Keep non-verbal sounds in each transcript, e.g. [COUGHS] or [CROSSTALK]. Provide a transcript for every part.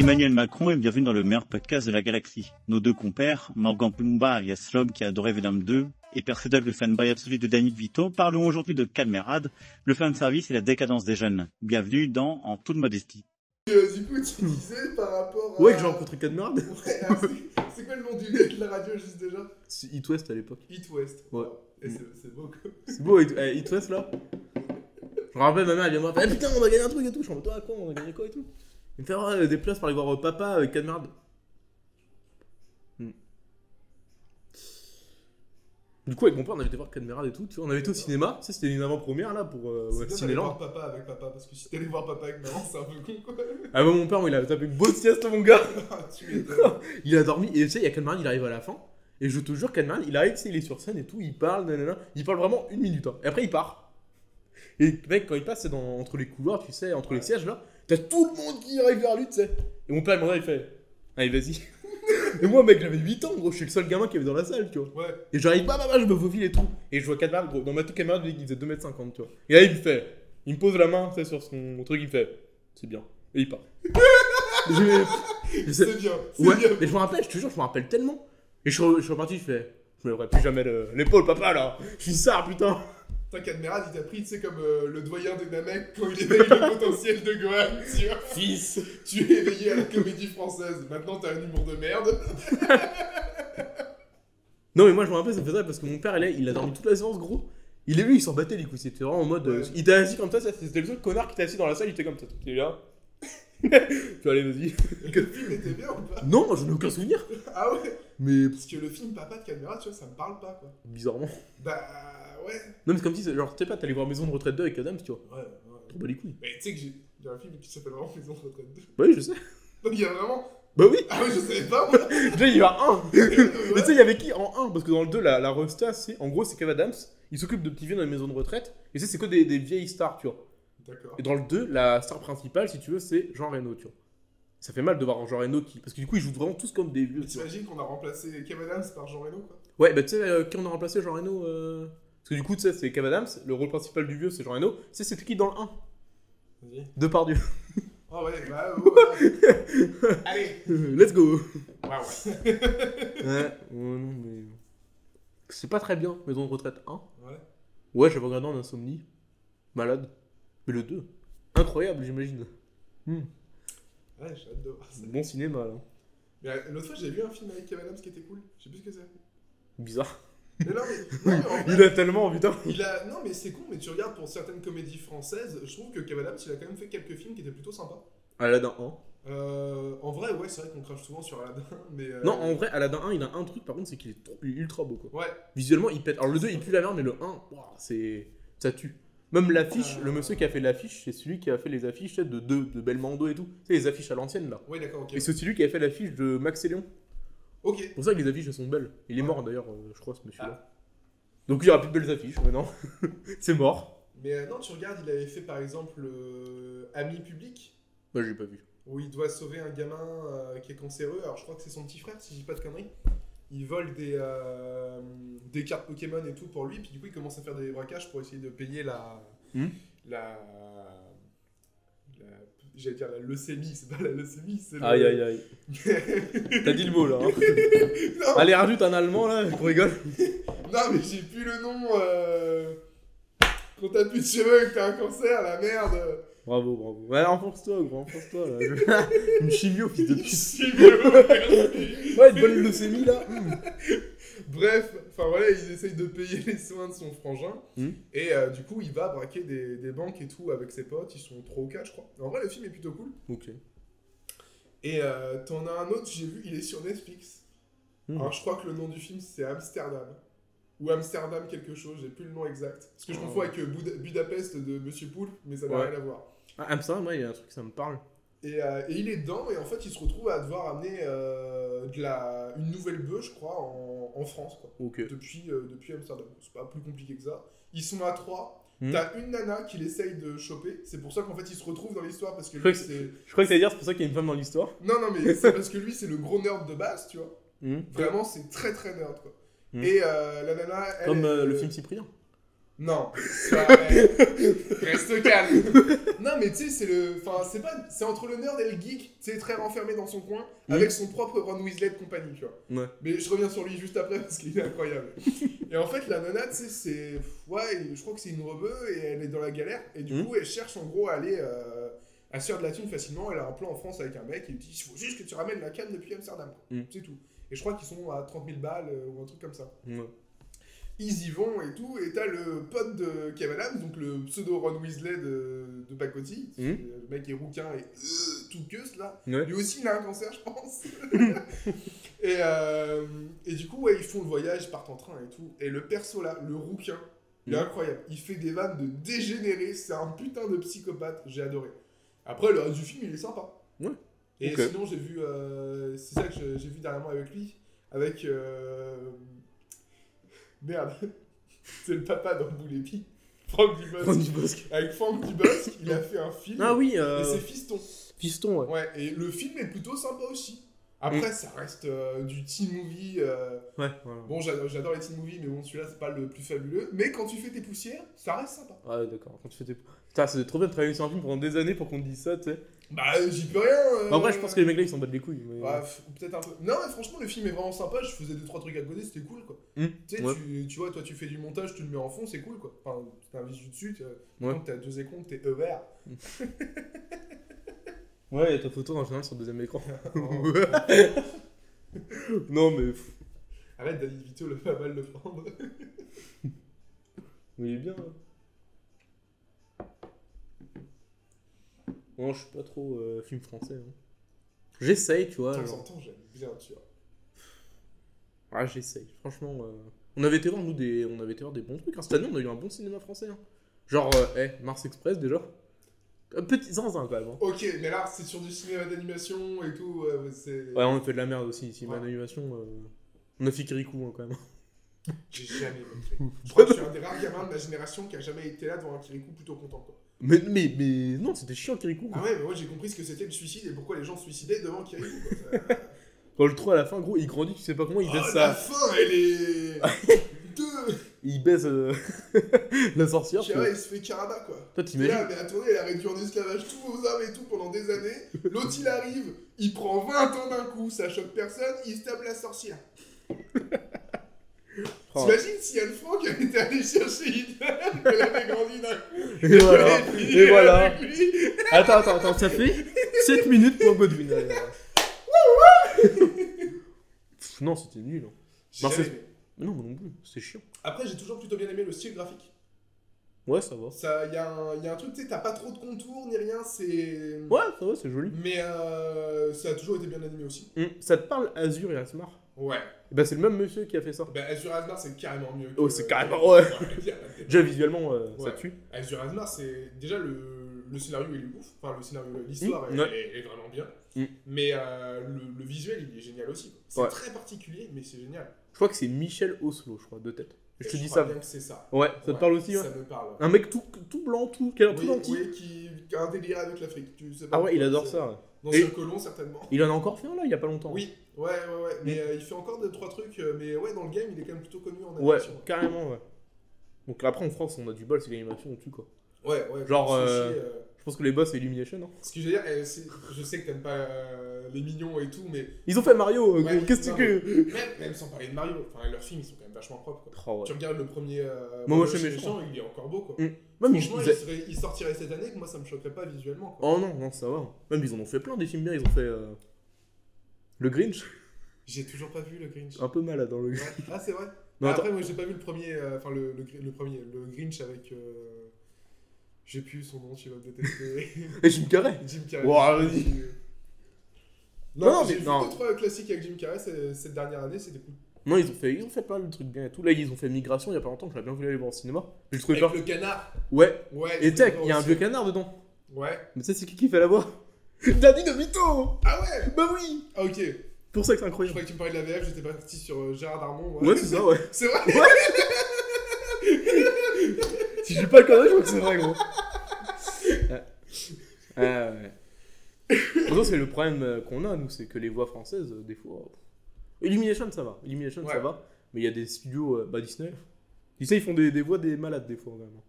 Emmanuel Macron est bienvenue dans le meilleur podcast de la galaxie. Nos deux compères, Morgan Plumba alias l'homme qui a adoré Venom 2 et Perceval le fanboy absolu de Danny Vito, parlons aujourd'hui de Calmerade, le fan service et la décadence des jeunes. Bienvenue dans En toute modestie. Euh, du coup, tu disais par rapport à. Ouais, que j'ai rencontré Cadmerade. [LAUGHS] Ouais, alors, c'est- c'est quoi le nom du de la radio juste déjà C'est Hit West à l'époque. Hit West. Ouais. Et c'est c'est beau quoi. C'est beau, Hit, eh, Hit West là. Je me rappelle, ma mère, elle vient me voir, elle fait, Ah, putain, on a gagné un truc et tout. Je suis en mode, toi, quoi, on a gagné quoi et tout. Elle me fait Ah, des places pour aller voir euh, papa avec Cadmerade. Hmm. Du coup, avec mon père, on avait été voir Cadmerade et tout. Tu vois, on avait été au cinéma. Ça, c'était une avant-première là pour euh, C'est ouais, bien d'aller Cinéland. voir papa avec papa parce que si t'allais voir papa avec maman, c'est un peu [LAUGHS] con quoi. Ah, bah, mon père, il a tapé une bonne sieste, mon gars. Ah, tu m'étonnes. Il a dormi, et tu sais, il y a Calmarin, il arrive à la fin. Et je te jure, Calmarin, il arrive, tu sais, il est sur scène et tout, il parle, nanana. Il parle vraiment une minute. hein. Et après, il part. Et mec, quand il passe, c'est dans, entre les couloirs, tu sais, entre les sièges là, t'as tout le monde qui arrive vers lui, tu sais. Et mon père, il me regarde, il fait Allez, vas-y. [LAUGHS] et moi, mec, j'avais 8 ans, gros, je suis le seul gamin qui avait dans la salle, tu vois. Ouais. Et j'arrive, bah, bah, bah, je me faufile et tout. Et je vois Calmarin, gros, dans ma toute caméra, il faisait 2m50, tu vois. Et là, il me fait Il me pose la main, tu sais, sur son truc, il me fait C'est bien. Et il part. Je- je sais- C'est bien. C'est Ouais, bien. mais je me rappelle, je te jure, je me rappelle tellement. Et je suis, je suis reparti, je fais. Je me lèverai plus jamais le- l'épaule, papa, là. Je suis ça, putain. Putain, Cadmerade, il t'a pris, tu sais, comme euh, le doyen des Namek quand il éveille le potentiel de Gohan, tu vois. Fils. Tu es éveillé à la comédie française. Maintenant, t'as un humour de merde. Non, mais moi, je me rappelle, ça me fait ça parce que mon père, il a, il a dormi toute la séance, gros. Il est vu, il s'en battait les couilles. C'était vraiment en mode. euh, Ouais. il était assis comme ça, ça, c'était le seul connard qui était assis dans la salle, il était comme ça. Tu là. [LAUGHS] Tu allez, vas-y. Le film était bien ou pas Non, je n'ai aucun souvenir. Ah ouais Mais Parce que le film Papa de Cadmerade, tu vois, ça me parle pas quoi. bizarrement. Bah ouais. Non, mais c'est comme si, c'est- genre, tu sais pas, t'allais voir Maison de retraite 2 avec Adams, tu vois. Ouais, ouais. Trop bas les couilles. Mais tu sais que j'ai. Il y a un film qui s'appelle vraiment Maison de retraite 2. Bah oui, je sais. Donc il y a vraiment. Bah oui. Ah ouais, je savais pas moi Déjà, il y a [LAUGHS] un. Mais Ouais. tu sais, il y avait qui en 1 Parce que dans le 2, la, la Rosta, c'est en gros, c'est Kev Adams. Il s'occupe de petits vieux dans les maisons de retraite. Et tu sais, c'est que des, des vieilles stars, tu vois. D'accord. Et dans le 2, la star principale, si tu veux, c'est Jean Reno, tu vois. Ça fait mal de voir Jean Reno qui. Parce que du coup, ils jouent vraiment tous comme des vieux. Mais tu vois. T'imagines qu'on a remplacé Kev Adams par Jean Reno quoi Ouais, bah tu sais, euh, qui on a remplacé Jean Reno euh, Parce que du coup, tu sais, c'est Kev Adams. Le rôle principal du vieux, c'est Jean Reno. Tu sais, c'était qui dans le 1 Vas-y. De par Dieu. Ah ouais, bah ouais. Allez [LAUGHS] Let's go Waouh [LAUGHS] Ouais, ouais, non, mais. C'est pas très bien, maison de retraite 1. Ouais. Ouais, j'avais regardé en insomnie. Malade. Mais le 2. Incroyable, j'imagine. Ouais, j'ai hâte de voir ça. Bon cinéma, là. Mais euh, l'autre fois, j'ai vu un film avec Kev Adams qui était cool. Je sais plus ce que c'est. Bizarre. Mais non, mais. non, mais en vrai, [LAUGHS] Il a tellement, [LAUGHS] putain. Il a... Non mais c'est con, mais tu regardes pour certaines comédies françaises, je trouve que Kev Adams il a quand même fait quelques films qui étaient plutôt sympas. Aladdin 1. Euh, en vrai, ouais, c'est vrai qu'on crache souvent sur Aladdin, [LAUGHS] mais. euh, Non, en vrai, Aladdin 1, il a un truc, par contre, c'est qu'il est trop- il est ultra beau, quoi. Ouais, Visuellement, il pète. Alors, le 2, il pue la merde, mais le 1, ouah, c'est. Ça tue. Même l'affiche, Euh. le monsieur qui a fait l'affiche, c'est celui qui a fait les affiches tu sais, de, de, de Belmondo et tout. Tu sais, les affiches à l'ancienne, là. ouais, d'accord, ok. Et c'est celui qui a fait l'affiche de Max et Léon. Ok, C'est pour ça que les affiches elles sont belles. Il est Ouais. mort d'ailleurs, euh, je crois, ce monsieur-là. Donc il y aura plus de belles affiches maintenant. [LAUGHS] c'est mort. mais euh, non, tu regardes, il avait fait par exemple euh, Ami public, Bah, j'ai pas vu. où il doit sauver un gamin euh, qui est cancéreux, alors je crois que c'est son petit frère, si je dis pas de conneries. Il vole des, euh, des cartes Pokémon et tout pour lui, puis du coup il commence à faire des braquages pour essayer de payer la. Hmm. La. la- J'allais dire la leucémie, c'est pas la leucémie, c'est. le- Aïe aïe [LAUGHS] aïe. T'as dit le mot là. hein. non, Allez, rajoute un allemand là, je rigole. Non, mais j'ai plus le nom. Euh... Quand t'as plus de cheveux et que t'as un cancer, la merde. Bravo, bravo. Ouais, enfonce-toi, gros, enfonce-toi là. Je- [LAUGHS] Une chimio, [LAUGHS] fils de pute. C'est mieux, merci. Ouais, une bonne leucémie là. Bref, enfin voilà, ils essayent de payer les soins de son frangin. Hmm. Et euh, du coup, il va braquer des, des banques et tout avec ses potes. Ils sont 3 ou 4, je crois. En vrai, le film est plutôt cool. Ok. Et euh, t'en as un autre, j'ai vu, il est sur Netflix. Hmm. Alors, je crois que le nom du film, c'est Amsterdam. Ou Amsterdam quelque chose, j'ai plus le nom exact. Parce que je Oh. confonds avec euh, Buda- Budapest de Monsieur Poulpe, mais ça n'a Ouais. rien à voir. Ah, Amsterdam, ouais, il y a un truc, ça me parle. Et, euh, et il est dedans, et en fait, il se retrouve à devoir amener euh, de la, une nouvelle bœuf, je crois, en, en France, quoi. Ok. Depuis, euh, depuis Amsterdam. C'est pas plus compliqué que ça. Ils sont à trois. Hmm. T'as une nana qu'il essaye de choper. C'est pour ça qu'en fait, il se retrouve dans l'histoire, parce que Je crois lui, que c'est... Je crois que ça veut dire, c'est pour ça qu'il y a une femme dans l'histoire. Non, non, mais c'est parce que lui, c'est le gros nerd de base, tu vois. Hmm. Vraiment, c'est très, très nerd, quoi. Hmm. Et euh, la nana, elle... Comme euh, elle- le film Cyprien. Non, ça, eh, reste calme. Non, mais tu sais, c'est le, enfin, c'est pas, c'est entre le nerd et le geek, tu sais, très renfermé dans son coin, Mhm. avec son propre Ron Weasley de compagnie, tu vois. Ouais. Mais je reviens sur lui juste après parce qu'il est incroyable. et en fait, la nana, tu sais, c'est, pff, ouais, je crois que c'est une rebeu et elle est dans la galère et du Mhm. coup, elle cherche en gros à aller. euh, à se faire de la thune facilement, elle a un plan en France avec un mec, il lui dit il faut juste que tu ramènes la canne depuis Amsterdam. quoi. Mhm. C'est tout. Et je crois qu'ils sont à 30 000 balles euh, ou un truc comme ça [LAUGHS] ouais. ils y vont et tout, et t'as le pote de Kev Adams, donc le pseudo Ron Weasley de, de Pacotti, Mhm. le mec est rouquin et euh, tout queuse là, Ouais. lui aussi il a un cancer je [LAUGHS] pense. [LAUGHS] et, euh, et du coup ouais, ils font le voyage, ils partent en train et tout, et le perso là, le rouquin, il est Mhm. incroyable, il fait des vannes de dégénéré, c'est un putain de psychopathe, j'ai adoré. Après le reste du film il est sympa. Ouais. Et Ok. sinon j'ai vu, euh, c'est ça que je- j'ai vu dernièrement avec lui, avec... euh, Merde, [LAUGHS] c'est le papa dans Boulépi, Franck Dubosc. Prends du bosque. Avec Franck Dubosc, il a fait un film. Ah oui, Et euh, c'est Fiston. Fiston, ouais. Ouais, et le film est plutôt sympa aussi. Mm. Après, ça reste euh, du teen movie. euh, Ouais, voilà. Bon, j'adore j'adore les teen movies, mais bon, celui-là, c'est pas le plus fabuleux. Mais quand tu fais tes poussières, ça reste sympa. Ouais, Ah, d'accord. Quand tu fais tes- Putain, c'est trop bien de travailler sur un film pendant des années pour qu'on te dise ça, tu sais. Bah, euh, j'y peux rien. euh, En vrai, je pense que les mecs là, ils s'en battent les couilles. mais- Ouais, f- peut-être un peu. Non, mais franchement, le film est vraiment sympa. Je faisais 2-3 trucs à côté, c'était cool quoi. Hmm, Tu sais, ouais. tu, tu vois, toi, tu fais du montage, tu le mets en fond, c'est cool quoi. Enfin, tu t'invites dessus, tu Ouais. euh, t'as deux écrans, t'es [LAUGHS] vert. Ouais, et ta photo en général sur le deuxième écran. [LAUGHS] non, mais pff, Arrête David Vito, le pas mal le prendre. il est bien. hein. Non, je suis pas trop euh, film français. hein. J'essaye, tu De vois. temps en genre. temps, j'aime bien, tu vois. Ah, j'essaye. Franchement, euh, on avait été voir, nous, des... On avait été voir des bons trucs. hein. Cette année, on a eu un bon cinéma français. hein. Genre, euh, eh, Mars Express déjà. Un petit zinzin quand même. hein. Ok, mais là, c'est sur du cinéma d'animation et tout, ouais, ouais, c'est... Ouais, on a fait de la merde aussi. Cinéma Ouais. d'animation, euh, on a fait Kirikou hein, quand même. [LAUGHS] J'ai jamais compris. Je crois que je suis un des rares gamins de ma génération qui a jamais été là devant un Kirikou plutôt content, quoi. Mais, mais, mais non, c'était chiant Kirikou. Ah ouais, mais moi, j'ai compris ce que c'était le suicide et pourquoi les gens se suicidaient devant Kirikou, quoi. [LAUGHS] Ça- Dans le 3 à la fin, gros, il grandit, tu sais pas comment, il baisse Oh, sa- la fin, elle est... [LAUGHS] Deux Il baise euh, [LAUGHS] la sorcière. tu vois. Kira, il se fait Karada, quoi. Toi, Et t'imagines là, mais attendez, elle a réduit en esclavage tous vos hommes et tout pendant des années. L'autre, il arrive, il prend 20 ans d'un coup, ça choque personne, il se tape la sorcière. [LAUGHS] Oh. T'imagines si Anne Frank avait été allée chercher Hitler, [LAUGHS] qu'elle avait grandi d'un coup, Et voilà. qu'elle avait fini euh, Et voilà. avec lui. Attends, attends, attends, ça fait 7 minutes pour Godwin. allez, voilà. Pff, non, c'était nul. hein. J'ai Non, jamais c'est- aimé. Mais non, moi non plus, c'était chiant. Après, j'ai toujours plutôt bien aimé le style graphique. Ouais, ça va. Ça, y a un, y a un truc, tu sais, t'as pas trop de contours ni rien, c'est. Ouais, ça va, c'est joli. Mais euh, ça a toujours été bien animé aussi. Hum, Ça te parle Azur et Asmar Ouais. Bah, c'est le même monsieur qui a fait ça. Ben, Azur Asmar, c'est carrément mieux. Oh, que- c'est carrément- ouais. y a pas de débat. Déjà, visuellement, euh, ça Ouais. tue. Azur Asmar, c'est déjà le, le scénario il est ouf, enfin le scénario, l'histoire Mm, elle- ouais. elle est- elle est vraiment bien, Mm. mais euh, le, le visuel il est génial aussi. C'est Ouais. très particulier, mais c'est génial. Je crois que c'est Michel Oslo, je crois, de tête. Je Et te dis crois ça. bien que c'est ça. Ouais, ça te Ouais, parle aussi, ouais. Ça me parle. Un mec tout, tout blanc, tout, qui a l'air tout Oui, gentil. oui, qui, qui a un délire avec l'Afrique. Tu sais pas Ah ouais, il pourquoi, adore c'est- ça. ouais. L'ancien Et- colon certainement. Il en a encore fait un là, il y a pas longtemps. Oui, ouais, ouais, ouais. Mais euh, il fait encore deux trois trucs, euh, mais ouais, dans le game il est quand même plutôt connu en Ouais, animation. carrément, ouais. Donc après en France, on a du bol, c'est l'animation, on tue quoi. Ouais, ouais. Genre, je me suis euh, chié, euh, Je pense que les boss, c'est Illumination, hein. non Ce que je veux dire, euh, c'est- je sais que t'aimes pas euh, les mignons et tout, mais Ils ont fait Mario, euh, Ouais, gros, qu'est-ce non, que. même, même sans parler de Mario, enfin leurs films ils sont quand même vachement propres. quoi. Oh, Tu ouais. regardes le premier. Euh, Moi, moi, je Mario suis chez méchant. Méchant, il est encore beau quoi. Mm. Même ils- Franchement, ils il, a- serait- il sortirait cette année que moi ça me choquerait pas visuellement quoi. Oh non, non, ça va. Même ils en ont fait plein des films bien, ils ont fait. euh, Le Grinch J'ai toujours pas vu le Grinch. Un peu malade dans le Ouais. Grinch. Ah, c'est vrai. [LAUGHS] Non, Ah, attends. après, moi j'ai pas vu le premier. euh, Enfin, le, le, Gr- le premier. Le Grinch avec. euh, J'ai plus son nom, tu vas me détester. Et Jim Carrey Jim Carrey. euh, Ouah, vas-y. Non, Non, non, j'ai mais vu non. 2-3 classiques avec Jim Carrey c'est- cette dernière année, c'était cool. Non, ils ont fait, ils ont fait plein de trucs bien et tout. Là, ils ont fait Migration il y a pas longtemps, j'aurais bien voulu aller voir au cinéma. Mais je trouvais Avec pas. le canard. Ouais, Ouais. et je tech, comprends il y a un aussi. vieux canard dedans. Ouais. Mais ça, c'est qui qui fait la voix [LAUGHS] Danny DeVito Ah ouais Bah oui Ah, ok. Pour ça que c'est Je incroyable. croyais que tu me parlais de la VF, j'étais parti sur euh, Gérard Darmon. Ouais, c'est ça, ouais. [LAUGHS] C'est vrai Si j'ai pas le connais, je crois que c'est vrai, gros. Ah ouais. Pourtant, c'est le problème euh, qu'on a, nous, c'est que les voix françaises, euh, des fois. euh, Illumination, ça va. Illumination, ça Ouais. va. Mais il y a des studios, euh, bah Disney, Tu sais, ils font des, des voix des malades des fois, vraiment.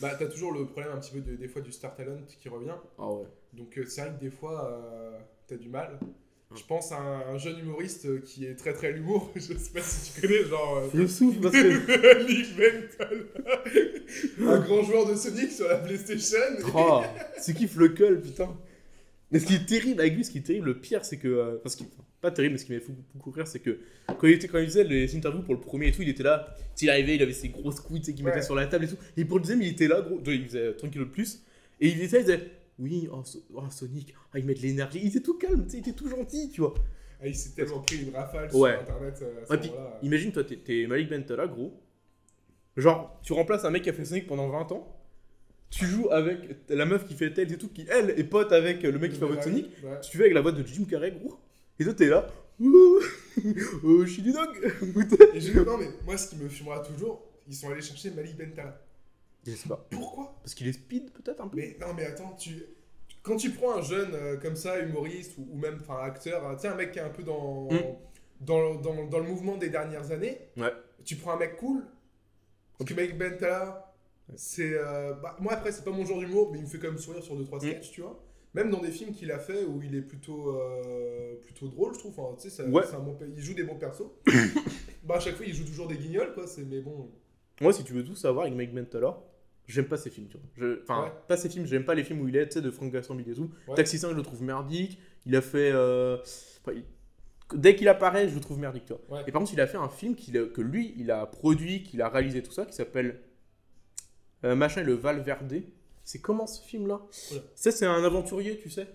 Bah, t'as toujours le problème un petit peu de- des fois du star talent qui revient. Ah ouais. Donc, euh, c'est vrai que des fois, euh, t'as du mal. Je pense à un, un jeune humoriste euh, qui est très très à l'humour. [LAUGHS] Je sais pas si tu connais, genre. euh, Je souffle parce que. [LAUGHS] Nick Mental. [LAUGHS] un grand joueur de Sonic sur la PlayStation. [LAUGHS] Oh, c'est qui le col, putain. Mais ce qui est terrible avec lui, ce qui est terrible, le pire, c'est que. euh, Enfin, ce qui, enfin, pas terrible, mais ce qui m'a fait beaucoup- beaucoup rire, c'est que quand il, était, quand il faisait les interviews pour le premier et tout, il était là. Tu sais, Il arrivait, il avait ses grosses couilles tu sais, qu'il Ouais. mettait sur la table et tout. Et pour le deuxième, il était là, gros. Il faisait euh, tranquille le plus. Et il était là, il disait Oui, oh, So- oh, Sonic, ah, il met de l'énergie. Il était tout calme, tu sais, il était tout gentil, tu vois. Ah, il s'est tellement pris une rafale Ouais. sur internet euh, à ce Ouais, puis, moment-là. Imagine, toi, t'es- t'es Malik Bentala, gros. Genre, tu remplaces un mec qui a fait Sonic pendant 20 ans. Tu joues avec la meuf qui fait Tails et tout, qui elle est pote avec le mec qui fait la voix de Sonic. Ouais. Tu fais avec la voix de Jim Carrey, gros. Et toi, t'es là. [LAUGHS] Ouh, oh, je suis du [LAUGHS] dog. Et je- non, mais moi, ce qui me fumera toujours, ils sont allés chercher Malik Bentala. Je sais pas. Pourquoi Parce qu'il est speed, peut-être un peu. Mais non, mais attends, tu. Quand tu prends un jeune euh, comme ça, humoriste ou, ou même enfin acteur, hein, tu sais, un mec qui est un peu dans, Mm. dans, dans, dans le mouvement des dernières années, Ouais. tu prends un mec cool, parce que mec Bentala, c'est. euh, bah, moi après, c'est pas mon genre d'humour, mais il me fait quand même sourire sur 2-3 Mm. sketchs, tu vois. Même dans des films qu'il a fait où il est plutôt, euh, plutôt drôle, je trouve. Enfin, tu sais, ça- Ouais. c'est un bon pa- il joue des bons [COUGHS] persos. bah, à chaque fois, il joue toujours des guignols, quoi. c'est- Mais bon, Moi, si tu veux tout savoir, avec Mike Bentala, j'aime pas ses films, tu vois. Je- Enfin, Ouais. pas ses films, j'aime pas les films où il est, tu sais, de Frank Gastambide et tout. Ouais. Taxi 5, je le trouve merdique. Il a fait. euh, enfin, il- Dès qu'il apparaît, je le trouve merdique, tu vois. Ouais. Et par contre, il a fait un film qu'il a- que lui, il a produit, qu'il a réalisé, tout ça, qui s'appelle. euh, machin, le Valverde. C'est comment ce film-là Oula. Ça, c'est un aventurier, tu sais.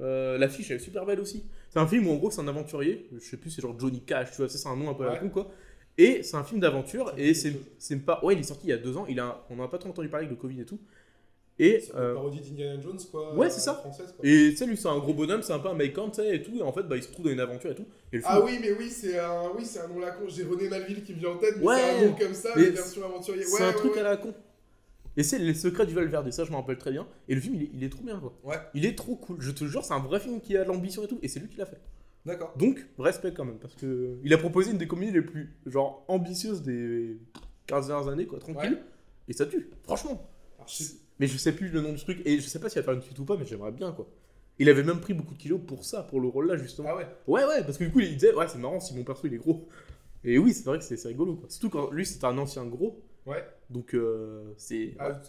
Euh, L'affiche, elle est super belle aussi. C'est un film où, en gros, c'est un aventurier. Je sais plus, c'est genre Johnny Cash, tu vois, ça, c'est un nom un peu à la Ouais. con, quoi. Et c'est un film d'aventure, Ça me dit et c'est quelque chose. c'est pas. Ouais, il est sorti il y a deux ans, il a, on n'a pas trop entendu parler avec le Covid et tout. Et. c'est euh, une parodie d'Indiana Jones, quoi. euh, ouais, c'est ça. Française, quoi. et tu sais, lui, c'est un gros bonhomme, c'est un peu un mec tu sais, et tout. Et en fait, bah, il se trouve dans une aventure et tout. Et le film, Ah oui, mais oui, c'est un, oui, c'est un nom la con. J'ai René Malville qui me vient en tête, mais Ouais. c'est un nom comme ça, Mais mais version aventurier. Ouais, c'est un ouais, truc ouais. à la con. Et c'est Les Secrets du Valverde, ça, je m'en rappelle très bien. Et le film, il est, il est trop bien, quoi. Ouais. Il est trop cool. Je te jure, c'est un vrai film qui a de l'ambition et tout. Et c'est lui qui l'a fait. D'accord. Donc, respect quand même, parce que il a proposé une des comédies les plus, genre, ambitieuses des 15 dernières années, quoi, tranquille. Et ça tue, franchement. Alors, je sais- Mais je sais plus le nom du truc, et je sais pas s'il va faire une suite ou pas, mais j'aimerais bien, quoi. Il avait même pris beaucoup de kilos pour ça, pour le rôle-là, justement. Ah ouais. Ouais, ouais, parce que du coup, il disait, ouais, c'est marrant si mon perso, il est gros. Et oui, c'est vrai que c'est c'est rigolo, quoi. Surtout quand lui, c'était un ancien gros, Ouais. donc euh, c'est... Ah,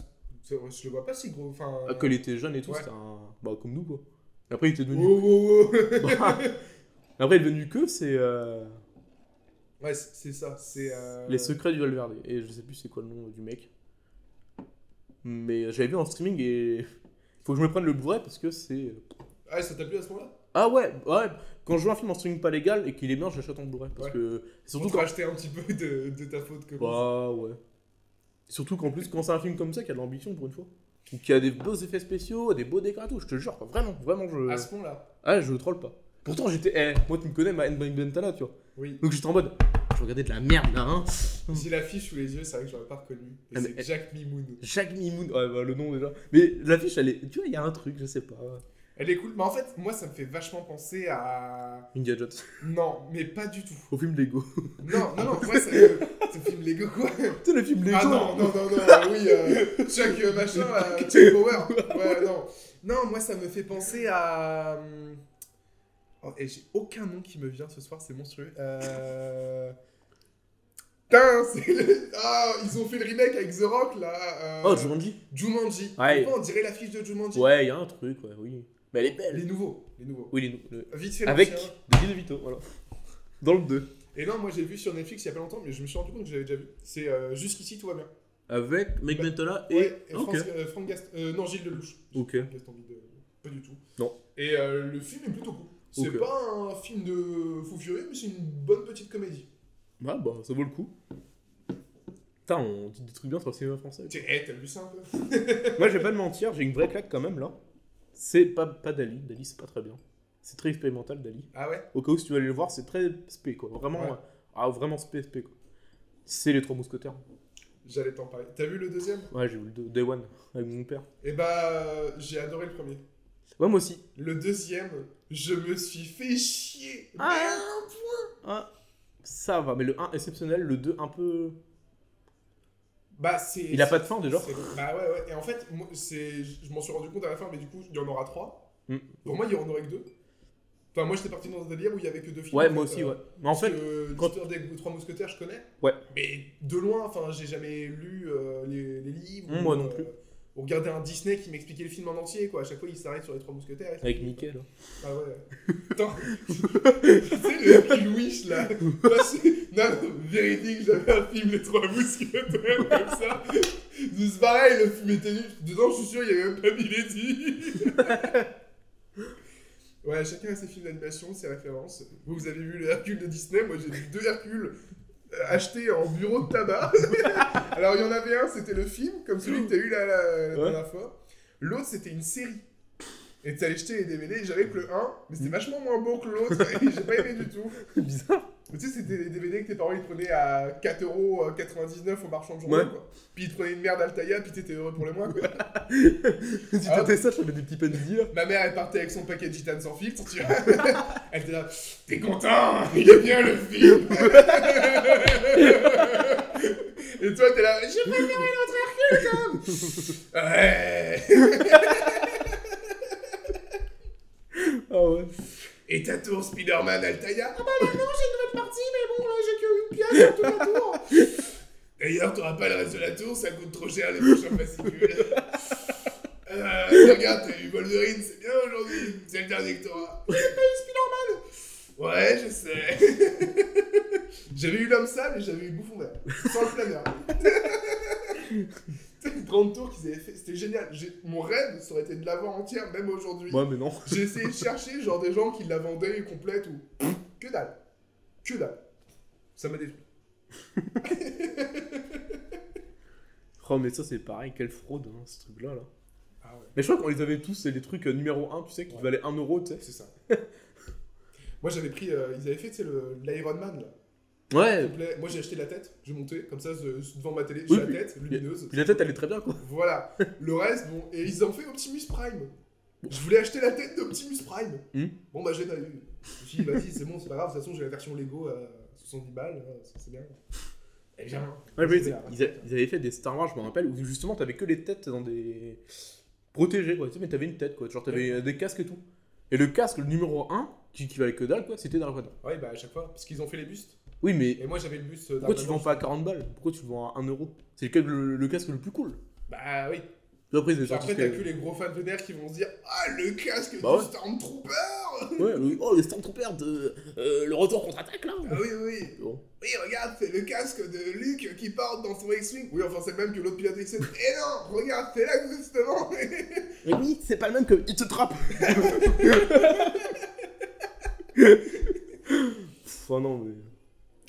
c'est- je le vois pas si gros. Enfin. Ah, Quand il était jeune et tout, Ouais. c'était un... Bah, comme nous, quoi. Et Après, il était Oh, [LAUGHS] devenu... Bah, oh, oh. Après, il est devenu que, c'est... euh, [LAUGHS] Ouais, c'est c'est ça. C'est. euh, Les secrets du Valverde. Et je sais plus c'est quoi le nom du mec. Mais j'avais vu en streaming et. Faut que je me prenne le blu parce que c'est. Ah, ça t'a plu à ce moment-là Ah ouais, ouais. Quand je vois un film en streaming pas légal et qu'il est bien, j'achète en blu Parce Ouais. que. Surtout Surtout quand quand. acheté un petit peu de, de ta faute que. Bah ouais. Surtout qu'en plus, quand c'est un film comme ça qui a de l'ambition pour une fois. Ou qui a des beaux effets spéciaux, des beaux décors et tout, je te jure, quoi. vraiment, vraiment, À je. ce moment-là. Ah, je troll pas. Pourtant, j'étais. Eh, moi, tu me connais, ma N-Bank Bentala, tu vois. [LAUGHS] Oui. Donc j'étais en mode. Je regardais de la merde là, hein. J'ai l'affiche sous les yeux, c'est vrai que j'aurais pas reconnu. Et Ah, c'est mais- Jack Mimoun. Jacques Mimoun, ouais, bah, le nom déjà. Mais l'affiche, elle est. Tu vois, il y a un truc, je sais pas. Elle est cool. Mais en fait, moi, ça me fait vachement penser à. Indiana Jones. [LAUGHS] Non, mais pas du tout. Au film Lego. [LAUGHS] Non, non, non. Moi, sérieux. Ce film Lego, quoi. tu sais, le film Lego. Ah non, non, non, non, euh, oui, euh, Chuck euh, machin, [LAUGHS] euh, Chuck Power. Ouais, non. Non, moi ça me fait penser à. hum, oh, et j'ai aucun nom qui me vient ce soir, c'est monstrueux. Euh. Putain, c'est le. [LAUGHS] Ah, ils ont fait le remake avec The Rock là. euh, Oh, Jumanji. Jumanji. Ouais. Pourquoi on dirait l'affiche de Jumanji Ouais, il y a un truc, ouais, oui. Mais elle est belle. Les nouveaux, les nouveaux. Oui, les- le- Vite fait, Avec l'ancien. Denis DeVito, voilà. Dans le 2. Et non, moi j'ai vu sur Netflix il y a pas longtemps, mais je me suis rendu compte que j'avais déjà vu. C'est euh, Jusqu'ici, tout va bien. Avec Meg Ouais. Bentola et. Bah, Ouais, et ok. Franck- euh, Franck Gast... euh, non, Gilles Lelouch. Ok. Gaston Bide, euh, pas du tout. Non. Et euh, le film est plutôt cool. C'est Ok. pas un film de fou furieux, mais c'est une bonne petite comédie. Ouais, bah, ça vaut le coup. Putain, on dit des trucs bien sur le cinéma français. Tiens, eh, t'as vu ça un peu Moi, je vais pas te mentir, j'ai une vraie claque quand même là. C'est pas, pas Dali. Dali, c'est pas très bien. C'est très expérimental, Dali. Ah ouais Au cas où si tu veux aller le voir, c'est très spé quoi. Vraiment, Ouais. euh, ah, vraiment spé spé quoi. C'est les trois mousquetaires. J'allais t'en parler. T'as vu le deuxième Ouais, j'ai vu le deux- Day One avec mon père. Eh bah, euh, j'ai adoré le premier. Ouais, moi aussi. Le deuxième, je me suis fait chier. Ah. Ah, ça va, mais le 1 exceptionnel, le 2 un peu. Bah, c'est. Il a pas de fin déjà. c'est- Bah ouais, ouais. Et en fait, moi, c'est- je m'en suis rendu compte à la fin, mais du coup, il y en aura trois. Mm. Pour moi, il y en aurait que deux. Enfin, moi, j'étais parti dans un délire où il y avait que deux films. Ouais, en moi fait, aussi, euh, ouais. Mais en Parce fait, que quand- l'histoire des Trois Mousquetaires, je connais. Ouais. Mais de loin, enfin, j'ai jamais lu euh, les, les livres. Mmh, euh, Moi non plus. Ou regardé un Disney qui m'expliquait le film en entier, quoi. À chaque fois, il s'arrête sur les Trois Mousquetaires. avec Mickey, là. Ah ouais. Attends. [LAUGHS] tu sais, le petit Louis, là. Moi, c'est- non, non, véridique, j'avais un film Les Trois Mousquetaires, comme ça. Juste pareil, le film était nul. Dedans, je suis sûr, il n'y avait même pas Milady. ouais, chacun a ses films d'animation, ses références. Vous, vous avez vu le Hercule de Disney. Moi, j'ai vu deux Hercules euh, achetés en bureau de tabac. [LAUGHS] Alors, il y en avait un, c'était le film, comme celui que tu as eu la, la- la Ouais. dernière fois. L'autre, c'était une série. Et t'allais jeter les DVD, et j'avais que le 1, mais c'était vachement moins bon que l'autre, et [LAUGHS] j'ai pas aimé du tout. Mm. [LAUGHS] Bizarre. Mais tu sais, c'était des DVD que tes parents ils prenaient à 4,99€ au marchand de journal, Ouais. quoi. Puis ils prenaient une merde Altaïa, puis t'étais heureux pour le moins, quoi. [LAUGHS] si Ah. t'étais ça, j'avais des petits peines d'hier. Ma mère, elle partait avec son paquet de gitane sans filtre, tu vois. Elle était là, t'es content, il est bien le film Et toi, t'es là, j'ai préféré l'autre Hercule, quand même Ouais Ah ouais. Et ta tour Spider-Man Altaïa Ah bah là non, j'ai une autre partie, mais bon, là j'ai que une pièce pour tout la tour [LAUGHS] D'ailleurs, t'auras pas le reste de la tour, ça coûte trop cher les prochains fascicules. [LAUGHS] Euh, regarde, t'as eu Wolverine, c'est bien aujourd'hui, c'est le dernier que t'auras. J'ai pas eu Spider-Man Ouais, je sais. [LAUGHS] j'avais eu l'homme sale et j'avais eu Bouffon vert, sans le [LAUGHS] planeur. C'était une grande tour qu'ils avaient fait, c'était génial. J'ai- Mon rêve, ça aurait été de l'avoir entière, même aujourd'hui. Ouais, mais non. J'ai essayé de chercher genre des gens qui la vendaient complète ou que dalle. Que dalle. Ça m'a détruit. Oh, mais ça, c'est pareil. Quelle fraude, hein, ce truc-là. Là. Ah ouais, Mais je crois qu'on les avait tous, c'est les trucs euh, numéro 1, tu sais, qui Ouais. valaient 1 euro, tu sais. c'est ça. Moi j'avais pris, euh, ils avaient fait tu sais, le- l'Iron Man là. Ouais. complet. Moi j'ai acheté la tête, j'ai monté comme ça je- je- devant ma télé, j'ai Oui, la puis- tête lumineuse. Puis la tête, elle est très bien, quoi. Voilà. Le reste, bon, et ils ont fait Optimus Prime. Je voulais acheter la tête d'Optimus Prime. Hmm. Bon bah j'ai pas eu. Je me suis dit vas-y c'est bon, c'est pas grave, de toute façon j'ai la version Lego à 70 balles, là, ça, c'est bien. Eh bien. Ouais, mais c'est ils, la- ils a- ils avaient fait des Star Wars, je me rappelle, où justement t'avais que les têtes dans des. protégées, quoi. Tu sais, mais t'avais une tête, quoi. Genre t'avais euh, des casques et tout. Et le casque, le numéro 1, qui, qui valait que dalle, quoi, c'était Dark Vador. Ouais bah à chaque fois, parce qu'ils ont fait les bustes. Oui, mais Et moi j'avais le euh, bus pourquoi tu le vends pas à 40 balles Pourquoi tu le vends à 1 euro C'est lequel le, le casque le plus cool Bah oui. Puis Après, ils avaient sorti Après ce t'as que- que les gros fans vénères qui vont se dire Ah le casque Bah du ouais. Stormtrooper Ouais, le- oh, les Stormtroopers de. euh, le retour contre-attaque, là Ah oui oui oui Bon. Oui regarde c'est le casque de Luke qui part dans son X-Wing Oui enfin c'est le même que l'autre pilote [LAUGHS] X-Wing Eh non regarde c'est là que justement [LAUGHS] Mais oui, c'est pas le même que. Il te trappe [LAUGHS] Pff, ah non, mais.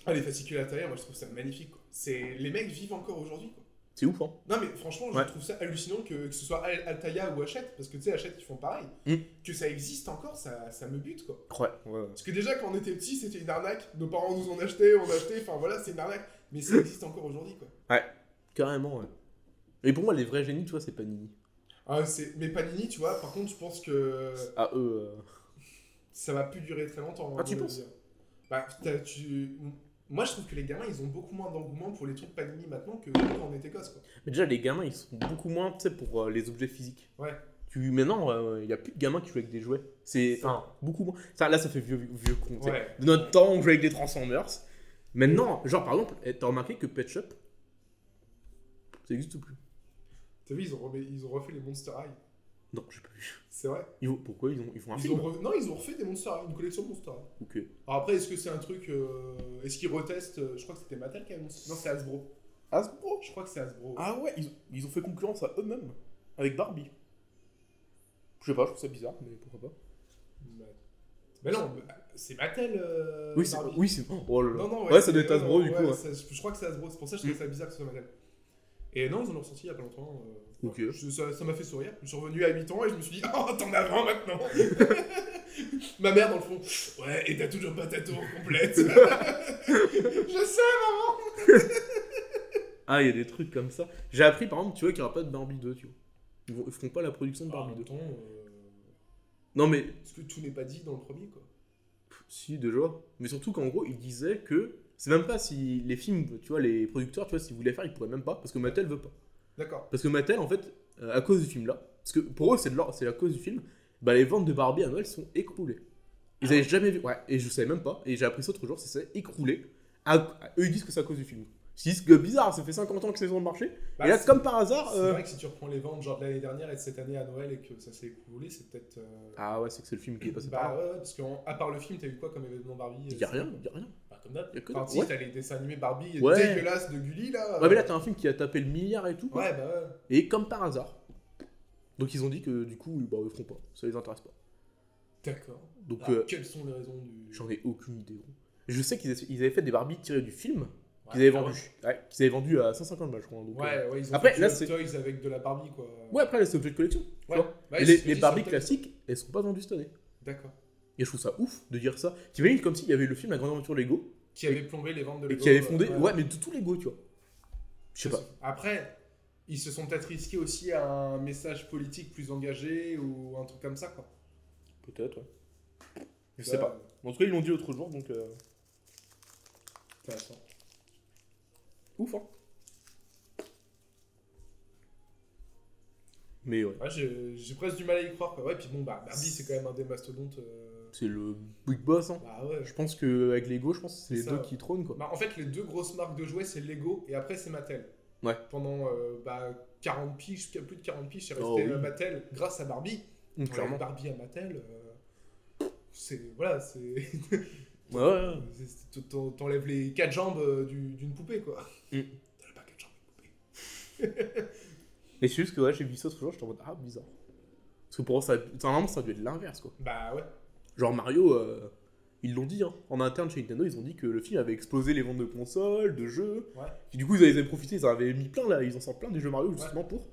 Ah les fascicules intérieurs moi je trouve ça magnifique quoi. C'est... Les mecs vivent encore aujourd'hui quoi. C'est ouf, hein. Non mais franchement je Ouais. trouve ça hallucinant que, que ce soit Al- Altaïa ou Hachette parce que tu sais Hachette ils font pareil. Mm. Que ça existe encore ça, ça me bute quoi. Ouais, ouais, ouais. Parce que déjà, quand on était petit, c'était une arnaque. Nos parents nous en achetaient, on achetait, enfin voilà, c'est une arnaque. Mais ça existe encore aujourd'hui, quoi. Carrément, ouais. Et pour moi, les vrais génies, tu vois, c'est Panini. Ah, c'est- mais Panini, tu vois, par contre, je pense que À eux. euh, ça va plus durer très longtemps. Ah, à tu mon penses avis. Bah, t'as- tu... Moi, je trouve que les gamins, ils ont beaucoup moins d'engouement pour les trucs Panini maintenant que quand on était gosse, quoi. Mais déjà, les gamins, ils sont beaucoup moins, tu sais, pour euh, les objets physiques. Ouais. Tu... Maintenant, euh, il y a plus de gamins qui jouent avec des jouets. C'est. Enfin, beaucoup moins. Ça, là, ça fait vieux, vieux con. tu sais. Ouais. De notre temps, on jouait avec des Transformers. Maintenant, genre, par exemple, eh, t'as remarqué que Pet Shop, ça existe plus. T'as vu, ils ont, remis- ils ont refait les Monster High. Non, j'ai pas vu. C'est vrai. Ils vont- Pourquoi ils ont, ils font un Ils film ont re- Non, ils ont refait des Monster High, une collection de Monster High. Ok. Alors après, est-ce que c'est un truc. euh, Est-ce qu'ils retestent euh, Je crois que c'était Mattel qui a annoncé. Non, c'est Hasbro. Hasbro Je crois que c'est Hasbro. Ah ouais, ils, ils ont fait concurrence à eux-mêmes. Avec Barbie. Je sais pas, je trouve ça bizarre, mais pourquoi pas. Bah, bah non, bah, c'est Mattel. euh, Oui, c'est. Barbie. Oui, c'est. Oh là là. Non, non, Ouais, ça c'est- doit être non, Hasbro, non, du coup, ouais, ouais. Mm. ça- je, je crois que c'est Hasbro, c'est pour ça que je trouve ça bizarre que ce soit Mattel. Et non, ils en ont ressorti il y a pas longtemps. euh, Ok. ouais. Je- ça ça m'a fait sourire. Je suis revenu à 8 ans et je me suis dit, [LAUGHS] oh, t'en as 20 [LAUGHS] maintenant Ma mère, dans le fond, ouais, et t'as toujours pas ta tour [LAUGHS] complète. je sais, maman Ah, il y a des trucs comme ça. J'ai appris par exemple, tu vois, qu'il n'y aura pas de Barbie 2, tu vois. Ils, vont- ils feront pas la production de Barbie 2. Pardon, euh, Non, mais Parce que tout n'est pas dit dans le premier, quoi. pff, si, déjà. Mais surtout qu'en gros, ils disaient que C'est même pas si les films, tu vois, les producteurs, tu vois, s'ils voulaient faire, ils pourraient même pas, parce que Mattel veut pas. D'accord. Parce que Mattel, en fait, euh, à cause du film-là, parce que pour eux, c'est de l'or, c'est à cause du film, bah, les ventes de Barbie à Noël sont écroulées. Ils Ah avaient jamais vu, ouais, et je savais même pas, et j'ai appris ça autre jour, c'est ça, écroulé. À- à- eux, ils disent que c'est à cause du film. Ils disent que bizarre, ça fait 50 ans que c'est sur le marché, Bah, et là, c'est- comme par hasard. C'est euh, vrai que si tu reprends les ventes genre de l'année dernière et de cette année à Noël et que ça s'est écoulé, c'est peut-être. euh, Ah ouais, c'est que c'est le film qui est passé bah par là. ouais, parce qu'à part le film, t'as eu quoi comme événement Barbie Il y a euh, rien, il y a rien. Bah, comme d'hab. Y a que Enfin, dalle. si, Ouais. t'as les dessins animés Barbie Ouais. dégueulasses de Gulli là. Ouais, mais là, t'as un film qui a tapé le milliard et tout, quoi. Ouais, bah ouais. Et comme par hasard. Donc ils ont dit que du coup, bah, ils feront pas. Ça les intéresse pas. D'accord. Donc Alors, euh, Quelles sont les raisons du. j'en ai aucune idée. gros. Je sais qu'ils ils avaient fait des Barbie tirées du film qu'ils Ouais, avaient ah ouais. vendu. Ouais, qu'ils avaient vendu à 150 balles, je crois. hein, donc, euh, Ouais, ouais, ils ont Après, fait là, du c'est- Hot Toys avec de la Barbie quoi. ouais, après, là, c'est objet de collection. tu Ouais. vois. Bah, Et ils les, se sont les dit, c'est Barbie Hot Toys. classiques, elles sont pas vendues cette année. D'accord. Et je trouve ça ouf de dire ça. T'imagines comme s'il y avait eu le film La Grande Aventure Lego Qui avait plombé les ventes de et Lego. qui avait fondé. euh, Ouais, mais de tout Lego, tu vois. Je sais pas. Après, ils se sont peut-être risqués aussi à un message politique plus engagé ou un truc comme ça quoi. Peut-être, ouais. Je Ouais, sais pas. En tout cas, ils l'ont dit l'autre jour, donc. euh, Intéressant. Ouf, hein. Mais ouais, Ouais, j'ai j'ai presque du mal à y croire quoi. Ouais, puis bon, bah, Barbie c'est quand même un des mastodontes. euh, c'est le big boss, hein. Bah ouais. Je pense que avec Lego, je pense que c'est les C'est ça, deux ouais. qui trônent, quoi. Bah, en fait, les deux grosses marques de jouets, c'est Lego et après, c'est Mattel. Ouais. Pendant euh, bah, 40 piges, plus de 40 piges, c'est resté Oh, oui. euh, Mattel grâce à Barbie. Donc, Ouais, clairement. Barbie à Mattel, euh, c'est. Voilà, c'est. [LAUGHS] Ouais, ouais, ouais. c'est- c'est- t'en- T'enlèves les quatre jambes euh, du- d'une poupée, quoi. Mm. T'as pas quatre jambes d'une poupée. Et c'est juste que ouais, j'ai vu ça l'autre jour, j'étais en mode ah, bizarre. Parce que pour eux, ça, enfin, normalement, ça a dû être l'inverse, quoi. Bah ouais. Genre Mario, euh, ils l'ont dit, hein. En interne chez Nintendo, ils ont dit que le film avait explosé les ventes de consoles, de jeux. Ouais. Et du coup, ils avaient profité, ils en avaient mis plein, là. Ils en sortent plein des jeux Mario, justement, pour.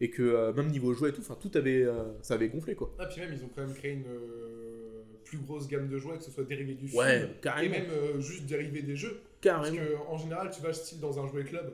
Et que euh, même niveau jouets et tout, enfin, tout avait. euh, ça avait gonflé, quoi. Ah, puis même, ils ont quand même créé une euh, plus grosse gamme de jouets, que ce soit dérivé du Ouais, film. Et carrément. même euh, juste dérivé des jeux. Parce Carrément. que en général, tu vas style dans un jouet club,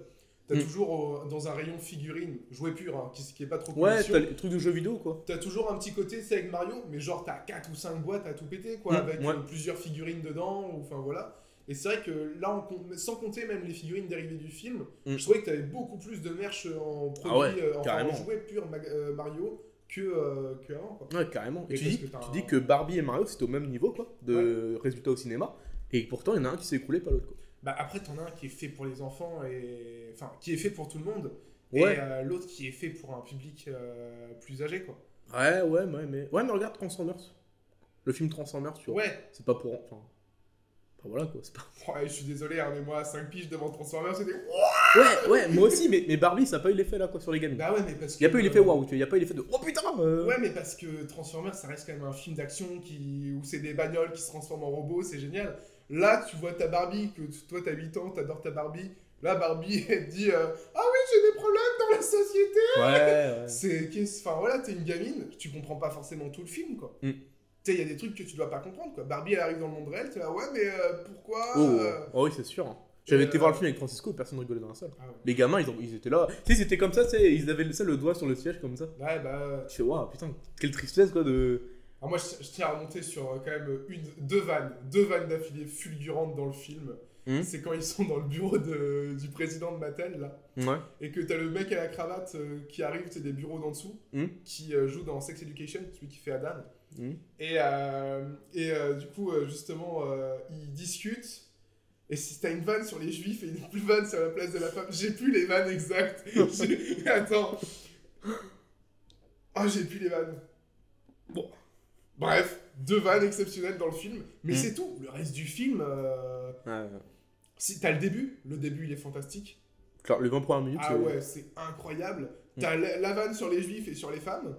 t'as Mm. toujours euh, dans un rayon figurine, jouet pur, hein, qui, qui est pas trop Ouais, collection, t'as les trucs de jeux vidéo, quoi. t'as toujours un petit côté, c'est avec Mario, mais genre t'as 4 ou 5 boîtes à tout péter, quoi, Mm, avec ouais. euh, plusieurs figurines dedans, ou enfin voilà. Et c'est vrai que là, on compte- mais sans compter même les figurines dérivées du film, Mm. Ah je trouvais que t'avais beaucoup plus de merch en produits, ouais, euh, enfin, carrément. en jouet pur ma- euh, Mario que, euh, que avant, quoi. Ouais, carrément. Et, Et tu, parce dis, que t'as tu un- dis que Barbie et Mario, c'était au même niveau, quoi, de résultats au cinéma. Et pourtant, il y en a un qui s'est écroulé, pas l'autre, quoi. Bah après, t'en as un qui est fait pour les enfants, et enfin, qui est fait pour tout le monde, Ouais. et euh, l'autre qui est fait pour un public euh, plus âgé, quoi. Ouais, ouais, ouais, mais. Ouais, mais regarde Transformers. Le film Transformers, tu vois. Ouais, C'est pas pour. Enfin. enfin, voilà, quoi. C'est pas... Ouais, je suis désolé, hein, mais moi, 5 piges devant Transformers, c'était. [LAUGHS] Ouais, ouais, moi aussi, mais, mais Barbie, ça a pas eu l'effet, là, quoi, sur les gamins. Bah ouais, mais parce que. Il y a pas eu l'effet waouh, tu vois. Il y a pas eu l'effet de. Oh putain euh, Ouais, mais parce que Transformers, ça reste quand même un film d'action qui... où c'est des bagnoles qui se transforment en robots, c'est génial. Là, tu vois ta Barbie, que tu- toi, t'as 8 ans, t'adores ta Barbie. Là, Barbie, elle te dit euh, Ah oui, j'ai des problèmes dans la société Ouais, ouais. C'est. qu'est-ce- Enfin, voilà, t'es une gamine, tu comprends pas forcément tout le film, quoi. Mm. Tu sais, il y a des trucs que tu dois pas comprendre, quoi. Barbie, elle arrive dans le monde réel, t'es là, ouais, mais euh, pourquoi Oh, euh, oh, oui, c'est sûr. hein. J'avais euh, été voir le film avec Francisco, personne rigolait dans la salle. Ah ouais. Les gamins, ils, ont- ils étaient là. Tu sais, c'était comme ça, tu sais, ils avaient le- ça, le doigt sur le siège, comme ça. Ouais, bah. euh, Tu fais, waouh, putain, quelle tristesse, quoi, de. Alors moi, je, je tiens à remonter sur euh, quand même euh, une, deux vannes, deux vannes d'affilée fulgurantes dans le film. Mhm. C'est quand ils sont dans le bureau de- du président de Mattel, là, Ouais. et que t'as le mec à la cravate euh, qui arrive, c'est des bureaux d'en dessous, Mhm. qui euh, joue dans Sex Education, celui qui fait Adam. Mhm. Et, euh, et euh, du coup, euh, justement, euh, ils discutent. Et si t'as une vanne sur les juifs et une plus vanne sur la place de la femme, j'ai plus les vannes [LAUGHS] exactes. J'ai- Attends. Ah, j'ai plus les vannes. Bon. Bref, deux vannes exceptionnelles dans le film. Mais Mm. c'est tout. Le reste du film, euh, Ouais, si t'as le début, le début il est fantastique. Claire, les 20 premières minutes. euh, Ah c'est- Mm. ouais, c'est incroyable. T'as la, la vanne sur les juifs et sur les femmes.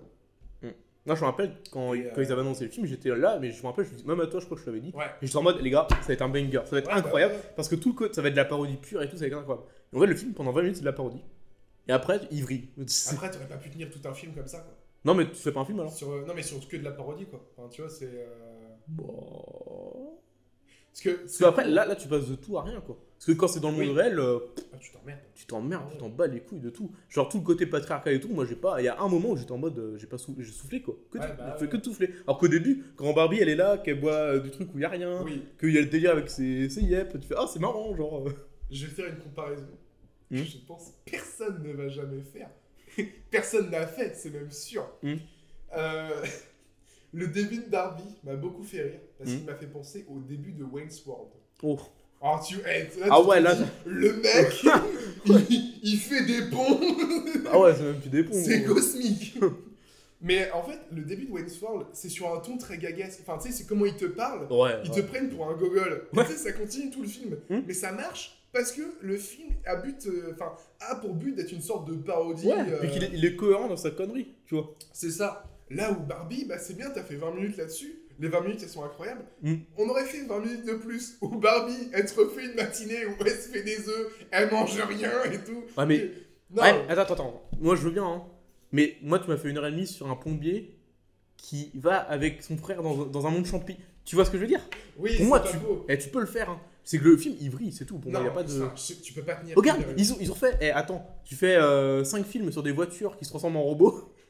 Non, je me rappelle quand, Et, euh, quand ils avaient annoncé le film, j'étais là, mais je me rappelle, je me dis- même à toi, je crois que je l'avais dit. Ouais. Et J'étais en mode, les gars, ça va être un banger, ça va être Ouais, incroyable, bah ouais. parce que tout le côté, ça va être de la parodie pure et tout, ça va être incroyable. Et en fait, le film, pendant 20 minutes, c'est de la parodie. Et après, il vrille. C'est- Après, t'aurais pas pu tenir tout un film comme ça, quoi. Non, mais tu fais pas un film alors Sur, euh, non, mais sur que de la parodie, quoi. Enfin, tu vois, c'est. euh, Bon. Parce que. Parce qu'après, là, là, tu passes de tout à rien, quoi. Parce que quand c'est dans le monde Oui. réel, euh, Ah, tu t'emmerdes. tu t'emmerdes, Ah tu ouais. t'en bats les couilles de tout. Genre tout le côté patriarcal et tout, moi j'ai pas. Il y a un moment où j'étais en mode euh, j'ai pas sou- j'ai soufflé quoi. Que, Ouais, de- bah j'ai fait ouais. que de souffler. Alors qu'au début, quand Barbie elle est là, qu'elle boit euh, du truc où il y a rien, Oui, qu'il y a le délire avec ses, ses yep, tu fais ah c'est marrant genre. euh. je vais faire une comparaison. Hmm. Je pense que personne ne va jamais faire. [LAUGHS] personne n'a fait, c'est même sûr. Hmm. Euh, [LAUGHS] le début de Darby m'a beaucoup fait rire parce Hmm. qu'il m'a fait penser au début de Wayne's World. [LAUGHS] Oh. Alors tu, eh, là, Ah tu te ouais, là- dis, le mec, il, il fait des ponts, [LAUGHS] Ah ouais, c'est même plus des ponts. c'est gros. cosmique. [LAUGHS] Mais en fait, le début de Wayne's World, c'est sur un ton très gagas. Enfin, tu sais, c'est comment il te parle. Ouais. Ils ouais. te prennent pour un gogol. Ouais. Tu sais, ça continue tout le film. Hmm. Mais ça marche parce que le film a, but, euh, enfin, a pour but d'être une sorte de parodie. Ouais, euh, puis qu'il est, il est cohérent dans sa connerie, tu vois. C'est ça. Là où Barbie, bah, c'est bien, t'as fait 20 minutes là-dessus. Les 20 minutes, elles sont incroyables. Hmm. On aurait fait 20 minutes de plus où Barbie, elle se refait une matinée où elle se fait des œufs, elle mange rien et tout. Ouais, mais. Non, Ouais, attends, attends, attends. Moi je veux bien, hein. Mais moi tu m'as fait une heure et demie sur un plombier qui va avec son frère dans, dans un monde champi. Tu vois ce que je veux dire oui, Pour c'est moi, pas tu, beau. eh, tu peux le faire. hein. C'est que le film, il vrille, c'est tout. Pour moi, non, il n'y a pas de. ça, je- tu peux pas tenir. euh, Oh, [LAUGHS] regarde, une- ils ont, ils ont fait. Eh, attends, tu fais 5 films sur des voitures qui se transforment en robots. [LAUGHS]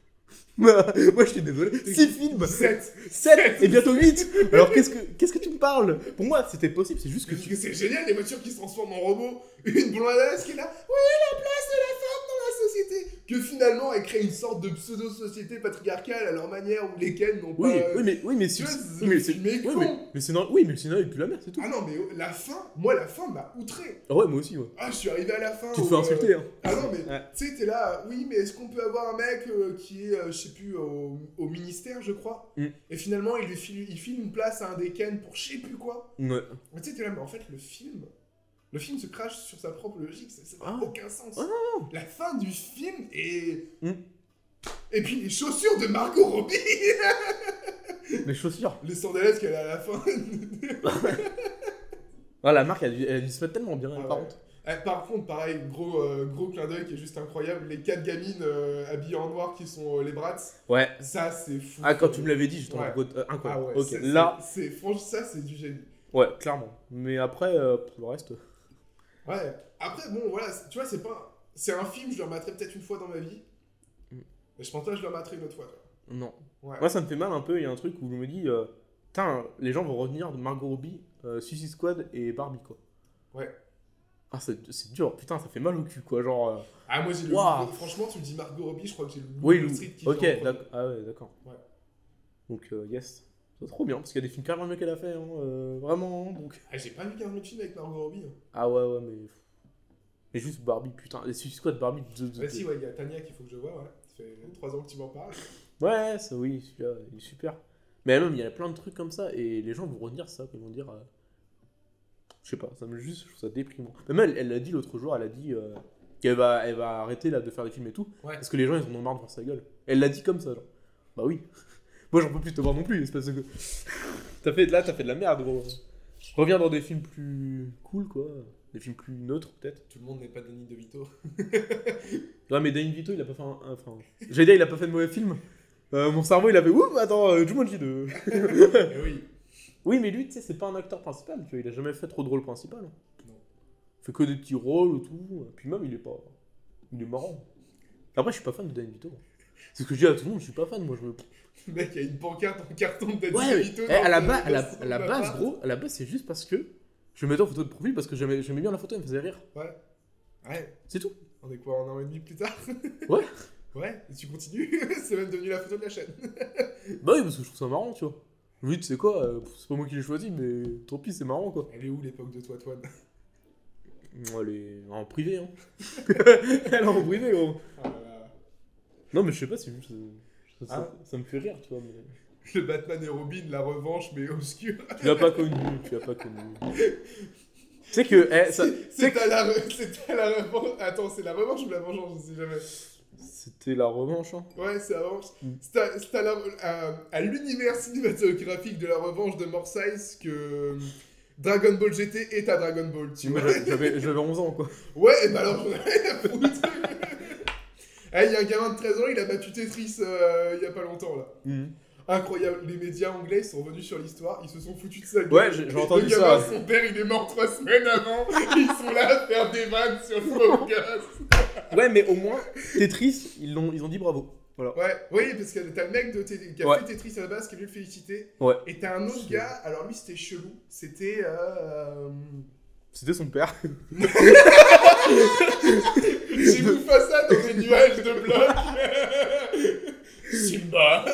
Bah, moi, je suis désolé. 6 films Sept. 7 et bientôt 8 Alors, qu'est-ce que, qu'est-ce que tu me parles Pour moi, c'était possible, c'est juste que Parce tu. que c'est génial, les voitures qui se transforment en robots. Une blondasse qui est là. Oui, la place de la femme dans la société. Que finalement, elle crée une sorte de pseudo-société patriarcale à leur manière où les Ken n'ont Oui, pas. euh, oui, mais, oui, mais, tu c'est- vois, oui, mais c'est. tu mets Oui, con. mais, mais c'est dans- oui, mais le scénario est plus la merde, c'est tout. Ah non, mais oh, la fin, moi, la fin m'a outré. Ah ouais, moi aussi, ouais. Ah, je suis arrivé à la fin. Tu te où, fais euh, insulter, hein. Ah non, mais Ouais. tu sais, t'es là, oui, mais est-ce qu'on peut avoir un mec euh, qui est, euh, je sais plus, au, au ministère, je crois Mm. Et finalement, il lui file, il file une place à un des Ken pour je sais plus quoi. [LAUGHS] Ouais. Mais tu sais, t'es là, mais en fait, le film. Le film se crache sur sa propre logique, ça ça Ah. n'a aucun sens. Ah La fin du film est. Hmm. Et puis les chaussures de Margot Robbie [LAUGHS] Les chaussures. Les sandalettes qu'elle a à la fin. [LAUGHS] Ah, la marque, elle, a dû- elle a dû se mettre tellement bien, Ah ouais. par contre. Eh, par contre, pareil, gros, euh, gros clin d'œil qui est juste incroyable. Les quatre gamines euh, habillées en noir qui sont euh, les brats, Ouais. ça c'est fou. Ah, quand tu me l'avais dit, j'étais en Ouais. mode. euh, Ah Incroyable. ouais, ok, ça, c'est- là. c'est franchement ça c'est du génie. Ouais, clairement. Mais après, euh, pour le reste. Ouais. Après, bon, voilà, c'est- tu vois, c'est pas. C'est un film, je le remettrai peut-être une fois dans ma vie. Mm. Mais je pense que je le remettrai une autre fois. tu Non. vois. Ouais. Moi, ça me fait mal un peu. Il y a un truc où je me dis, euh, putain, les gens vont revenir de Margot Robbie, euh, Suicide Squad et Barbie, quoi. Ouais. Ah, c'est c'est dur, putain, ça fait mal au cul, quoi. Genre. euh, Ah, moi j'ai le Waouh. Franchement, tu me dis Margot Robbie, je crois que j'ai le Oui, Wall Lou. Street qui Ok, fait en premier. d'accord. Ah ouais, d'accord. Ouais. Donc, euh, yes. C'est trop bien, parce qu'il y a des films carrément mieux qu'elle a fait, hein, euh, vraiment. hein, Donc... Ah, j'ai pas vu 15 minutes de film avec Margot Robbie. hein. Ah ouais, ouais, mais. Mais juste Barbie, putain. Les Suicide Squad, Barbie. de- de- Bah, de- si, ouais, il y a Tania qu'il faut que je vois, ouais. Ça fait 3 ans que tu m'en parles. Ouais, ça, oui, celui-là, il est super. Mais même, il y a plein de trucs comme ça, et les gens vont redire ça, ils vont dire. euh, Je sais pas, ça me juste, je trouve ça déprimant. Même elle, elle l'a dit l'autre jour, elle a dit euh, qu'elle va, elle va arrêter là de faire des films et tout, Ouais. parce que les gens ils en ont marre de voir sa gueule. Elle l'a dit comme ça, genre. Bah oui. [LAUGHS] Moi j'en peux plus te voir non plus, espèce de. [LAUGHS] t'as fait, là, t'as fait de la merde, gros. Reviens dans des films plus cool, quoi. Des films plus neutres, peut-être. Tout le monde n'est pas Denis DeVito. Ouais, mais Danny Vito, il a pas fait un. un- Enfin, j'allais dire, il a pas fait de mauvais film. Euh, mon cerveau, il avait. Ouh, attends, euh, Jumanji 2. [LAUGHS] Eh oui. Oui, mais lui, tu sais, c'est pas un acteur principal, tu vois, il a jamais fait trop de rôle principal. Non. Il fait que des petits rôles et tout, et puis même, il est pas. Il est marrant. Après, je suis pas fan de Danny Vito. C'est ce que je dis à tout le monde, je suis pas fan, moi, je me. Le mec, il y a une pancarte en carton de Denis Ouais, mais, DeVito. eh, dans à, la le- base, à, la, dans à la son base, appart. gros, à la base, c'est juste parce que je me mettais en photo de profil parce que j'aimais j'aimais bien la photo, elle me faisait rire. Ouais, C'est tout. on est quoi, un an et demi plus tard [LAUGHS] Ouais. Ouais, et tu continues [LAUGHS] C'est même devenu la photo de la chaîne. Bah oui, parce que je trouve ça marrant, tu vois. Lui, tu sais quoi, euh, pff, c'est pas moi qui l'ai choisi, mais tant pis, c'est marrant, quoi. Elle est où l'époque de toi, toi Elle est en privé, hein. [LAUGHS] Elle est en privé, gros. Ah là là. Non, mais je sais pas, c'est juste. Ça, ça- Ah. ça me fait rire, tu [LAUGHS] vois. Mais... Le Batman et Robin, la revanche, mais obscure. Tu l'as pas connu, tu l'as pas connu. Tu sais que. eh, ça- C'est à la, re- c'est à la revanche. Attends, c'est la revanche ou la vengeance Je sais jamais. C'était la revanche, hein. Ouais, c'est la revanche. Mm. C'est à, c'est à la- à- à l'univers cinématographique de la revanche de Morsize que euh, Dragon Ball GT est à Dragon Ball, tu Moi, vois. j'avais- J'avais j'avais 11 ans, quoi. Ouais, et bah alors j'en ai rien à foutre. [LAUGHS] Mhm. Eh, il y a un gamin de 13 ans, il a battu Tetris euh, il y a pas longtemps là. Incroyable, les médias anglais sont venus sur l'histoire, ils se sont foutus de sa gueule. Ouais, j'ai j'ai Le entendu gamin, ça. Son père, il est mort trois semaines avant, [LAUGHS] ils sont là à faire des vannes sur son [LAUGHS] gosse. Ouais, mais au moins, Tetris, ils l'ont- ils ont dit bravo. Voilà. Ouais, oui, parce que t'as le mec de T- qui a Ouais. fait Tetris à la base qui est venu le féliciter. Ouais. Et t'as un autre C'est- gars, alors lui c'était chelou, c'était. Euh... C'était son père. J'ai vu pas ça dans des nuages de blocs Simba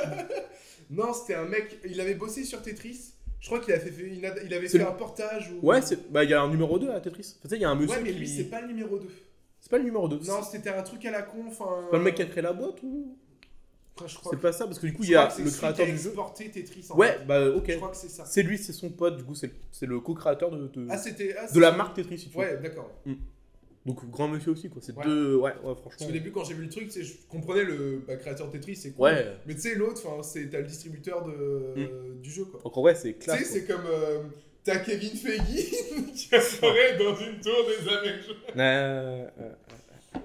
[LAUGHS] Non, c'était un mec, il avait bossé sur Tetris. Je crois qu'il avait fait, il a- il avait C'est fait le- un portage ou. [LAUGHS] Ouais, c'est- bah, il y a un numéro 2 à Tetris. Tu sais, il y a un monsieur Ouais, mais qui- lui c'est pas le numéro 2. C'est pas le numéro 2. Non, c'était un truc à la con, enfin. C'est pas le mec qui a créé la boîte ou Enfin, je crois C'est que- pas ça, parce que du coup, je il y crois a que c'est le celui créateur qui a du jeu. exporté Tetris en Ouais, fait. bah ok. Je crois que c'est ça. C'est lui, c'est son pote, du coup, c'est c'est le co-créateur de, de, Ah, c'était. ah, de la c'est- marque Tetris, si tu veux. Ouais, d'accord. Donc, grand monsieur aussi, quoi. C'est Ouais. deux. Ouais, ouais, Parce franchement. qu'au début, quand j'ai vu le truc, tu sais, je comprenais le bah, créateur Tetris, c'est cool. Ouais. Mais tu sais, l'autre, enfin, c'est t'as le distributeur de... du jeu, quoi. Donc, en vrai, c'est Tu sais, classe. c'est comme. euh, T'as Kevin Feige [LAUGHS] qui apparaît dans une tour des Avengers. quoi. Euh, euh, euh.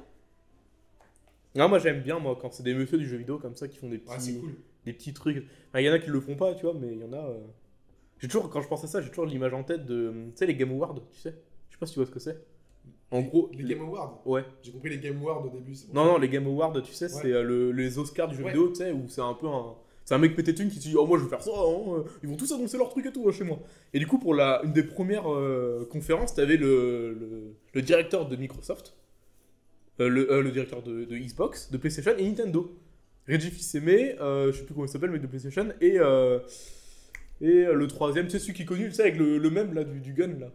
Non, moi, j'aime bien, moi, quand c'est des messieurs du jeu vidéo comme ça qui font des petits. Ah, c'est cool. des petits trucs. Enfin, Il y en a qui le font pas, tu vois, mais il y en a. euh, J'ai toujours, quand je pense à ça, j'ai toujours l'image en tête de, tu sais, les Game Awards, tu sais. Je sais pas si tu vois ce que c'est. En gros, Les Game Awards. ouais. J'ai compris les Game Awards au début. c'est Bon. Non, non, les Game Awards, tu sais, Ouais. c'est euh, le- les Oscars du jeu Ouais. vidéo, tu sais, où c'est un peu un. C'est un mec pété de thunes qui se dit Oh, moi je vais faire ça, hein, euh, ils vont tous annoncer leur truc et tout hein, chez moi. Et du coup, pour la, une des premières euh, conférences, t'avais le, le, le directeur de Microsoft, euh, le, euh, le directeur de, de Xbox, de PlayStation et Nintendo. Reggie Fils-Aimé, euh, je sais plus comment il s'appelle, mais de PlayStation, et, euh, et euh, le troisième, tu sais, celui qui est connu, tu sais, avec le, le même là, du, du gun là.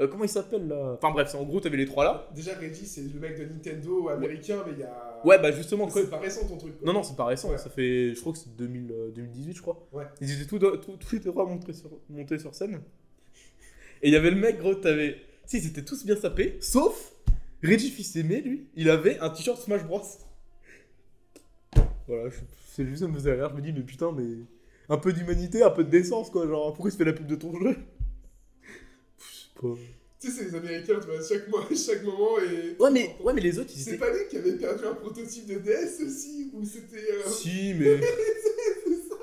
Euh, comment il s'appelle là Enfin bref, c'est- en gros, t'avais les trois là. Déjà, Reggie, c'est le mec de Nintendo américain, mais il y a. Ouais, bah justement, quoi- C'est pas récent ton truc. Quoi. Non, non, c'est pas récent, Ouais. ça fait. Je crois que c'est 2000, euh, 2018, je crois. Ouais. Ils étaient tous, tous, tous les trois montés sur, montés sur scène. Et il y avait le mec, gros, t'avais. Si, ils étaient tous bien sapés, sauf Reggie Fils-Aimé, lui, il avait un t-shirt Smash Bros. Voilà, je- c'est juste, ça me faisait rire, je me dis, mais putain, mais. Un peu d'humanité, un peu de décence, quoi. Genre, pourquoi il se fait la pub de ton jeu Je sais pas. Tu sais, c'est les Américains, tu vois, à chaque, mois, [LAUGHS] à chaque moment. Et... Ouais, mais, ouais, mais les autres, ils C'est étaient. pas lui qui avait perdu un prototype de DS aussi Ou c'était. euh, Si, [LAUGHS] mais.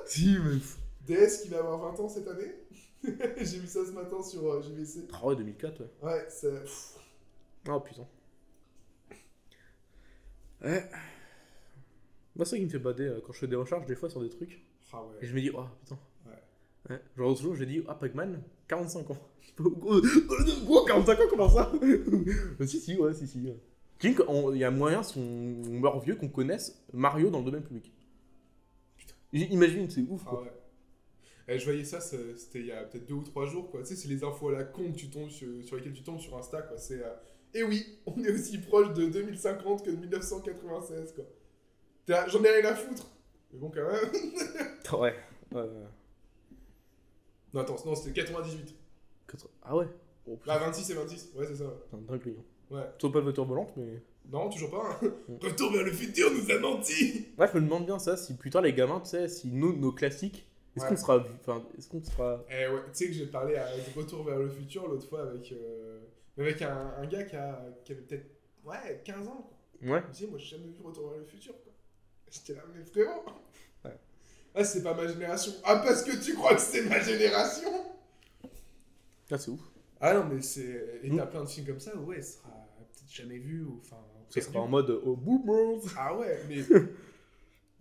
si, mais. DS qui va avoir 20 ans cette année [LAUGHS] J'ai vu ça ce matin sur euh, GVC. Ah ouais, 2004, ouais. Ouais, c'est. Oh putain. Ouais. Moi, c'est ça qui me fait bader euh, quand je fais des recherches des fois sur des trucs. Ah Et ouais. je me dis, oh putain. Ouais. Ouais. Genre l'autre jour, j'ai dit, ah Pac-Man, 45 ans. [LAUGHS] Gros, gros, 45 ans, comment ça [LAUGHS] Mais Si, si, ouais, si, si. ouais. Tu sais qu'il y a moyen, si on on meurt vieux, qu'on connaisse Mario dans le domaine public. Putain. J- Imagine, c'est ouf. Ah Quoi. ouais. Eh, je voyais ça, c'est- c'était il y a peut-être deux ou trois jours, quoi. Tu sais, c'est les infos à la con que tu tombes sur, sur lesquelles tu tombes sur Insta, quoi. C'est. Et oui, [LAUGHS] on est aussi proche de 2050 que de 1996, quoi. T'es là, J'en ai rien à foutre Mais bon, quand même. [LAUGHS] Ouais. Euh, Non, attends, non, c'était 98. quatre- Ah ouais. Oh, Là, putain, 26 et 26. Ouais, c'est ça. ouais. c'est un dingue, lui. Ouais. Sauf pas de voiture volante, mais. Non, toujours pas. hein. Retour vers le futur nous a menti Ouais, je me demande bien ça, si plus tard les gamins, tu sais, si nous, nos classiques, est-ce Ouais. qu'on sera. Enfin, est-ce qu'on sera. Eh ouais, tu sais que j'ai parlé à de Retour vers le futur l'autre fois avec, euh, avec un, un gars qui, a, qui avait peut-être ouais, 15 ans. Quoi. Ouais. Il me disait, moi j'ai jamais vu Retour vers le futur. Quoi. J'étais là, mais frérot Ouais. Ah, c'est pas ma génération. Ah, parce que tu crois que c'est ma génération Ah, c'est ouf. Ah non, mais c'est. Et Mm. t'as plein de films comme ça, ouais, ça sera peut-être jamais vu. Ou, enfin, Ce sera en mode. euh, Oh, boomers Ah ouais, [LAUGHS] mais. Tu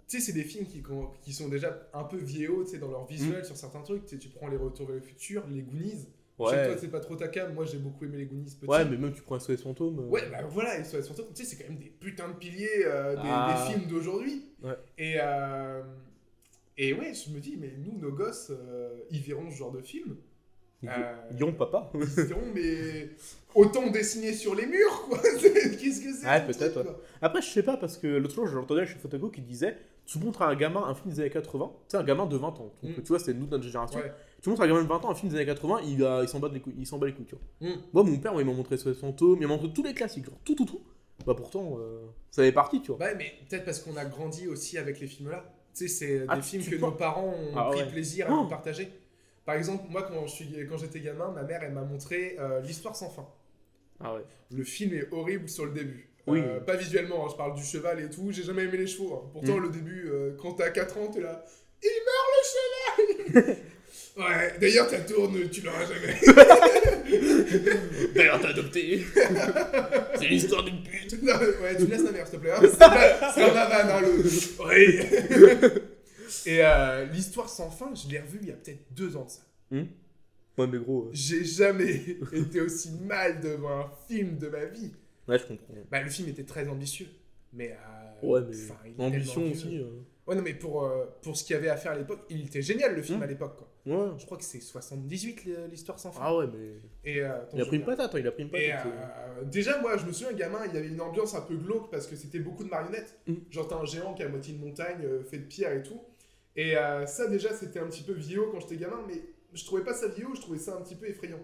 sais, c'est des films qui, qu'on- qui sont déjà un peu vieillots, tu sais, dans leur Mm. visuel sur certains trucs. Tu sais, tu prends les Retour vers le futur, les Goonies, Je sais que Ouais. toi, c'est pas trop ta cam. Moi, j'ai beaucoup aimé les Goonies petit. Ouais, mais même tu prends un SOS fantôme. euh, Ouais, bah voilà, et sur- surtout, tu sais, c'est quand même des putains de piliers euh, des, Ah. des films d'aujourd'hui. Ouais. Et, euh, et ouais, je me dis, mais nous, nos gosses, euh, ils verront ce genre de film. ils- euh, Ils ont papa. Ils se diront, mais autant dessiner sur les murs, quoi. [LAUGHS] C'est- Qu'est-ce que c'est Ouais, ce peut-être, truc, ouais. quoi Après, je sais pas, parce que l'autre jour, j'entendais chez Fotago qui disait Tu montres à un gamin un film des années 80, tu sais, un gamin de 20 ans. Donc, Mm. tu vois, c'est nous, notre génération. Ouais. Tu montres à un gamin de 20 ans un film des années 80, il, a- il s'en bat, de les couilles- il s'en bat les couilles, tu vois. Mm. Moi, mon père, moi, il m'a montré SOS fantôme, il m'a montré tous les classiques, genre tout, tout, tout. Bah, pourtant, euh, ça fait partie, tu vois. Ouais, mais peut-être parce qu'on a grandi aussi avec les films-là. Tu sais, c'est des Ah, films tu que crois nos parents ont Ah pris ouais. plaisir à Oh. nous partager. Par exemple, moi, quand je suis- quand j'étais gamin, ma mère, elle m'a montré euh, L'Histoire sans fin. Ah ouais. Le film est horrible sur le début. Oui. Euh, Mm. pas visuellement, hein, je parle du cheval et tout. J'ai jamais aimé les chevaux. hein. Pourtant, le début, euh, quand t'as 4 ans, t'es là. [LAUGHS] Ouais, d'ailleurs, ta tourne, tu l'auras [LAUGHS] jamais. [LAUGHS] D'ailleurs, t'as adopté. C'est l'histoire d'une pute. Non, ouais, tu me laisses ma mère, s'il te plaît. [LAUGHS] hein. C'est pas- C'est ma vanne, hein, le. Oui. [LAUGHS] Et euh, l'histoire sans fin, je l'ai revue il y a peut-être deux ans de ça. Ouais, mais gros. euh, J'ai jamais été aussi mal devant un film de ma vie. Ouais, je comprends. Bah, le film était très ambitieux. Mais. euh, Ouais, mais. enfin, il est Ambition tellement aussi. vieux. euh. Ouais, non, mais pour, euh, pour ce qu'il y avait à faire à l'époque, il était génial le film Mm. à l'époque, quoi. Ouais. Je crois que c'est 78 l- l'histoire sans fin. Ah ouais, mais. Et, euh, attends, Il a je pris une regarde. patate, hein, il a pris une Et patate. euh. euh, déjà, moi, je me souviens, gamin, il y avait une ambiance un peu glauque parce que c'était beaucoup de marionnettes. Mm. Genre, t'as un géant qui est à moitié de montagne, euh, fait de pierre et tout. Et euh, ça, déjà, c'était un petit peu vieux quand j'étais gamin, mais je trouvais pas ça vieux, je trouvais ça un petit peu effrayant.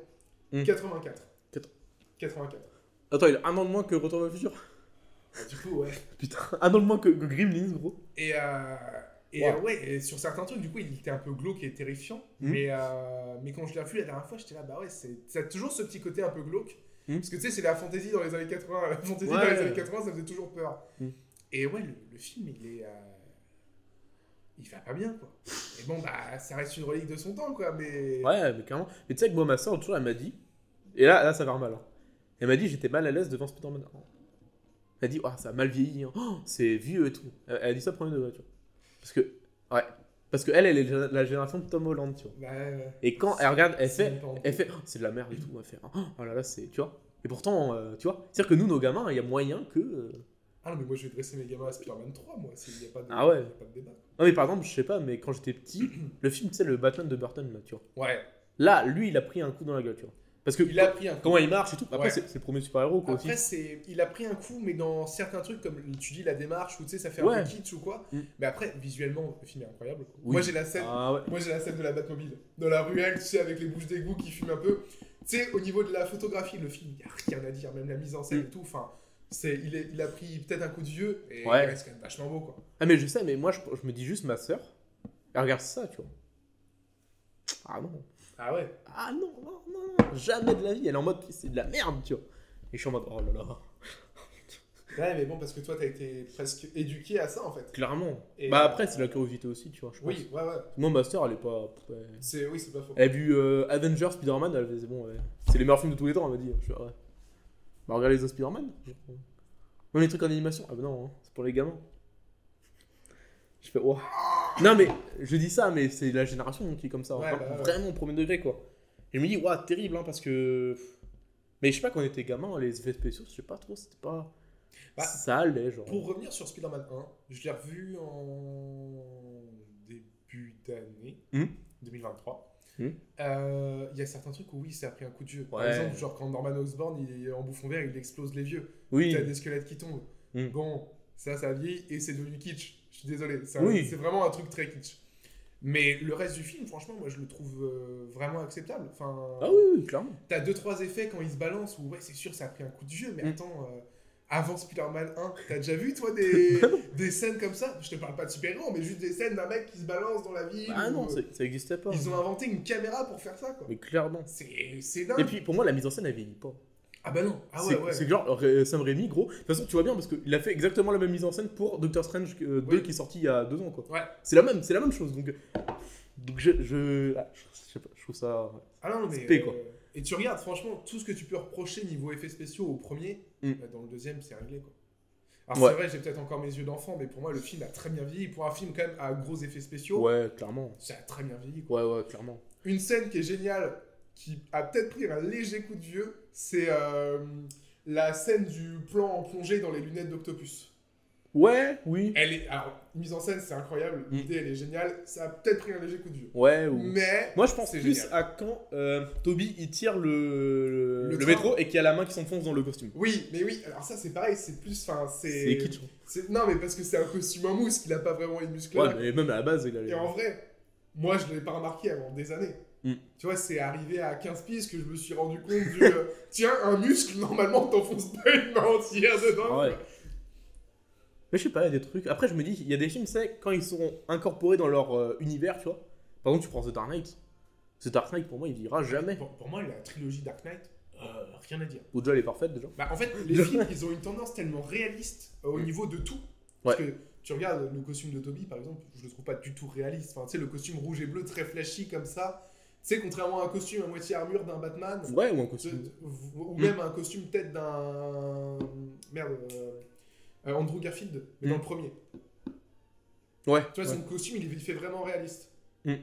Mm. 84. Quatre- 84. Attends, il a un an de moins que Retour vers le futur. [LAUGHS] Ah, du coup, ouais. Putain, un an de moins que, que Gremlins, gros. Et, euh, et Ouais. euh, ouais, et sur certains trucs, du coup, il était un peu glauque et terrifiant. Mhm. Mais, euh, mais quand je l'ai revu la dernière fois, j'étais là, bah ouais, c'est, ça a toujours ce petit côté un peu glauque. Mhm. Parce que tu sais, c'est la fantaisie dans les années 80. La fantaisie Ouais. dans les années 80, ça faisait toujours peur. Mhm. Et ouais, le, le film, il est. euh, il va pas bien, quoi. Et bon, bah, ça reste une relique de son temps, quoi. Mais. Ouais, mais carrément. Mais tu sais que moi, ma soeur, toujours, elle m'a dit. Et là, là ça va faire mal. hein. Elle m'a dit, j'étais mal à l'aise devant Spider-Man. Oh. Elle a dit, Ah, ça a mal vieilli. hein. Oh, c'est vieux et tout. Elle elle a dit ça premier degré, tu vois. Parce que, ouais. Parce que elle, elle est de la génération de Tom Holland, tu vois. Bah, ouais. Et quand elle regarde, elle C'est fait, même pas honteux. elle fait, Oh, c'est de la merde et tout. Elle fait, oh là là, c'est, tu vois. Et pourtant, euh, tu vois, c'est-à-dire que nous, nos gamins, il y a moyen que. euh, Ah non, mais moi, je vais dresser mes gamins à Spider-Man 3, moi. Il n'y a pas de, Ah ouais. y a pas de débat. Non, mais par exemple, je sais pas, mais quand j'étais petit, le film, tu sais, le Batman de Burton, là, tu vois. Ouais. Là, lui, il a pris un coup dans la gueule, tu vois. Parce que Il a pris un comment il marche et tout. Après, Ouais. c'est c'est le premier super-héros, quoi, aussi. Après, c'est, il a pris un coup, mais dans certains trucs, comme tu dis, la démarche, ou tu sais, ça fait Ouais. un peu kitsch ou quoi. Mm. Mais après, visuellement, le film est incroyable. Oui. Moi, j'ai la scène. Ah ouais. Moi j'ai la scène de la Batmobile, dans la ruelle, tu sais, avec les bouches d'égout qui fument un peu. Tu sais, au niveau de la photographie, le film, il n'y a rien à dire, même la mise en scène Mm. et tout. Enfin, c'est, il, est- il a pris peut-être un coup de vieux, et Ouais. ouais. c'est quand même vachement beau, quoi. Ah mais je sais, mais moi je, je me dis juste ma sœur, elle regarde ça, tu vois. Ah non, Ah ouais ah non, non, non, non, jamais de la vie, elle est en mode c'est de la merde, tu vois. Et je suis en mode oh là là, Ouais, mais bon, parce que toi, t'as été presque éduqué à ça, en fait. clairement. Et bah euh, après c'est de la curiosité aussi, tu vois. Je Oui, ouais, ouais. pense. Moi ma sœur elle est pas. ouais. C'est, oui, c'est pas faux. Elle a vu euh, Avengers, Spider-Man, elle faisait bon, ouais. c'est les meilleurs films de tous les temps, elle m'a dit. Je suis, ouais. Bah regarde les autres Spider-Man. Genre, ouais. Même les trucs en animation, ah bah non, hein, c'est pour les gamins. Je fais oh. Non mais je dis ça, mais c'est la génération qui est comme ça, Ouais, vra- bah ouais. vraiment au premier degré quoi. Et je me dis waouh terrible hein, parce que. Mais je sais pas quand on était gamin, les effets spéciaux, je sais pas trop, c'était pas. Bah, ça allait genre. Pour revenir sur Spider-Man 1, je l'ai revu en début d'année Hmm. 2023. Hmm. Euh, Il y a certains trucs où oui, ça a pris un coup de vieux. Par Ouais. exemple, genre quand Norman Osborn il est en bouffon vert, il explose les vieux. Oui. T'as des squelettes qui tombent. Hmm. Bon, ça, ça vieillit et c'est devenu kitsch. Je suis désolé, c'est Oui. c'est vraiment un truc très kitsch. Mais le reste du film, franchement, moi je le trouve euh, vraiment acceptable. Enfin, Ah oui, oui, clairement. T'as deux trois effets quand ils se balancent où ouais c'est sûr ça a pris un coup de vieux mais Mm. attends euh, avant Spider-Man 1 t'as déjà vu toi [LAUGHS] des, des scènes comme ça je te parle pas de super héros mais juste des scènes d'un mec qui se balance dans la ville Ah ou, non, euh, c'est- ça existait pas. ils ont inventé une caméra pour faire ça quoi Mais clairement. c'est c'est Et dingue puis pour moi la mise en scène elle vieillit pas. ah bah non ah ouais c'est ouais c'est que genre Ré- Sam Raimi, gros. De toute façon, tu vois bien parce qu'il a fait exactement la même mise en scène pour Doctor Strange 2 Oui. qui est sorti il y a deux ans, quoi. Ouais. C'est la même, c'est la même chose. Donc, donc je, je, ah, je sais pas, je trouve ça. ah non mais spé, quoi. et tu regardes franchement tout ce que tu peux reprocher niveau effets spéciaux au premier Mm. bah, dans le deuxième c'est réglé quoi alors Ouais. c'est vrai j'ai peut-être encore mes yeux d'enfant mais pour moi le film a très bien vieilli pour un film quand même à gros effets spéciaux Ouais, clairement. ça a très bien vieilli quoi Ouais, ouais, clairement. Une scène qui est géniale, qui a peut-être pris un léger coup de vieux, c'est euh, la scène du plan en plongée dans les lunettes d'Octopus. Ouais, oui. Elle est, alors, mise en scène, c'est incroyable, Mm. l'idée, elle est géniale, ça a peut-être pris un léger coup de vieux. Ouais. Ou... Mais, Moi, je pense Mm. C'est plus génial. à quand euh, Toby il tire Le le le, train. métro et qu'il y a la main qui s'enfonce dans le costume. oui, mais oui, alors ça, c'est pareil, c'est plus, enfin, c'est... C'est kitsch. hein. c'est- Non, mais parce que c'est un costume en mousse, qu'il a pas vraiment les muscles. Ouais, mais même à la base il a. les- Et en vrai, moi, je ne l'ai pas remarqué avant des années. Mm. Tu vois, c'est arrivé à 15 pistes que je me suis rendu compte du... euh, [LAUGHS] Tiens, un muscle, normalement, t'enfonces pas une main entière dedans. Ah ouais. Mais je sais pas, il y a des trucs. Après, je me dis, il y a des films, c'est quand ils sont incorporés dans leur euh, univers, tu vois. Par exemple, tu prends The Dark Knight. The Dark Knight, pour moi, il vivra jamais. Pour, pour moi, la trilogie Dark Knight, euh, rien à dire. Ou [LAUGHS] déjà, elle est parfaite, déjà. Bah, en fait, les films, ils ont une tendance tellement réaliste euh, au Mm. niveau de tout. Parce que tu regardes le costume de Toby, par exemple, je le trouve pas du tout réaliste. Enfin, tu sais, le costume rouge et bleu très flashy comme ça. Tu sais, contrairement à un costume à moitié armure d'un Batman, Ouais, ou un ce- costume. ou Mm. même un costume peut-être d'un. Merde. euh, euh, Andrew Garfield, mais dans Mm. le premier. Ouais. Tu vois, ouais. son costume, il est fait vraiment réaliste. Mm.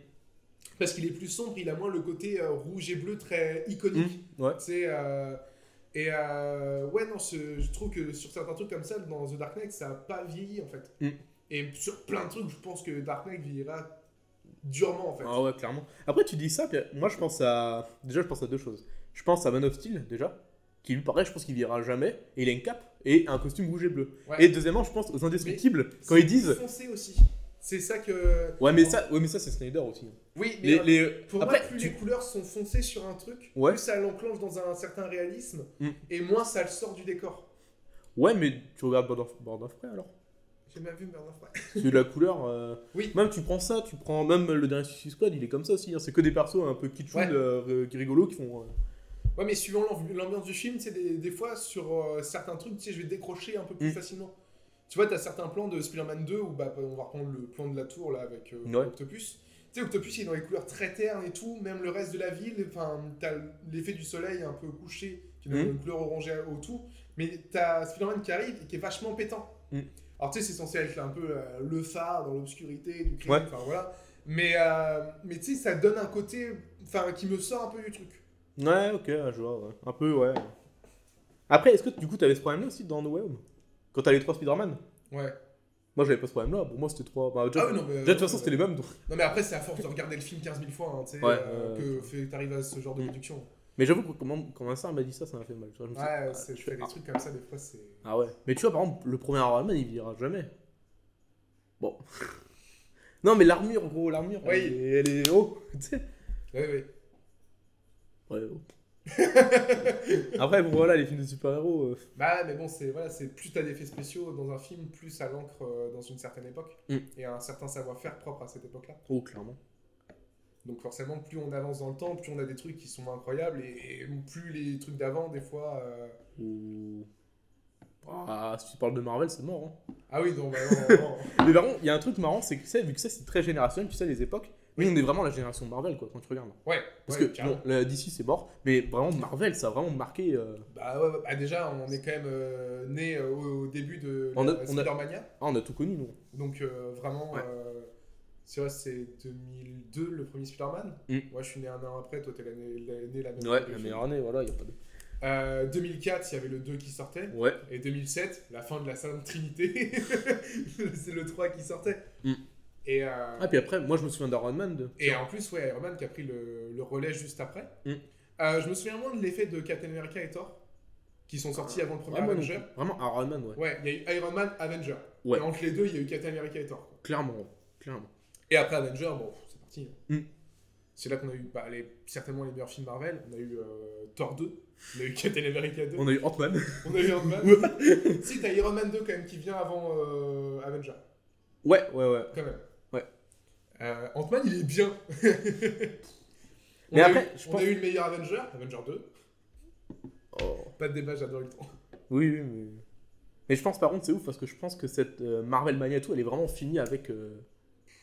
Parce qu'il est plus sombre, il a moins le côté euh, rouge et bleu très iconique. Mm, ouais. Tu sais, euh, et euh, ouais, non, ce- je trouve que sur certains trucs comme ça, dans The Dark Knight, ça n'a pas vieilli en fait. Mm. Et sur plein de trucs, je pense que Dark Knight vieillira durement en fait. Ah ouais, clairement. Après, tu dis ça, puis moi je pense à. Déjà, je pense à deux choses. Je pense à Man of Steel, déjà, qui lui, pareil, je pense qu'il vivra jamais. Et il a une cape et un costume rouge et bleu. Ouais. Et deuxièmement, je pense aux Indestructibles, quand ils disent. Foncé aussi. C'est ça que. Ouais, mais ça, ouais, mais ça c'est Snyder aussi. Oui, mais Les, euh, les- pour Après, moi, plus tu- les couleurs sont foncées sur un truc, Ouais. plus ça l'enclenche dans un certain réalisme, Mm. et moins ça le sort du décor. Ouais, mais tu regardes Bird of, Bird of Prey alors. J'ai même vu Bernard Fry. C'est de la couleur. euh, Oui. Même tu prends ça, tu prends même le dernier Suicide Squad, il est comme ça aussi. hein. C'est que des persos un peu kitschoules, Ouais. euh, rigolos qui font. euh, Ouais, mais suivant l'amb- l'ambiance du film, tu sais, des, des fois, sur euh, certains trucs, tu sais, je vais décrocher un peu plus Mm. facilement. Tu vois, t'as certains plans de Spider-Man 2 où bah, on va reprendre le plan de la tour là avec euh, Ouais. Octopus. Tu sais, Octopus, il est dans les couleurs très ternes et tout, même le reste de la ville. Enfin, t'as l'effet du soleil un peu couché, qui donne Mm. une couleur orangée au tout. Mais t'as Spider-Man qui arrive et qui est vachement pétant. Mm. Alors, tu sais, c'est censé être un peu euh, le phare dans l'obscurité du crime. Ouais. Enfin, voilà. Mais, euh, mais tu sais, ça donne un côté enfin, qui me sort un peu du truc. euh, Ouais, ok, je vois, ouais. Un peu, ouais. Après, est-ce que du coup, t'avais ce problème-là aussi dans No Way Home Quand t'as les trois Spider-Man Ouais. Moi, j'avais pas ce problème-là. Pour moi, c'était trois. Bah, déjà, Ah oui, non, mais, déjà, de toute façon, c'était les mêmes. donc. Non, mais après, c'est à force de regarder le film 15 000 fois hein, tu sais, Ouais, euh, ouais, que fait- t'arrives à ce genre de Mm. production. Mais j'avoue que quand, quand ma sœur m'a dit ça, ça m'a fait mal. tu vois, je me suis dit, Ouais, ah, c'est- je je fais fais- des trucs comme ça, des fois, c'est. Ah ouais. Mais tu vois, par exemple, le premier Iron Man, il vivra jamais. Bon. [LAUGHS] non, mais l'armure, gros, l'armure. Oui. Elle, est- elle est haut. tu sais. Ouais, ouais. Ouais, oh. haut. [LAUGHS] Après, bon, voilà, les films de super-héros. euh, Bah, mais bon, c'est voilà, c'est plus t'as d'effets spéciaux dans un film, plus ça l'ancre euh, dans une certaine époque Mm. et un certain savoir-faire propre à cette époque-là. Oh, clairement. Donc, forcément, plus on avance dans le temps, plus on a des trucs qui sont incroyables et, et plus les trucs d'avant, des fois. euh, Ou. Ah, si tu parles de Marvel, c'est mort, hein. Ah oui, donc, bah, non, [LAUGHS] non, non. Mais par contre, il y a un truc marrant, c'est que tu sais, vu que ça c'est très générationnel, tu sais, les époques, nous on est vraiment la génération Marvel quoi, quand tu regardes. Ouais, Parce ouais, que carrément. bon, la DC c'est mort, mais vraiment Marvel ça a vraiment marqué. euh, Bah, ouais, ouais, bah, déjà, on est quand même euh, né euh, au au début de On a- la on a- Spider-Mania. Ah, on a tout connu nous. Donc euh, vraiment, Ouais. euh, c'est vrai, c'est 2002 le premier Spider-Man. Mm. Moi, je suis né un an après, toi, t'es la- la- né la même année que le la film. meilleure année, voilà, il a pas de. Euh, 2004, il y avait le 2 qui sortait. Ouais. Et 2007, la fin de la Sainte Trinité, [LAUGHS] c'est le 3 qui sortait. Mm. Et, euh, Ah, puis après, moi je me souviens d'Iron Man 2. et en plus, ouais, Iron Man qui a pris le, le relais juste après. Mm. Euh, je me souviens moins de l'effet de Captain America et Thor, qui sont sortis Ah. avant le premier Vraiment, Avenger. vraiment Iron Man, ouais. Ouais, il y a eu Iron Man, Avenger. Ouais. Et entre les deux, il y a eu Captain America et Thor. Clairement, ouais. clairement. Et après Avenger, bon, pff, c'est parti. hein. Mm. C'est là qu'on a eu bah, les- certainement les meilleurs films Marvel. On a eu euh, Thor 2, on a eu Captain America 2, On a eu Ant-Man. on a eu Iron [LAUGHS] Man. [LAUGHS] si, t'as Iron Man 2 quand même qui vient avant euh, Avenger, ouais, ouais, ouais. quand même. Ouais. Euh, Ant-Man, il est bien. [LAUGHS] on Mais a après, eu, je on pense- a eu le meilleur Avenger, Avenger 2. Oh. Pas de débat, j'adore le temps. Oui, oui, mais. Mais je pense par contre, c'est ouf parce que je pense que cette euh, Marvel Mania et tout, elle est vraiment finie avec euh,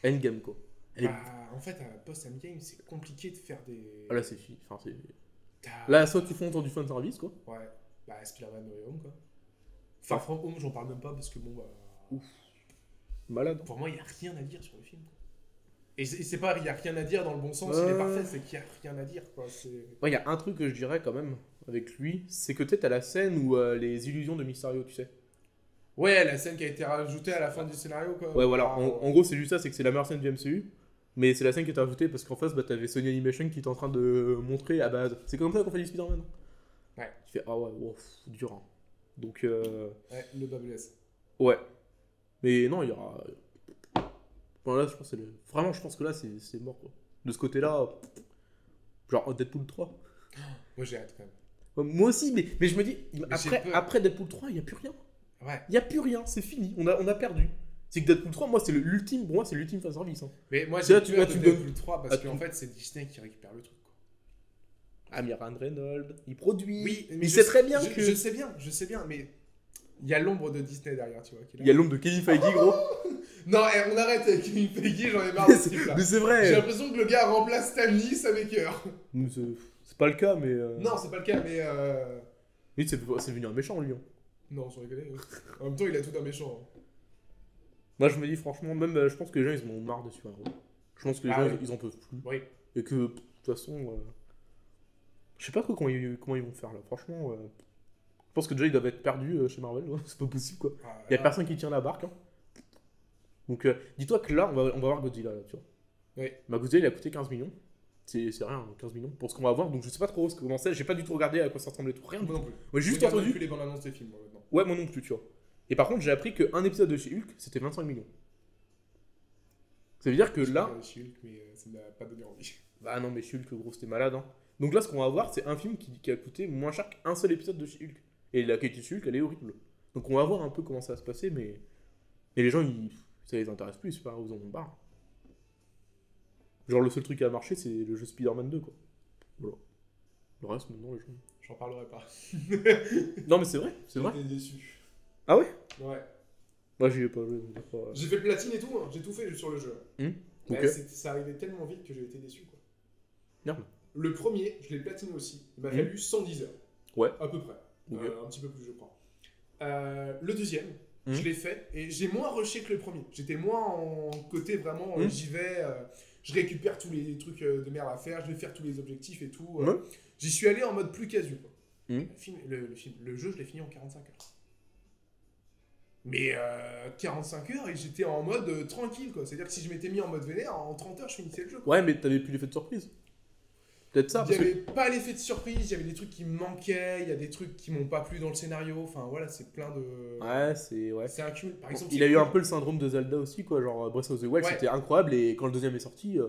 Endgame quoi. Elle est. Bah, en fait, à post-Endgame, c'est compliqué de faire des. Ah, là c'est fini. Enfin, c'est- T'as- Là, soit tu fais autour du fan service quoi. Ouais, bah Spider-Man No Way Home quoi. Far From Home, j'en parle même pas parce que bon, bah. Malade. Pour moi, il n'y a rien à dire sur le film. quoi. Et c'est et c'est pas, il n'y a rien à dire dans le bon sens, il Ouais. est parfait, c'est qu'il n'y a rien à dire. Quoi. c'est- Ouais, il y a un truc que je dirais quand même avec lui, c'est que tu sais, t'as la scène où euh, les illusions de Mysterio, tu sais. Ouais, la scène qui a été rajoutée à la fin du scénario. Quoi. Ouais, voilà. Ah, En, en gros, c'est juste ça, c'est que c'est la meilleure scène du MCU, mais c'est la scène qui est rajoutée parce qu'en face, bah, t'avais Sony Animation qui était en train de montrer à base. C'est comme ça qu'on fait du Spider-Man. hein. Ouais. Tu fais, ah ouais, wow, pff, dur. hein. Donc, euh, ouais, le WS. ouais. Mais non, il y aura. Enfin, là, je pense que c'est le- Vraiment, je pense que là, c'est c'est mort, quoi. De ce côté-là, genre Deadpool 3. Moi, j'ai hâte quand même. Ouais, Moi aussi, mais, mais je me dis, il- Mais j'ai après, peur. après Deadpool 3, il n'y a plus rien. Ouais. Il n'y a plus rien, c'est fini, on a, on a perdu. C'est que Deadpool 3, moi, c'est le- l'ultime, pour moi, c'est l'ultime fan service. hein. Mais moi, C'est j'ai là, tu- là, peur de tu Deadpool 3 Ah, parce tu- qu'en fait, c'est Disney qui récupère le truc. quoi. Ah, mais il y a Ryan Reynolds, il produit. Oui, mais il je sait sais- très bien je, que. Je sais bien, je sais bien, mais Il y a l'ombre de Disney derrière, tu vois. qui est là. Il y a l'ombre de Kevin Feige, gros. [LAUGHS] Non, eh, on arrête avec Kevin Feige, j'en ai [LAUGHS] marre de ce type-là. Mais c'est J'ai vrai. l'impression que le gars remplace Stan Lee, ça m'écœure. Mais C'est c'est pas le cas, mais. euh, Non, c'est pas le cas, mais... euh, lui, c'est c'est devenu un méchant, lui. hein. Non, sans rigoler. ouais. En même temps, il a tout un méchant. hein. Moi, je me dis, franchement, même, euh, je pense que les gens, ils en ont marre de super-héros. Je pense que les Ah gens, ouais. ils en peuvent plus. Oui. Et que, pff, de toute façon, euh, je sais pas quoi, comment, ils, comment ils vont faire là. Franchement, euh, je pense que déjà ils doivent être perdus euh, chez Marvel. [LAUGHS] ouais. C'est pas possible quoi. Ah, Il y a là. personne qui tient la barque. hein. Donc euh, dis-toi que là, on va, on va voir Godzilla là, tu vois. Oui. Bah, Godzilla, il a coûté 15 millions. C'est c'est rien, 15 millions pour ce qu'on va voir. Donc je sais pas trop ce que comment c'est. J'ai pas du tout regardé à quoi ça ressemblait tout. Rien. du Ah, Moi tout. non plus. Moi, j'ai juste Je regarde entendu. plus les bandes annonces des films, moi, maintenant. Ouais, moi non plus, tu vois. Et par contre, j'ai appris qu'un épisode de chez Hulk, c'était 25 millions. Ça veut dire que Je là, regarde She-Hulk, mais euh, ça m'a pas donné envie. [LAUGHS] bah non, mais She-Hulk, gros, c'était malade. Hein. Donc là, ce qu'on va voir, c'est un film qui, qui a coûté moins cher qu'un seul épisode de She-Hulk. Et la qualité de She-Hulk, elle est horrible. Donc on va voir un peu comment ça va se passer, mais. Mais les gens, ils... ça les intéresse plus, c'est pas grave, ils en ont marre. Genre, le seul truc qui a marché, c'est le jeu Spider-Man 2, quoi. Voilà. Le reste, maintenant, les gens. J'en parlerai pas. Non, mais c'est vrai, c'est vrai. J'étais déçu. Ah ouais Ouais. Moi, j'y ai pas joué, donc j'ai pas- J'ai fait le platine et tout, hein. j'ai tout fait sur le jeu. Hmm. Mais Ok. c'est- ça arrivait tellement vite que j'ai été déçu. Quoi. Merde. Le premier, je l'ai platiné aussi. Il m'a Hmm. fallu 110 heures. Ouais. À peu près. Ok. Euh, un petit peu plus, je crois. Euh, le deuxième, Hmm. je l'ai fait et j'ai moins rushé que le premier. J'étais moins en côté vraiment, euh, Hmm. j'y vais, euh, je récupère tous les trucs euh, de merde à faire, je vais faire tous les objectifs et tout. euh. Ouais. J'y suis allé en mode plus casu. quoi. Hmm. Le, film- le- le film- le jeu, je l'ai fini en 45 heures. Mais euh, 45 heures et j'étais en mode euh, tranquille quoi. C'est-à-dire que si je m'étais mis en mode vénère, en 30 heures je finissais le jeu. quoi. Ouais, mais t'avais plus l'effet de surprise. Peut-être ça, il n'y parce que. avait pas l'effet de surprise, il y avait des trucs qui me manquaient, il y a des trucs qui m'ont pas plu dans le scénario. Enfin voilà, c'est plein de. Ouais, c'est. Ouais. C'est un cumul. Par exemple, Il c'est a eu cool. un peu le syndrome de Zelda aussi, quoi. Genre, euh, Breath of the Wild, Ouais. c'était incroyable, et quand le deuxième est sorti, euh,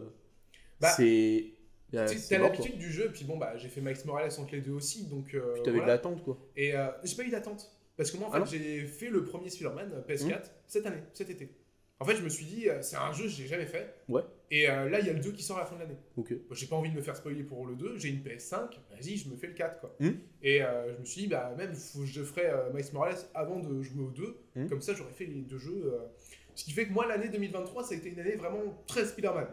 Bah, c'est. euh, Tu sais, c'est T'as mort, quoi. l'habitude du jeu, puis bon, bah j'ai fait Max Morales entre les deux aussi, donc. euh, Puis t'avais voilà. de l'attente, quoi. Et euh, j'ai pas eu d'attente. Parce que moi, en Ah fait, non Hum. j'ai fait le premier Spider-Man euh, PS4 cette année, cet été. En fait, je me suis dit, euh, c'est un jeu que j'ai jamais fait. Ouais. Et euh, là, il y a le 2 qui sort à la fin de l'année. Ok. Bon, J'ai pas envie de me faire spoiler pour le 2, j'ai une PS5, vas-y, je me fais le 4, quoi. Hmm. Et euh, je me suis dit, bah, même, faut que je ferai euh, Miles Morales avant de jouer au 2, Hmm. comme ça, j'aurais fait les deux jeux. euh. Ce qui fait que moi, l'année 2023, ça a été une année vraiment très Spider-Man.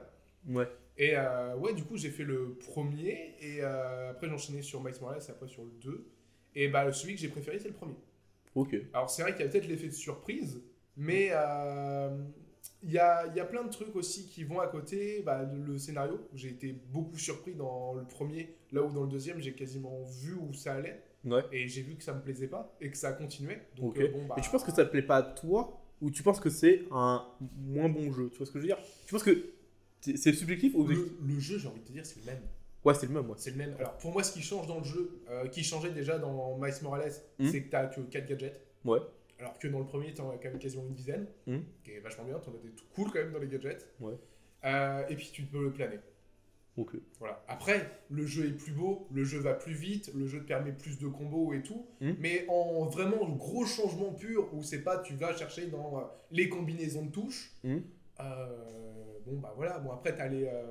Ouais. Et euh, ouais, du coup, j'ai fait le premier, et euh, après, j'ai enchaîné sur Miles Morales, et après sur le 2. Et bah, celui que j'ai préféré, c'est le premier. Ok. Alors, c'est vrai qu'il y a peut-être l'effet de surprise, mais Mm. euh, il y, a, il y a plein de trucs aussi qui vont à côté. Bah, le scénario, j'ai été beaucoup surpris dans le premier, là où dans le deuxième, j'ai quasiment vu où ça allait. Ouais. Et j'ai vu que ça me plaisait pas et que ça continuait. Donc, Ok. euh, bon, bah, Mais tu penses que ça te plaît pas à toi, ou tu penses que c'est un moins bon jeu Tu vois ce que je veux dire Tu penses que. c'est- C'est subjectif ou objectif le, le jeu, j'ai envie de te dire, c'est le même. Ouais, c'est le même, ouais. C'est le même. Alors, pour moi, ce qui change dans le jeu, euh, qui changeait déjà dans Miles Morales, Mhm. c'est que t'as que 4 gadgets. Ouais. Alors que dans le premier, t'en as quand même quasiment une dizaine, Mhm. qui est vachement bien. T'en as des tout cool quand même dans les gadgets. Ouais. Euh, et puis, tu peux le planer. Ok. Voilà. Après, le jeu est plus beau, le jeu va plus vite, le jeu te permet plus de combos et tout. Mhm. Mais en vraiment gros changement pur, où c'est pas tu vas chercher dans euh, les combinaisons de touches. Mhm. euh, bon, bah voilà. Bon, après, t'as les euh,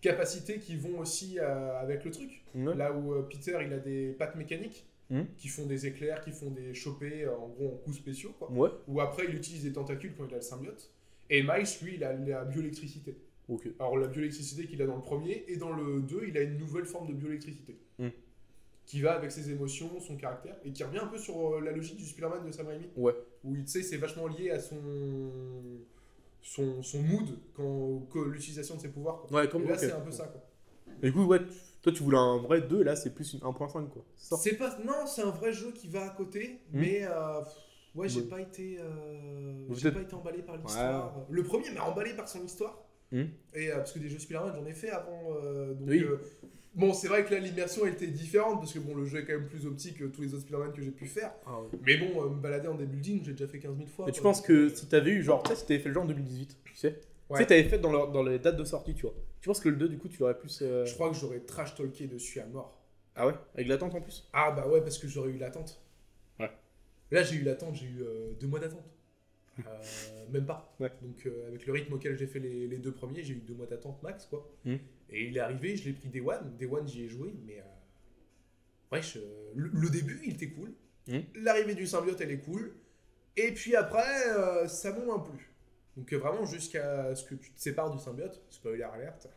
capacités qui vont aussi euh, avec le truc. Ouais. Là où euh, Peter, il a des pattes mécaniques Mhm. qui font des éclairs, qui font des chopés, euh, en gros, en coups spéciaux. Quoi. Ouais. Ou après, il utilise des tentacules quand il a le symbiote. Et Miles, lui, il a la bioélectricité. Ok. Alors, la bioélectricité qu'il a dans le premier, et dans le 2, il a une nouvelle forme de bioélectricité. Mhm. Qui va avec ses émotions, son caractère, et qui revient un peu sur euh, la logique du Spider-Man de Sam Raimi. Ouais. Où, il- tu sais, c'est vachement lié à son. Son, son mood quand, que l'utilisation de ses pouvoirs quoi. Ouais, comme Et là ok. c'est un peu ça quoi. Et Du coup, ouais, tu- toi tu voulais un vrai 2, là c'est plus une 1.5, quoi. C'est ça C'est pas non, c'est un vrai jeu qui va à côté, Hmm. mais euh, pff, ouais, j'ai Ouais. pas été euh, Vous j'ai êtes- pas été emballé par l'histoire. Le premier m'a emballé par son histoire. Hmm. Et euh, parce que des jeux Spider-Man, j'en ai fait avant euh, donc Oui. euh, bon, c'est vrai que là l'immersion elle était différente parce que bon, le jeu est quand même plus optique que tous les autres Spider-Man que j'ai pu faire, Ah ouais. mais bon, euh, me balader en des buildings, j'ai déjà fait 15 000 fois. Et tu quoi. penses que si t'avais eu, genre, tu sais, si t'avais fait le jeu en 2018, tu sais, tu sais, t'avais fait dans, leur- dans les dates de sortie, tu vois. Tu penses que le 2, du coup, tu l'aurais plus. euh, je crois que j'aurais trash talké dessus à mort. Ah ouais Avec l'attente en plus Ah bah ouais, parce que j'aurais eu l'attente. Ouais. Là, j'ai eu l'attente, j'ai eu euh, deux mois d'attente. Euh, même pas. Ouais. Donc, euh, avec le rythme auquel j'ai fait les, les deux premiers, j'ai eu deux mois d'attente max, quoi. Mhm. Et il est arrivé, je l'ai pris Day One. Day One, j'y ai joué, mais. euh, wesh, euh, le, le début, il était cool. Hmm. L'arrivée du symbiote, elle est cool. Et puis après, euh, ça m'a moins plu. Donc euh, vraiment jusqu'à ce que tu te sépares du symbiote, spoiler alerte.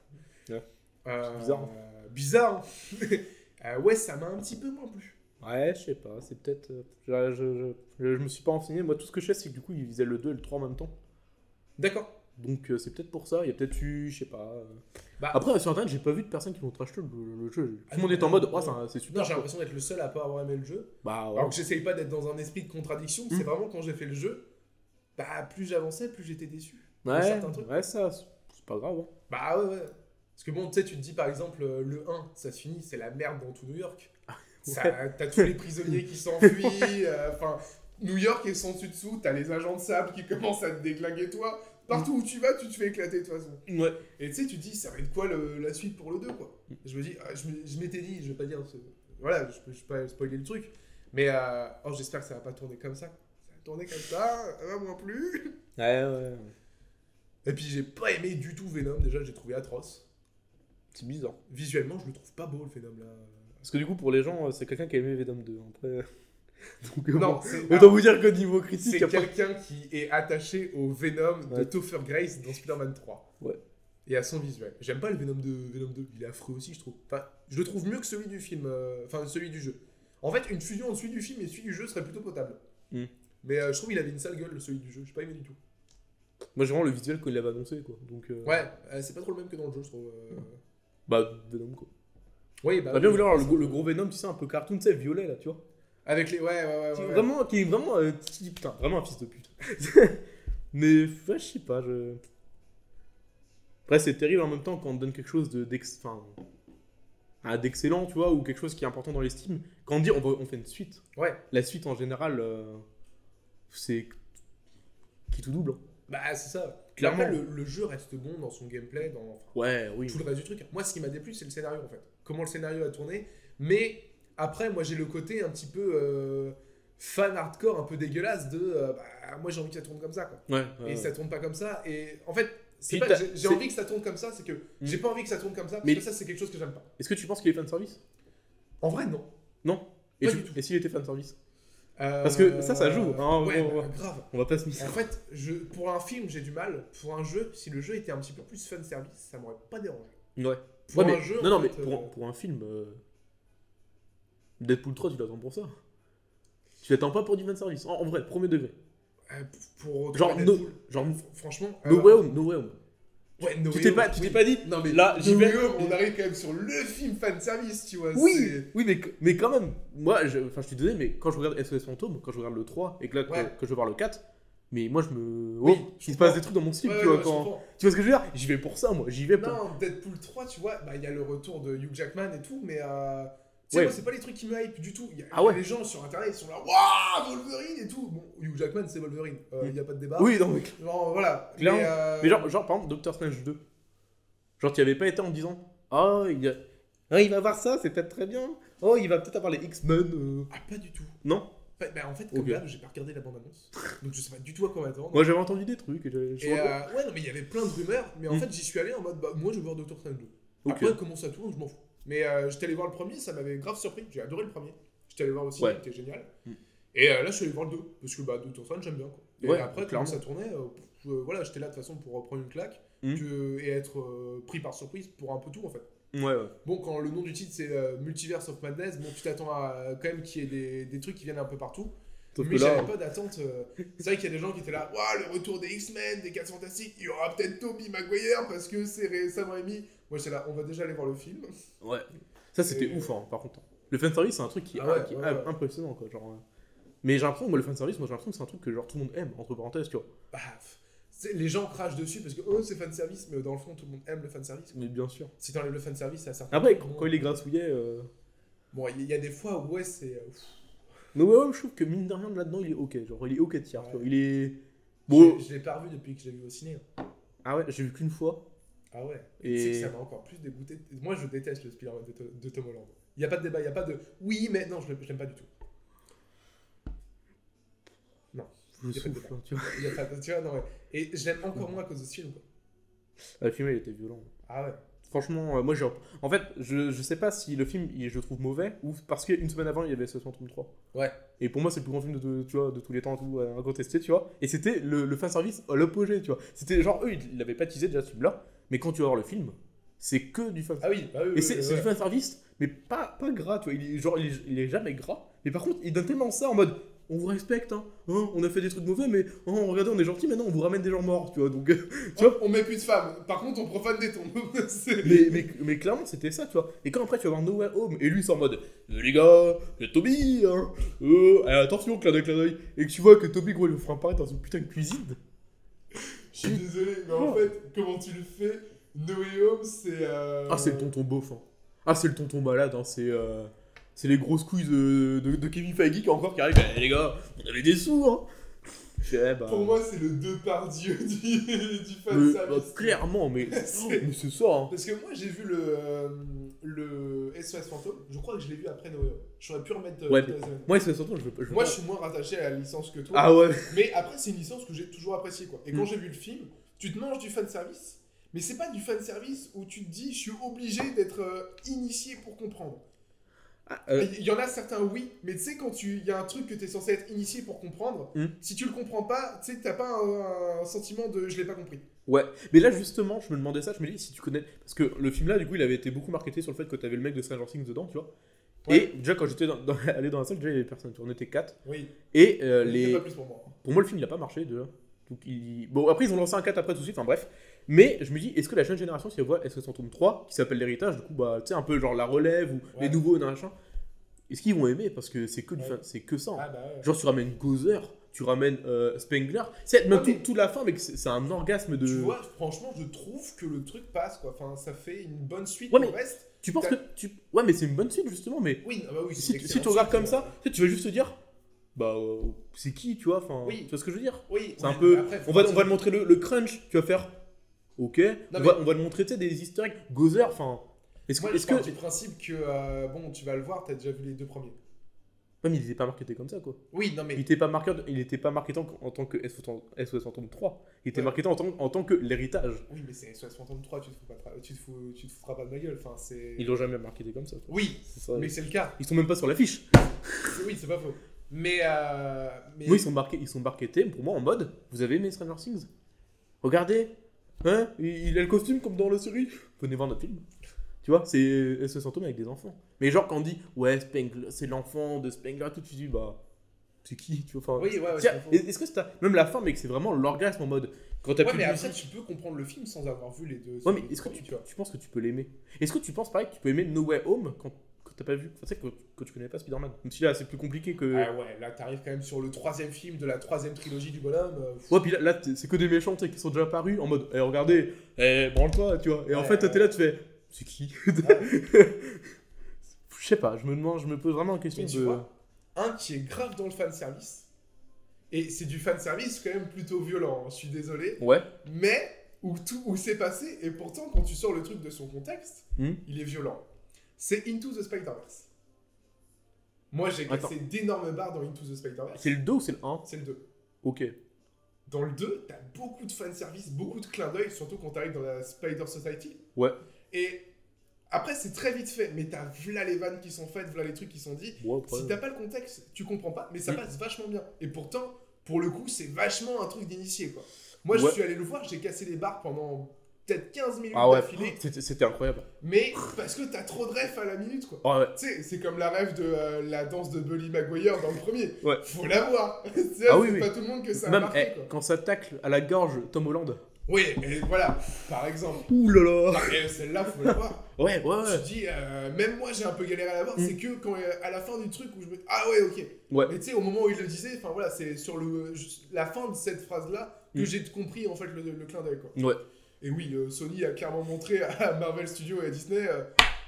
Ouais. Euh, bizarre, bizarre. [LAUGHS] Euh, ouais, ça m'a un petit peu moins plu. Ouais, je sais pas, c'est peut-être. euh, Je, je, je- je me suis pas renseigné. Moi, tout ce que je sais, c'est que du coup, ils faisaient le 2 et le 3 en même temps. D'accord. Donc, euh, c'est peut-être pour ça. Il y a peut-être eu, je sais pas. euh. Bah- Après, sur internet, j'ai pas vu de personnes qui l'ont trash le, le jeu. Ah Tout le monde non, est en mode, non. ouais, c'est un- c'est Non, super. j'ai quoi. l'impression d'être le seul à pas avoir aimé le jeu. Bah, ouais. Alors que j'essaye pas d'être dans un esprit de contradiction, c'est Mm. vraiment quand j'ai fait le jeu, bah plus j'avançais, plus j'étais déçu. ouais, certains trucs. ouais, ça, c'est c'est pas grave. hein. Bah ouais, ouais. Parce que bon, tu sais, tu te dis par exemple, euh, le 1, ça se finit, c'est la merde dans tout New York. Ça- T'as tous les prisonniers qui s'enfuient, euh, enfin, New York est sans dessus dessous, t'as les agents de sable qui commencent à te déglinguer toi. Partout où tu vas, tu te fais éclater de toute façon. Ouais. Et tu sais, tu te dis, ça va être quoi le- la suite pour le 2, quoi. Je me dis, ah, je me- je m'étais dit, je vais pas dire, ce- voilà, je peux, je peux pas spoiler le truc, mais euh, oh, j'espère que ça va pas tourner comme ça. Ça va tourner comme ça, un moins plus. Ouais, ouais. Et puis j'ai pas aimé du tout Venom, déjà j'ai trouvé atroce. C'est bizarre. Visuellement, je le trouve pas beau le Venom là. Parce que du coup, pour les gens, euh, c'est quelqu'un qui a aimé Venom 2. Après. [LAUGHS] Donc, euh, Non, bon. c'est Autant vous dire que niveau critique, c'est y a pas- quelqu'un qui est attaché au Venom de Ouais. Topher Grace dans Spider-Man 3. Ouais. Et à son visuel. J'aime pas le Venom de Venom 2, il est affreux aussi, je trouve. Enfin, je le trouve mieux que celui du film, euh, enfin celui du jeu. En fait, une fusion entre celui du film et celui du jeu serait plutôt potable. Hmm. Mais euh, je trouve qu'il avait une sale gueule, celui du jeu. J'ai pas aimé du tout. Moi, j'ai vraiment le visuel quand il l'avait annoncé, quoi. Donc, euh, Ouais, euh, c'est pas trop le même que dans le jeu, je trouve. euh. Bah, Venom, quoi. Oui, bah. T'as bien oui. voulu avoir le, gros- le gros Venom, tu sais, un peu cartoon, tu sais, violet, là, tu vois. Avec les. Ouais, ouais, ouais. Qui est ouais. vraiment, qui est vraiment, euh, qui- putain, vraiment un fils de pute. [LAUGHS] Mais ouais, je sais pas, je. Après, c'est terrible en même temps quand on te donne quelque chose de d'ex- enfin, ah, d'excellent, tu vois, ou quelque chose qui est important dans l'estime. Quand on dit on, va- on fait une suite, Ouais. la suite en général, euh, c'est qui tout double. hein. Bah, c'est ça. Clairement. Après, le, le jeu reste bon dans son gameplay, dans enfin, Ouais, oui. tout le reste du truc. Moi, ce qui m'a déplu, c'est le scénario, en fait. Comment le scénario a tourné. Mais après, moi, j'ai le côté un petit peu euh, fan hardcore, un peu dégueulasse de. euh, bah, moi, j'ai envie que ça tourne comme ça, quoi. Ouais, Et ouais, ça tourne pas comme ça. Et en fait, c'est Puis pas- t'as- j'ai j'ai c'est- Hmm. envie que ça tourne comme ça, c'est que j'ai pas envie que ça tourne comme ça, parce Mais- que ça, c'est quelque chose que j'aime pas. ouais. Est-ce que tu penses qu'il est fanservice En vrai, non. Non. Et, Pas tu- du tout. et s'il était fanservice Euh, Parce que ça, ça joue, hein, ouais, bon, bah, ouais. grave. On va pas se miser. En fait, je, pour un film, j'ai du mal. Pour un jeu, si le jeu était un petit peu plus fun service, ça m'aurait pas dérangé. Ouais. Pour ouais, un mais, jeu, non, non, en mais fait, pour, euh, un, pour un film, euh, Deadpool 3, tu l'attends pour ça. Tu l'attends pas pour du fan service, en, en vrai, premier degré. Euh, pour Genre, retrouver no- Deadpool. genre, no Fr- franchement. euh, way home, no way home. ouais, No tu Way t'es Home, pas, tu t'es oui. pas dit, Non mais là, j'y No vais. Way Home, on arrive quand même sur le film fan service, tu vois. Oui, c'est- oui, mais, que- mais quand même, moi, je, enfin, je suis désolé, mais quand je regarde SOS Fantôme, quand je regarde le 3 et que là, que- Ouais. que, je vais voir le 4, mais moi, je me. Oui, oh, je il se passe comprends. des trucs dans mon style, Ouais, tu ouais, vois. ouais, quand- je comprends. Tu vois ce que je veux dire J'y vais pour ça, moi, j'y vais pour. Non, Deadpool 3, tu vois, bah il y a le retour de Hugh Jackman et tout, mais euh, tu sais, Ouais. moi, c'est pas les trucs qui me hype du tout. Il Y a, Ah ouais. Les gens sur internet ils sont là, waouh, Wolverine et tout. Bon, Hugh Jackman, c'est Wolverine, euh, il Mm. y a pas de débat. Oui, non, mais Genre, voilà. Clairement. Mais, euh, Mais genre, genre par exemple, Doctor Strange 2. Genre, tu avais pas été en disant Ah, il, y a- Ah, il va voir ça, c'est peut-être très bien. Oh, il va peut-être avoir les X-Men. euh. Ah, pas du tout. Non Bah, bah, en fait, comme Ok. d'hab, j'ai pas regardé la bande-annonce, donc je sais pas du tout à quoi m'attendre. Moi, j'avais entendu des trucs. Et j'avais- je Et vois pas. euh, ouais, non, mais il y avait plein de rumeurs, mais en Mm. fait, j'y suis allé en mode, bah, moi, je veux voir Doctor Strange 2. Ok. Après, comment ça tourne, je m'en fous. Mais euh, j'étais allé voir le premier, ça m'avait grave surpris, j'ai adoré le premier. J'étais allé voir aussi, Ouais. il était génial. Mm. Et euh, là, je suis allé voir le 2, parce que bah, Doctor Strange, j'aime bien. Quoi. Et Ouais, après, clairement. quand ça tournait, euh, pff, je- voilà, j'étais là de toute façon pour reprendre une claque Mm. que- et être euh, pris par surprise pour un peu tout, en fait. Ouais, ouais. Bon, quand le nom du titre c'est euh, Multiverse of Madness, bon, tu t'attends à euh, quand même qu'il y ait des, des trucs qui viennent un peu partout. Sauf mais que là. j'avais pas d'attente. euh, C'est vrai qu'il y a des gens qui étaient là, waouh, le retour des X-Men, des 4 Fantastiques, il y aura peut-être Toby Maguire parce que c'est Ré- Sam Raimi. Moi, j'étais là, on va déjà aller voir le film. Ouais. Ça, c'était Et- ouf, hein, par contre. Le fanservice, c'est un truc qui est, Ah ouais, qui est ouais, ouais. impressionnant, quoi. Genre. euh. Mais j'ai l'impression, moi, le fanservice, moi, j'ai l'impression que c'est un truc que, genre, tout le monde aime, entre parenthèses, tu vois. Bah, pff, c'est- les gens crachent dessus parce que oh, c'est fanservice, mais dans le fond, tout le monde aime le fanservice. Mais bien sûr. Si t'enlèves le fanservice, ça sert Après, quand, quand il est grassouillet. euh, Bon, il y- il y a des fois où, ouais, c'est. euh, pff, No Way Home, je trouve que, mine de rien, là-dedans, il est ok. Genre, il est ok de tiers, tu Ouais. vois. Il est. Bon. je, je l'ai pas revu depuis que j'ai vu au ciné. hein. Ah ouais, j'ai vu qu'une fois. Ah ouais. Et- Tu sais que ça m'a encore plus dégoûté. Moi, je déteste le Spider-Man de, To- de Tom Holland. Il n'y a pas de débat, il n'y a pas de oui, mais non, je l'aime je l'aime pas du tout. Je Y a pas de souffle, hein, tu [LAUGHS] vois. Il y a Mm. pas de- tu vois, non, ouais. Et je l'aime encore moins à cause de ce film. Quoi. Ah, Le film, il était violent. Ah ouais. Franchement, euh, moi, j'ai. En fait, je, je sais pas si le film, il- je le trouve mauvais ou parce qu'une semaine avant, il y avait ce Phantom 3. Ouais. Et pour moi, c'est le plus grand film de, de- tu vois, de tous les temps, tout euh, incontesté, tu vois. Et c'était le, le fan service à l'apogée, tu vois. C'était genre, eux, ils l'avaient pas teasé déjà ce film-là, mais quand tu vas voir le film, c'est que du fan Ah oui, bah oui. Et oui, c'est oui, c'est du ouais. fan service, mais pas, pas gras, tu vois. Il est, genre, il est, il est jamais gras, mais par contre, il donne tellement ça en mode. On vous respecte, hein. Hein, on a fait des trucs mauvais, mais oh, regardez, on est gentil, maintenant on vous ramène des gens morts, tu vois. Donc, tu vois, On met plus de femmes. Par contre, on profane des tombes. [LAUGHS] C'est- [LAUGHS] mais, mais, mais clairement, c'était ça, tu vois. Et quand après, tu vas voir No Way Home, et lui, c'est en mode Euh, Les gars, c'est Toby, hein, euh, eh, attention, clin d'œil, clin d'œil. Et que tu vois que Toby, gros, il le fera apparaître dans une putain de cuisine. Je suis désolé, mais Oh. en fait, comment tu le fais No Way Home, c'est. euh, Ah, c'est le tonton beauf, hein. Ah, c'est le tonton malade, hein. C'est. euh, C'est les grosses couilles de, de, de Kevin Feige qui encore qui arrivent. Eh, les gars, on avait des sous, hein. Je fais, eh, bah, Pour moi, c'est le deux par Dieu [LAUGHS] du, du mais- fan bah, clairement, [LAUGHS] mais, oh, mais c'est ça, hein. Parce que moi, j'ai vu le, euh, le SOS Fantôme. Je crois que je l'ai vu après No Way Home. J'aurais pu remettre. euh, Ouais, dans mais- les années. Moi, c'est surtout, je veux pas. je veux Moi, pas- je suis moins rattaché à la licence que toi. Ah ouais. Mais après, c'est une licence que j'ai toujours appréciée. Quoi. Et quand Mm. j'ai vu le film, tu te manges du fanservice, mais c'est pas du fanservice où tu te dis je suis obligé d'être euh, initié pour comprendre. Ah, euh, Il y en a certains, oui, mais tu sais, quand tu- il y a un truc que tu es censé être initié pour comprendre, Mm. si tu le comprends pas, tu sais, t'as pas un, un sentiment de je l'ai pas compris. Ouais, mais là justement, je me demandais ça, je me dis si tu connais. Parce que le film là, du coup, il avait été beaucoup marketé sur le fait que t'avais le mec de Stranger Things dedans, tu vois. Ouais. Et déjà, quand j'étais dans- [LAUGHS] dans- allé dans la salle, déjà, il y avait personne, tu vois, on était 4. Oui, Et euh, les... les... pas plus pour moi. pour moi, le film, il a pas marché déjà. Donc, il- Bon, après, ils ont lancé un 4 après tout de suite, enfin bref. Mais je me dis, est-ce que la jeune génération, si elle voit SOS Fantôme 3, qui s'appelle l'héritage, du coup, bah, tu sais, un peu genre la relève ou les Ouais. nouveaux, nan, machin, est-ce qu'ils vont aimer Parce que c'est que, du Ouais. fin- c'est que ça. hein. Ah bah ouais. Genre, tu ramènes Gozer, tu ramènes euh, Spengler. C'est même Ouais, tout- mais- toute la fin, mais que c'est c'est un orgasme de. Tu vois, franchement, je trouve que le truc passe, quoi. Enfin, ça fait une bonne suite Ouais, au mais- reste. Tu penses que tu ouais mais c'est une bonne suite justement mais Oui, ah bah oui, c'est une si, tu- si excellente tu regardes suite, comme euh, ça tu sais, tu vas juste te dire bah euh, c'est qui tu vois enfin Oui. tu vois ce que je veux dire Oui, c'est un oui, peu mais après, on va on va te montrer le, le crunch tu vas faire ok on, mais- va, on va te montrer tu sais des historiques Gozer enfin est-ce que Moi, est-ce je que pars du principe que, euh, bon, tu vas le voir, t'as déjà vu les deux premiers. Ouais, mais il était pas marketé comme ça quoi Oui, non, il mais. était pas marketé il était pas marketé en, en tant que SOS Fantôme 3 il était Ouais. marketé en tant, en tant que l'héritage Oui, mais c'est SOS Phantom 3, tu te, fous pas tra- tu, te fous- tu te foutras pas de ma gueule. Enfin, c'est. ils l'ont jamais marketé comme ça, tu vois. Oui, C'est ça. mais c'est le cas. ils sont même pas sur l'affiche C'est- Oui, c'est pas faux. Mais. euh, mais... Moi, ils sont, marqués, ils sont marketés pour moi en mode Vous avez aimé Stranger Things Regardez Hein il, il a le costume comme dans la série Venez voir notre film. Tu vois, c'est ce symptôme avec des enfants. Mais genre, quand on dit Ouais, Spengler, c'est l'enfant de Spengler, tout de suite, tu dis Bah, c'est qui tu vois, enfin, Oui, ouais, ouais, tiens, c'est pas faux. Est-ce que c'est ta- même la fin, mais que c'est vraiment l'orgasme en mode Quand t'as Ouais, plus mais de après, musique- tu peux comprendre le film sans avoir vu les deux. Ouais, les mais deux est-ce que premiers, tu, vois. tu penses que tu peux l'aimer Est-ce que tu penses pareil que tu peux aimer No Way Home quand, quand t'as pas vu Enfin, tu sais, quand, quand tu connais pas Spider-Man Même si là, c'est plus compliqué que. Ah ouais, là, t'arrives quand même sur le troisième film de la troisième trilogie du bonhomme. euh, pff. Ouais, puis là, là, t'es- c'est que des méchants tu sais, qui sont déjà apparus en mode, eh, regardez, eh, branle-toi, tu vois. Et en Ouais, fait, toi, ouais. t'es là, tu fais, c'est qui [LAUGHS] Je sais pas, je me demande, je me pose vraiment la question Mais tu de. vois, un qui est grave dans le fanservice. Et c'est du fanservice quand même plutôt violent, hein, je suis désolé. Ouais, mais où tout où c'est passé et pourtant quand tu sors le truc de son contexte, Hmm. il est violent. C'est Into the Spider-Verse. Moi j'ai Attends. cassé d'énormes barres dans Into the Spider-Verse. c'est le 2 ou c'est le 1 C'est le 2. Ok. Dans le 2, t'as beaucoup de fanservice, beaucoup de clins d'œil, surtout quand t'arrives dans la Spider Society. Ouais. Et après c'est très vite fait, mais t'as v'là les vannes qui sont faites, v'là les trucs qui sont dits. Ouais, après, Si t'as pas le contexte, tu comprends pas, mais ça Mm. passe vachement bien. Et pourtant, pour le coup, c'est vachement un truc d'initié, quoi. Moi, Ouais. je suis allé le voir, j'ai cassé les barres pendant peut-être 15 minutes Ah ouais, d'affilée, c'était c'était incroyable. mais parce que t'as trop de refs à la minute, quoi. Ah ouais. Tu sais, c'est comme la rêve de euh, la danse de Bully Maguire dans le premier. Ouais. Faut la voir. [LAUGHS] Tu sais, c'est Ah oui, oui. pas tout le monde que ça a Même marqué, eh, quoi. quand ça tacle à la gorge Tom Holland. Oui, mais voilà, par exemple. Ouh là là Et celle-là, faut la voir. Ouais, ouais, ouais. Tu dis, euh, même moi j'ai un peu galéré à la voir, Mm. c'est que quand euh, à la fin du truc où je me ah ouais ok. Ouais. Mais tu sais au moment où il le disait, enfin voilà c'est sur le je- la fin de cette phrase là que Mm. j'ai compris en fait le, le clin d'œil quoi. Ouais. Et oui euh, Sony a clairement montré à [LAUGHS] Marvel Studios et à Disney, euh,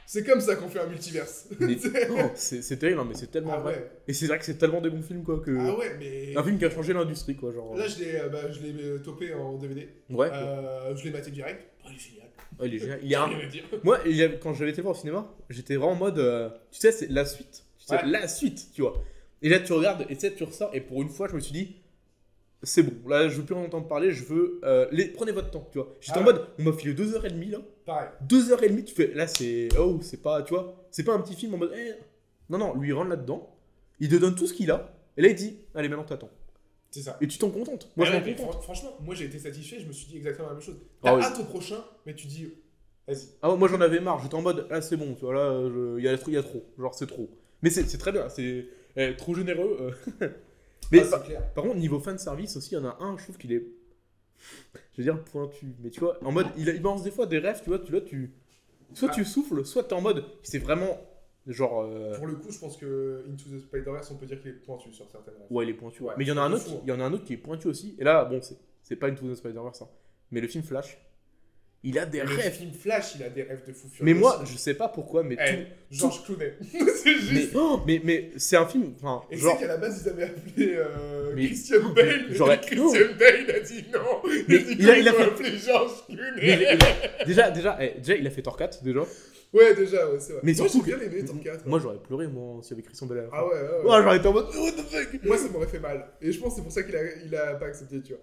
c'est comme ça qu'on fait un multiverse. [LAUGHS] Mais- Oh, [LAUGHS] c'est c'est terrible, hein, mais c'est tellement ah vrai. ouais. Et c'est vrai que c'est tellement des bons films, quoi. Que... Ah ouais mais Un film qui a changé l'industrie, quoi. Genre. là je l'ai euh, bah, je l'ai euh, topé en DVD, Ouais, Euh, je l'ai maté direct. Oh, il est génial. ouais, il est génial. Il y a un, Rien à dire. [LAUGHS] Moi, il y a- quand j'avais été voir au cinéma, j'étais vraiment en mode, euh, tu sais, c'est la suite. Tu sais, Ouais. la suite, tu vois. Et là, tu regardes, et tu sais, tu ressors, et pour une fois, je me suis dit, c'est bon, là je veux plus en entendre parler, je veux. euh, les... Prenez votre temps, tu vois. J'étais Ah en ouais. mode, on m'a filé 2h30 là. Pareil. 2h30, tu fais. Là c'est. Oh, c'est pas, tu vois. C'est pas un petit film en mode. eh. Non, non, lui il rentre là-dedans, il te donne tout ce qu'il a, et là il dit, allez maintenant t'attends. C'est ça. Et tu t'en contentes. Moi Ah je ouais, m'en mais contente. fran- Franchement, moi j'ai été satisfait, je me suis dit exactement la même chose. Ah T'as oui. hâte au prochain, mais tu dis, vas-y. Ah ouais, moi j'en avais marre, j'étais en mode là c'est bon, tu vois là euh, je- il y, a il y a trop, genre c'est trop. Mais c'est c'est très bien, c'est euh, trop généreux. euh. Mais Ah, par, c'est clair. par contre niveau fan service aussi, il y en a un, je trouve qu'il est, je veux dire pointu, mais tu vois en mode il, il balance des fois des rêves, tu vois, tu là tu, soit tu souffles, soit t'es en mode c'est vraiment genre euh, Pour le coup, je pense que Into the Spider-Verse, on peut dire qu'il est pointu sur certaines règles. ouais il est pointu. Ouais, mais il y en a un de autre, fou, hein. il y en a un autre qui est pointu aussi. Et là bon c'est c'est pas une Into the Spider-Verse, hein. mais le film Flash, il a des Le rêves. film Flash, il a des rêves de fou furieux. Mais moi je sais pas pourquoi, mais Eh, tout- Georges Clooney. [LAUGHS] c'est juste. mais, oh, mais, mais c'est un film. Enfin, Et genre, c'est qu'à la base, ils avaient appelé euh, Mais- Christian Bale. J'aurais- Et [LAUGHS] Christian Bale a dit non. Mais et du coup, il a- il a ils ont fait- appelé Georges Clooney. mais il- il- déjà, déjà, eh, déjà, il a fait Thor 4 déjà. Ouais, déjà, ouais, c'est vrai. Mais moi, j'ai surtout bien aimé Thor 4. Moi, j'aurais pleuré moi s'il y avait Christian Bale. à la fin. Ah ouais, ouais, ouais. Ah, Ouais, j'aurais été en mode What the fuck Moi, ça m'aurait fait mal. Et je pense que c'est pour ça qu'il a, il a pas accepté, tu vois.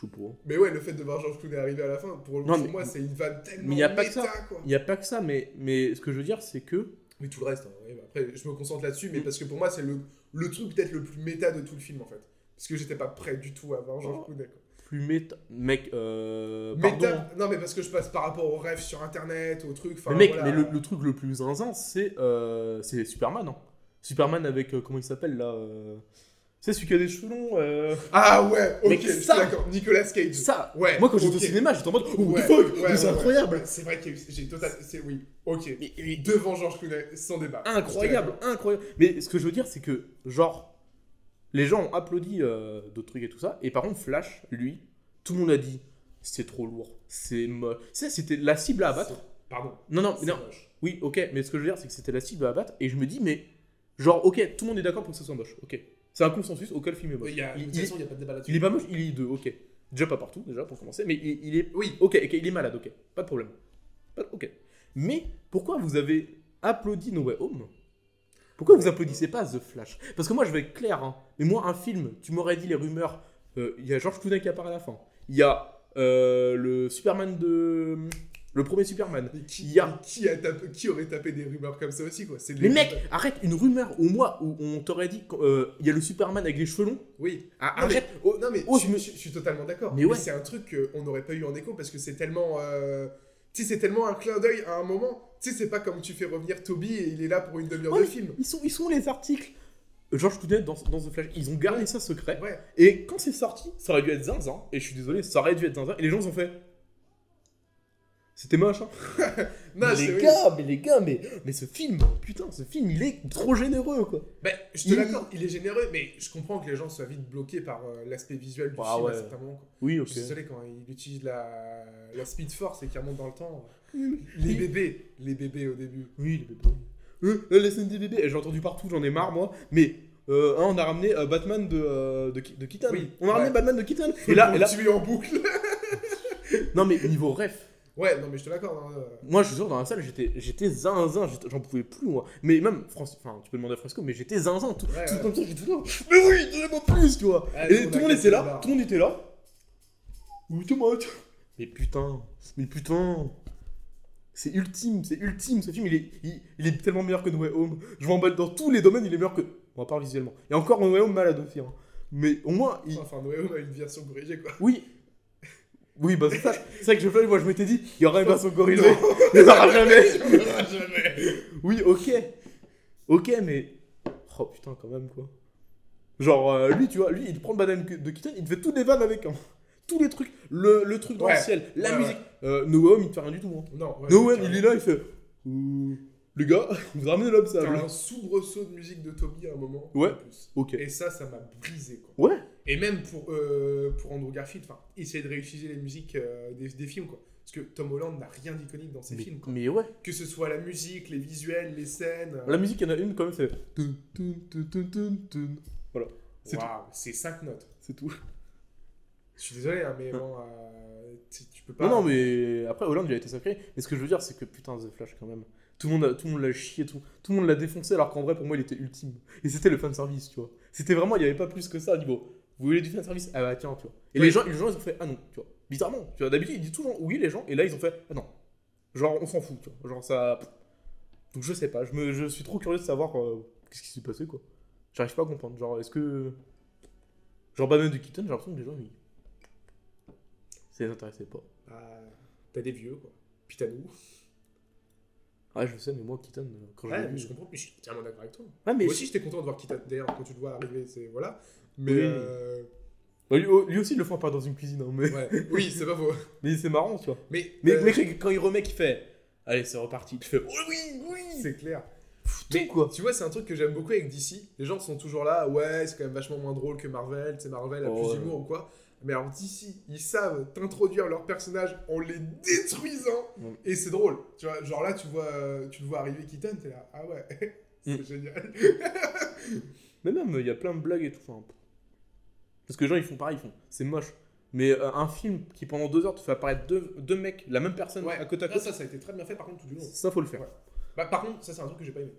Je suis pour. Mais ouais, le fait de voir Georges Clooney arriver à la fin, pour, Non, pour mais- moi, c'est une vanne tellement mais y a pas que méta, ça. quoi. Il n'y a pas que ça, mais, mais ce que je veux dire, c'est que. Mais tout le reste, hein, ouais, bah, après, je me concentre là-dessus, mais Mm. parce que pour moi, c'est le, le truc peut-être le plus méta de tout le film, en fait. Parce que j'étais pas prêt du tout à voir Georges Oh. Clooney, quoi. Plus méta. Mec, euh. Pardon. Méta- hein. Non, mais parce que je passe par rapport aux rêves sur Internet, aux trucs, enfin, mais mec, voilà. mais le, le truc le plus zinzin, c'est euh, c'est Superman. hein. Superman avec. euh, comment il s'appelle là euh, C'est celui qui a des cheveux longs. euh, Ah ouais, ok, Mais je suis ça- d'accord. Nicolas Cage. Ça Ouais. Moi, quand j'étais ok. au cinéma, j'étais en mode Oh, Ouais, the fuck ouais, mais C'est ouais, ouais. incroyable Ouais, C'est vrai que j'ai total. C'est oui, ok. Mais- mais- Devant Georges Clooney, sans débat. Incroyable, incroyable. Mais ce que je veux dire, c'est que, genre, les gens ont applaudi euh, d'autres trucs et tout ça. Et par contre, Flash, lui, tout le monde a dit c'est trop lourd, c'est moche. Tu sais, c'était la cible à abattre. Pardon. Non, non, c'est non. moche. Oui, ok, mais ce que je veux dire, c'est que c'était la cible à abattre. Et je me dis, mais, genre, ok, tout le monde est d'accord pour que ça soit moche. Ok. C'est un consensus auquel le film est moche. Euh, Il y a, de il, toute il- façon, il n'y a pas de débat là-dessus. il est pas moche, il est deux, ok. Déjà pas partout, déjà, pour commencer. Mais il, il est. Oui. Ok, ok, il est malade, ok. Pas de problème. Pas de- Ok. Mais pourquoi vous avez applaudi No Way Home Pourquoi vous applaudissez pas The Flash Parce que moi, je vais être clair. hein. Mais moi, un film, tu m'aurais dit les rumeurs. euh, Il y a George Clooney qui apparaît à la fin. Il y a euh, le Superman de. Le premier Superman. Mais qui, Il y a- qui, a tapé- qui aurait tapé des rumeurs comme ça aussi, quoi C'est Mais les- mec, arrête une rumeur au mois où on t'aurait dit qu'il y a le Superman avec les cheveux longs. Oui. Ah, Non, mais- arrête Oh, non, mais Oh, je, je me- je- je suis totalement d'accord. Mais ouais. C'est un truc qu'on n'aurait pas eu en écho parce que c'est tellement. euh, Tu sais, c'est tellement un clin d'œil à un moment. Tu sais, c'est pas comme tu fais revenir Toby et il est là pour une demi-heure Ouais, de Oh, mais film. Ils sont, ils sont les articles. George Clooney dans, dans The Flash, ils ont gardé ça secret. Ouais. Et quand c'est sorti, ça aurait dû être zinzin. Et je suis désolé, ça aurait dû être zinzin. Et les gens ont fait. C'était moche, hein. Non, mais c'est- les oui. gars, mais les gars, mais, mais ce film, putain, ce film, il est trop généreux, quoi. Ben, je te Il- l'accorde, il est généreux, mais je comprends que les gens soient vite bloqués par euh, l'aspect visuel du Ah film ouais. à certains moments. quoi. Oui, Je suis désolé quand il utilise la, la speed force et qu'il remonte dans le temps. euh, Les bébés, les bébés au début. Oui, les bébés. Euh, euh, la scène des bébés, j'ai entendu partout, j'en ai marre, moi. Mais euh, hein, on a ramené euh, Batman de, euh, de, Ki- de Keaton. Oui, on a ramené ouais. Batman de Keaton. Et là, et là, tu es en boucle. [LAUGHS] non, mais niveau ref, Ouais, non mais je te l'accorde. hein, euh, Moi, je suis sûr, dans la salle, j'étais, j'étais zinzin, j'étais- j'en pouvais plus, moi. Mais même, France, enfin, tu peux demander à Fresco, mais j'étais zinzin, tout, Ouais, tout ouais. comme ça, j'étais là, mais oui, donnez-moi plus, tu vois. Ah, nous, Et on tout a le monde cassé était le là, bar. tout le monde était là. Oui, tout le monde. Mais putain, mais putain. C'est ultime, c'est ultime, ce film, il est, il, il est tellement meilleur que No Way Home. Je m'en bats dans tous les domaines, il est meilleur que... Bon, à part visuellement. Et encore, No Way Home malade aussi, hein. Mais au moins, il, Enfin, Noé Home a une version corrigée quoi. oui. Oui, bah [LAUGHS] c'est ça. C'est vrai que je fais, moi je m'étais dit, il y aura Oh. une version corrigée. Il n'y en aura jamais. Oui, ok. Ok, mais. Oh putain, quand même, quoi. Genre, euh, lui, tu vois, lui, il prend le banane de Keaton, il te fait toutes les vannes avec. hein. Tous les trucs. Le, le truc dans Ouais. le ciel, la Ouais, musique. Euh, no Home, il te fait rien du tout. Hein. [LAUGHS] Non, ouais, No Home, carrément. il est là, il fait. Ouh, Les gars, [LAUGHS] vous ramenez l'homme T'as sable. un soubresaut de musique de Toby à un moment. Ouais. en plus. Ok. Et ça, ça m'a brisé quoi. Ouais. Et même pour, euh, pour Andrew Garfield, enfin, essayer de réutiliser les musiques euh, des, des films, quoi. Parce que Tom Holland n'a rien d'iconique dans ses Mais, films, quoi. mais ouais. Que ce soit la musique, les visuels, les scènes. euh, La musique, il y en a une quand même, c'est. Tun, tun, tun, tun, tun, tun. c'est waouh, c'est 5 notes. C'est tout. Je suis désolé, hein, mais bon, euh, tu, tu peux pas. Non, non, mais après, Hollande, il a été sacré. Mais ce que je veux dire, c'est que putain, The Flash, quand même. Tout le monde a- tout le monde l'a chié, tout, tout le monde l'a défoncé, alors qu'en vrai, pour moi, il était ultime. Et c'était le fanservice, tu vois. C'était vraiment, il n'y avait pas plus que ça, niveau. Vous voulez du fan service Ah bah tiens, tu vois. Et Oui. les gens, les gens, ils ont fait ah non, tu vois. Bizarrement, tu vois. D'habitude, ils disent toujours oui les gens, et là ils ont fait ah non. Genre on s'en fout, tu vois. Genre ça. Donc je sais pas. Je me, je suis trop curieux de savoir euh, qu'est-ce qui s'est passé quoi. J'arrive pas à comprendre. Genre est-ce que genre Batman de Keaton, j'ai l'impression que les gens ils. Ça les intéressait pas. Bah, t'as des vieux, quoi. Puis t'as nous. Ah je sais, mais moi Keaton, euh, quand je Ouais, l'ai mais vu, je comprends, mais je suis totalement d'accord avec toi. Ouais, mais Moi aussi, j'étais content de voir Kita. D'ailleurs, quand tu le vois arriver, c'est. Voilà. Mais. Oui. euh, Bah, lui, oh, lui aussi, il le font pas dans une cuisine, hein, mais, ouais. Oui, c'est pas faux. mais c'est marrant, tu vois. Mais. Mais, euh, mais quand- quand il remet, il fait Allez, c'est reparti. Tu fais Oh oui, oui c'est clair. Putain, quoi Tu vois, c'est un truc que j'aime beaucoup avec DC. Les gens sont toujours là, ouais, c'est quand même vachement moins drôle que Marvel, tu sais, Marvel a Oh, plus ouais. d'humour ou quoi. Mais alors DC, ils savent t'introduire leurs personnages en les détruisant Mm. et c'est drôle. Tu vois, genre là, tu vois, euh, tu le vois arriver Keaton, t'es là, ah ouais, [LAUGHS] c'est Mm. génial. Mais même, il y a plein de blagues et tout. enfin, pff. Parce que les gens, ils font pareil, ils font C'est moche. Mais euh, un film qui, pendant deux heures, te fait apparaître deux, deux mecs, la même personne, Ouais. à côte à Là, côte, ça, ça a été très bien fait par contre tout du long. ça, faut le faire. Ouais. Bah, par contre, ça, c'est un truc que j'ai pas aimé.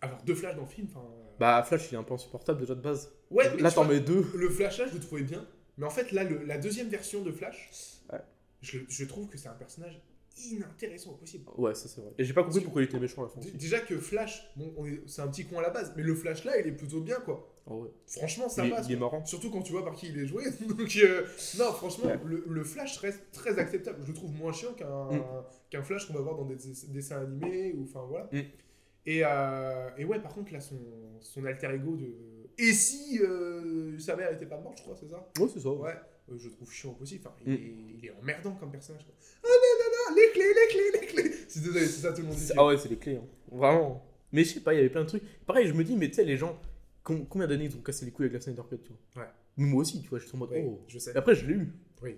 Avoir deux flashs dans le film, enfin. euh, Bah, Flash, il est un peu insupportable déjà de base. ouais, mais Là, tu t'en vois, mets deux. Le flashage, je le trouvais bien. Mais en fait, là, le- la deuxième version de Flash, Ouais. je, le- je trouve que c'est un personnage inintéressant au possible. Ouais, ça, c'est vrai. Et j'ai pas compris pourquoi il était méchant à la fin. D- aussi. Déjà que Flash, bon, on est- c'est un petit con à la base, mais le Flash là, il est plutôt bien quoi. Ah ouais. Franchement, ça Il, est- passe. il est quoi. marrant. Surtout quand tu vois par qui il est joué. [LAUGHS] Donc, euh, non, franchement, Ouais. le, le Flash reste très acceptable. Je le trouve moins chiant qu'un Mm. qu'un Flash qu'on va voir dans des, dess- dessins animés ou enfin voilà. Mm. Et, euh, et ouais, par contre, là, son, son alter ego de. Et si euh, sa mère était pas morte, je crois, c'est ça Ouais, c'est ça. ouais. Ouais, euh, je le trouve chiant au possible. Enfin, Mm. il, est, il est emmerdant comme personnage. Quoi. Ah non, non, non, les clés, les clés, les clés. C'est désolé, c'est ça tout le monde dit. C'est- Ah ouais, c'est les clés, hein. vraiment. Mais je sais pas, il y avait plein de trucs. Pareil, je me dis, mais tu sais, les gens, com- combien d'années ils ont cassé les couilles avec la Snyder Cut, tu vois Ouais. Mais moi aussi, tu vois, je suis en mode, Oui, oh. je sais. Et après, je l'ai eu. Oui.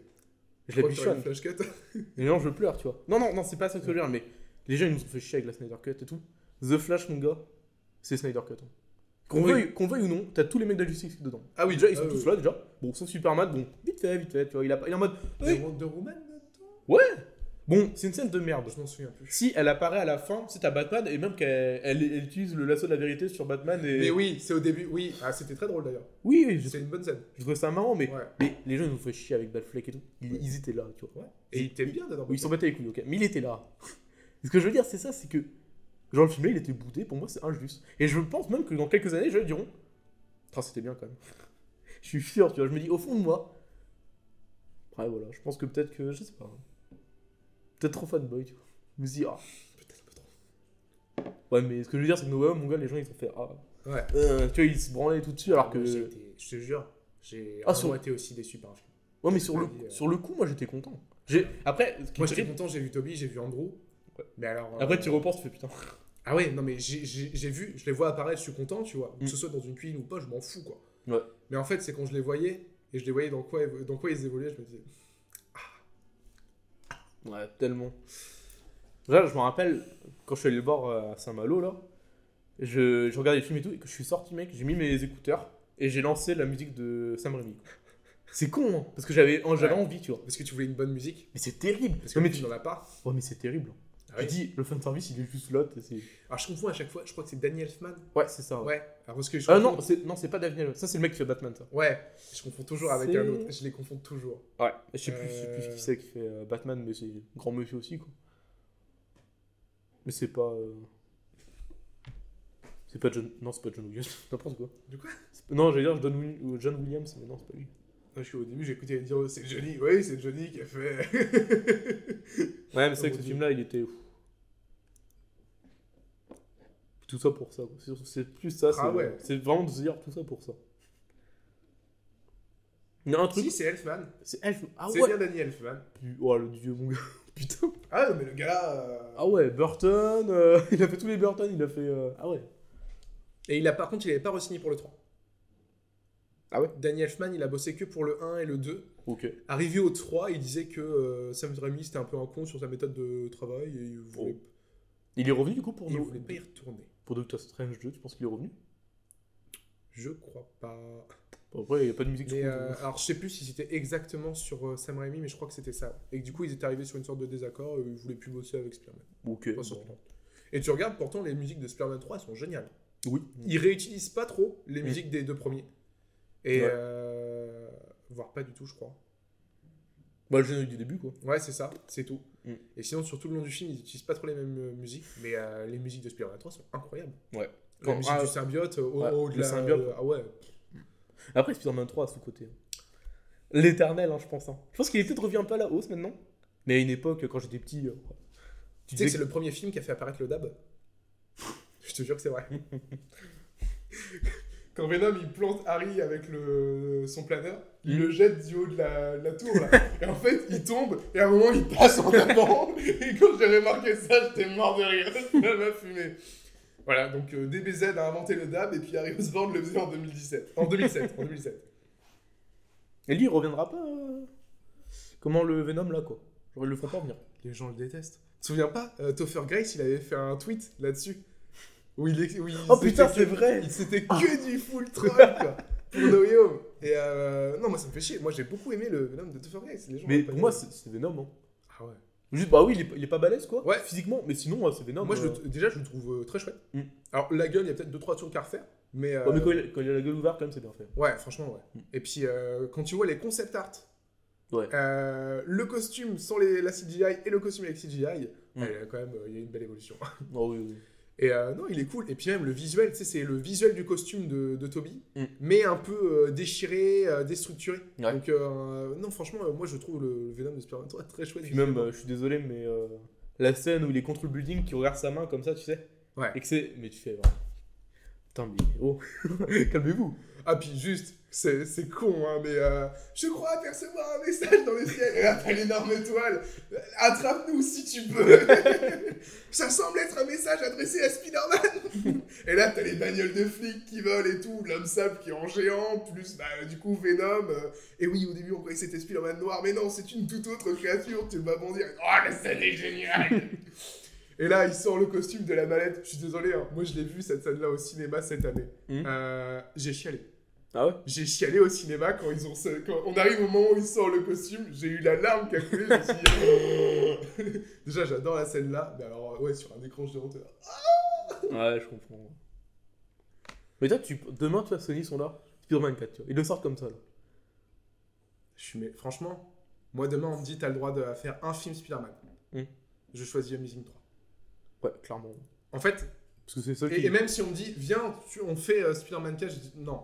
Je Je l'ai crois que t'aurais bichonne. une flash cut. Et les gens, je pleure, tu vois. Non, non, non, c'est pas ça que je veux dire, mais les gens, ils nous ont fait chier avec la Snyder Cut et tout. The Flash, mon gars, c'est Snyder Cut. hein. Qu'on Oui. veuille, qu'on veuille ou non, t'as tous les mecs de la Justice League dedans. Ah oui, Déjà, ils sont ah tous oui. là, déjà. Bon, sauf Superman, bon, vite fait, vite fait, tu vois. Il, a, pas- il est en mode, De Wonder Woman dedans bon, c'est une scène de merde. Je m'en souviens plus. Si elle apparaît à la fin, c'est à Batman, et même qu'elle elle, elle utilise le lasso de la vérité sur Batman. Et... Mais oui, c'est au début. Oui, ah, c'était très drôle d'ailleurs. Oui, oui, je, C'est une bonne scène. je trouvais ça marrant, mais, Ouais. mais les gens ils nous fait chier avec Batfleck et tout. Ils, Ouais. ils étaient là, tu vois. Et il t'aime bien dedans. Oui, ils sont battus les couilles, ok. Mais Ah bah, il était là. [LAUGHS] Et ce que je veux dire, c'est ça, c'est que. Genre, le film, il était boudé, pour moi, c'est injuste. Et je pense même que dans quelques années, je diront. Ah, c'était bien quand même. [LAUGHS] je suis sûr, tu vois. Je me dis, au fond de moi. Ouais, voilà. Je pense que peut-être que. Je sais pas. hein. Peut-être trop fanboy, tu vois. Je me dis, ah. Peut-être un peu trop. Ouais, mais ce que je veux dire, c'est que Noah, mon gars, les gens, ils ont fait, ah. Ouais. Ah, Euh, tu vois, ils se branlaient tout dessus, alors que. Moi, j'ai été- Je te jure, j'ai Ah, ah, sur- été aussi déçu par un film. Ouais, mais sur le, Ouais. sur le coup, moi j'étais content. J'ai- Après, ce qui Moi me j'étais fait- content, j'ai vu Toby, j'ai vu Andrew. Ouais. Mais alors. euh, après tu repenses, tu fais putain. Ah ouais, non mais j'ai- j'ai j'ai vu, je les vois apparaître, je suis content, tu vois. Mm. Que ce soit dans une cuisine ou pas, je m'en fous, quoi. Ouais. Mais en fait, c'est quand je les voyais, et je les voyais dans quoi, évo- dans quoi ils évoluaient, je me disais... Ouais, tellement. Là, je me rappelle quand je suis allé le voir euh, à Saint-Malo, là, je, je regardais le film et tout, et que je suis sorti, mec, j'ai mis mes écouteurs et j'ai lancé la musique de Sam Raimi. quoi. C'est con, hein, parce que j'avais oh, j'avais Ouais. envie, tu vois. Parce que tu voulais une bonne musique Mais c'est terrible. Parce que Non, mais tu tu- n'en as pas. Ouais, mais c'est terrible. Ah J'ai ouais. dit, le fan service, il est juste là. t'es- c'est- Alors je confonds à chaque fois, je crois que c'est Daniel Elfman. Ouais, c'est ça. Ouais. Ouais. Alors parce que je Ah confonds- non, c'est non, c'est pas Daniel. Ça, c'est le mec qui fait Batman, ça. Ouais, je confonds toujours avec C'est- un autre, je les confonds toujours. Ouais, je sais plus, je sais plus Euh. qui c'est qui fait euh, Batman, mais c'est grand monsieur aussi, quoi. Mais c'est pas. euh, C'est pas John. Non, c'est pas John Williams, [LAUGHS] n'importe quoi. De quoi C'est pas- Non, j'allais dire John, Wi- ou John Williams, mais non, c'est pas lui. Parce qu'au début, j'écoutais dire, oh, c'est Johnny, oui, c'est Johnny qui a fait... Ouais, Mon mais c'est vrai que ce Dieu. film-là, il était. Tout ça pour ça, quoi. C'est- C'est plus ça, c'est Ah ouais. c'est vraiment de se dire tout ça pour ça. Il y a un [LAUGHS] truc, si, c'est Elfman. c'est Elf. Ah c'est ouais bien Daniel Elfman. Pu- Oh le dieu, mon gars. [LAUGHS] Putain. Ah non, mais le gars là... euh, Ah ouais, Burton, euh, [LAUGHS] il a fait tous les Burton, il a fait. euh, Ah ouais. Et il a, par contre, il n'avait pas re-signé pour le 3. Ah ouais Daniel Elfman, il a bossé que pour le 1 et le 2. Ok. Arrivé au 3, il disait que euh, Sam Raimi c'était un peu un con sur sa méthode de travail et il voulait, Il est revenu du coup pour il nous- voulait pas y retourner. Pour Doctor Strange 2, tu penses qu'il est revenu Je crois pas. Bon, Après, il n'y a pas de musique Mais, sur euh, alors je sais plus si c'était exactement sur euh, Sam Raimi, mais je crois que c'était ça. Et que du coup ils étaient arrivés sur une sorte de désaccord et ils voulaient plus bosser avec Spider-Man. Ok. Enfin, sur bon. Spider-Man. Et tu regardes pourtant les musiques de Spider-Man 3 elles sont géniales. Oui. Ils réutilisent pas trop les Mm. musiques des deux premiers. Et. Ouais. euh, voire pas du tout, je crois. Bah, le générique du début, quoi. Ouais, c'est ça, c'est tout. Mm. Et sinon, sur tout le long du film, ils n'utilisent pas trop les mêmes euh, musiques, mais euh, les musiques de Spider-Man 3 sont incroyables. Ouais. La Quand- musique ah, du symbiote, euh, au ouais, haut de le la. symbiote. ah ouais. Après, Spider-Man 3 à sous-côté. L'éternel, hein, je pense. hein. Je pense qu'il est peut-être revient un peu à la hausse maintenant. Mais à une époque, quand j'étais petit. euh, tu Tu sais que disais c'est le premier film qui a fait apparaître [LAUGHS] le dab Je te jure que c'est vrai. Quand Venom il plante Harry avec le... son planeur, il le jette du haut de la, de la tour [LAUGHS] là. et en fait il tombe et à un moment il passe en avant. [LAUGHS] et quand j'ai remarqué ça, j'étais mort de rire. [LAUGHS] Ça m'a fumé. Voilà, donc euh, DBZ a inventé le dab et puis Harry Osborn le faisait en 2017. En 2007, en 2007. Et lui, il reviendra pas. euh, Comment le Venom là, quoi. Genre, ils le feront pas revenir. Les gens le détestent. Tu te souviens pas euh, Topher Grace, il avait fait un tweet là-dessus. Où il, ex- où il- Oh putain, c'était c'est que- vrai il- C'était que du full troll, quoi. Pour No Way Home. Et euh, non, moi ça me fait chier. Moi j'ai beaucoup aimé le Venom de Topher Grace. Les gens Mais l'ont pas pour aimé. moi, c'est c'est Venom, hein. Ah ouais. Juste, bah oui, il est, il est pas balèze, quoi. Ouais. Physiquement, mais sinon, ouais, c'est Venom. Moi, je euh. le t- déjà, je le trouve euh, très chouette. Mm. Alors, la gueule, il y a peut-être 2-3 trucs à refaire, mais. euh, Ouais, mais quand il, quand il a la gueule ouverte, quand même, c'est bien fait. Ouais, franchement, ouais. Mm. Et puis, euh, quand tu vois les concept art, Ouais. euh, le costume sans les, la CGI et le costume avec CGI, Mm. elle, quand même, euh, il y a une belle évolution. [LAUGHS] Oh, oui, oui. Et euh, non, il est cool. Et puis même le visuel, tu sais, c'est le visuel du costume de, de Toby, Mm. mais un peu euh, déchiré, euh, déstructuré. Ouais. Donc, euh, non, franchement, euh, moi je trouve le Venom de Spider-Man 3 très chouette. Puis même, euh, je suis désolé, mais euh, la scène où il est contre le building, qui regarde sa main comme ça, tu sais. Ouais. Et que c'est. Mais tu fais. vraiment, Putain, mais oh, [LAUGHS] calmez-vous. Ah, puis juste, c'est c'est con, hein, mais euh, je crois apercevoir un message dans le ciel. Et là, t'as l'énorme étoile. Attrape-nous si tu peux. [LAUGHS] Ça semble être un message adressé à Spider-Man. [LAUGHS] et là, t'as les bagnoles de flics qui volent et tout, l'homme sable qui est en géant, plus bah, du coup Venom. euh, et oui, au début, on croyait que c'était Spider-Man noir, mais non, c'est une toute autre créature. Tu vas bondir. Oh, la scène est géniale. et là, il sort le costume de la mallette. Je suis désolé, hein, moi je l'ai vu cette scène-là au cinéma cette année. Mhm. Euh, J'ai chialé. Ah ouais J'ai chialé au cinéma quand ils ont ce- quand on arrive au moment où ils sortent le costume, j'ai eu la larme qui a coulé, je me suis dit, [LAUGHS] Déjà j'adore la scène là, mais alors euh, ouais sur un écran géant. t'es là. Ouais, je comprends. Mais toi, tu... demain, tu vois, Sony sont là. Spider-Man 4, tu vois. Ils le sortent comme ça, là. Je suis, mais franchement, moi demain on me dit t'as le droit de faire un film Spider-Man. Mm. Je choisis Amazing 3. Ouais, clairement. En fait, Parce que c'est ça et, qui. et même si on me dit viens, tu- on fait euh, Spider-Man 4, je dis non,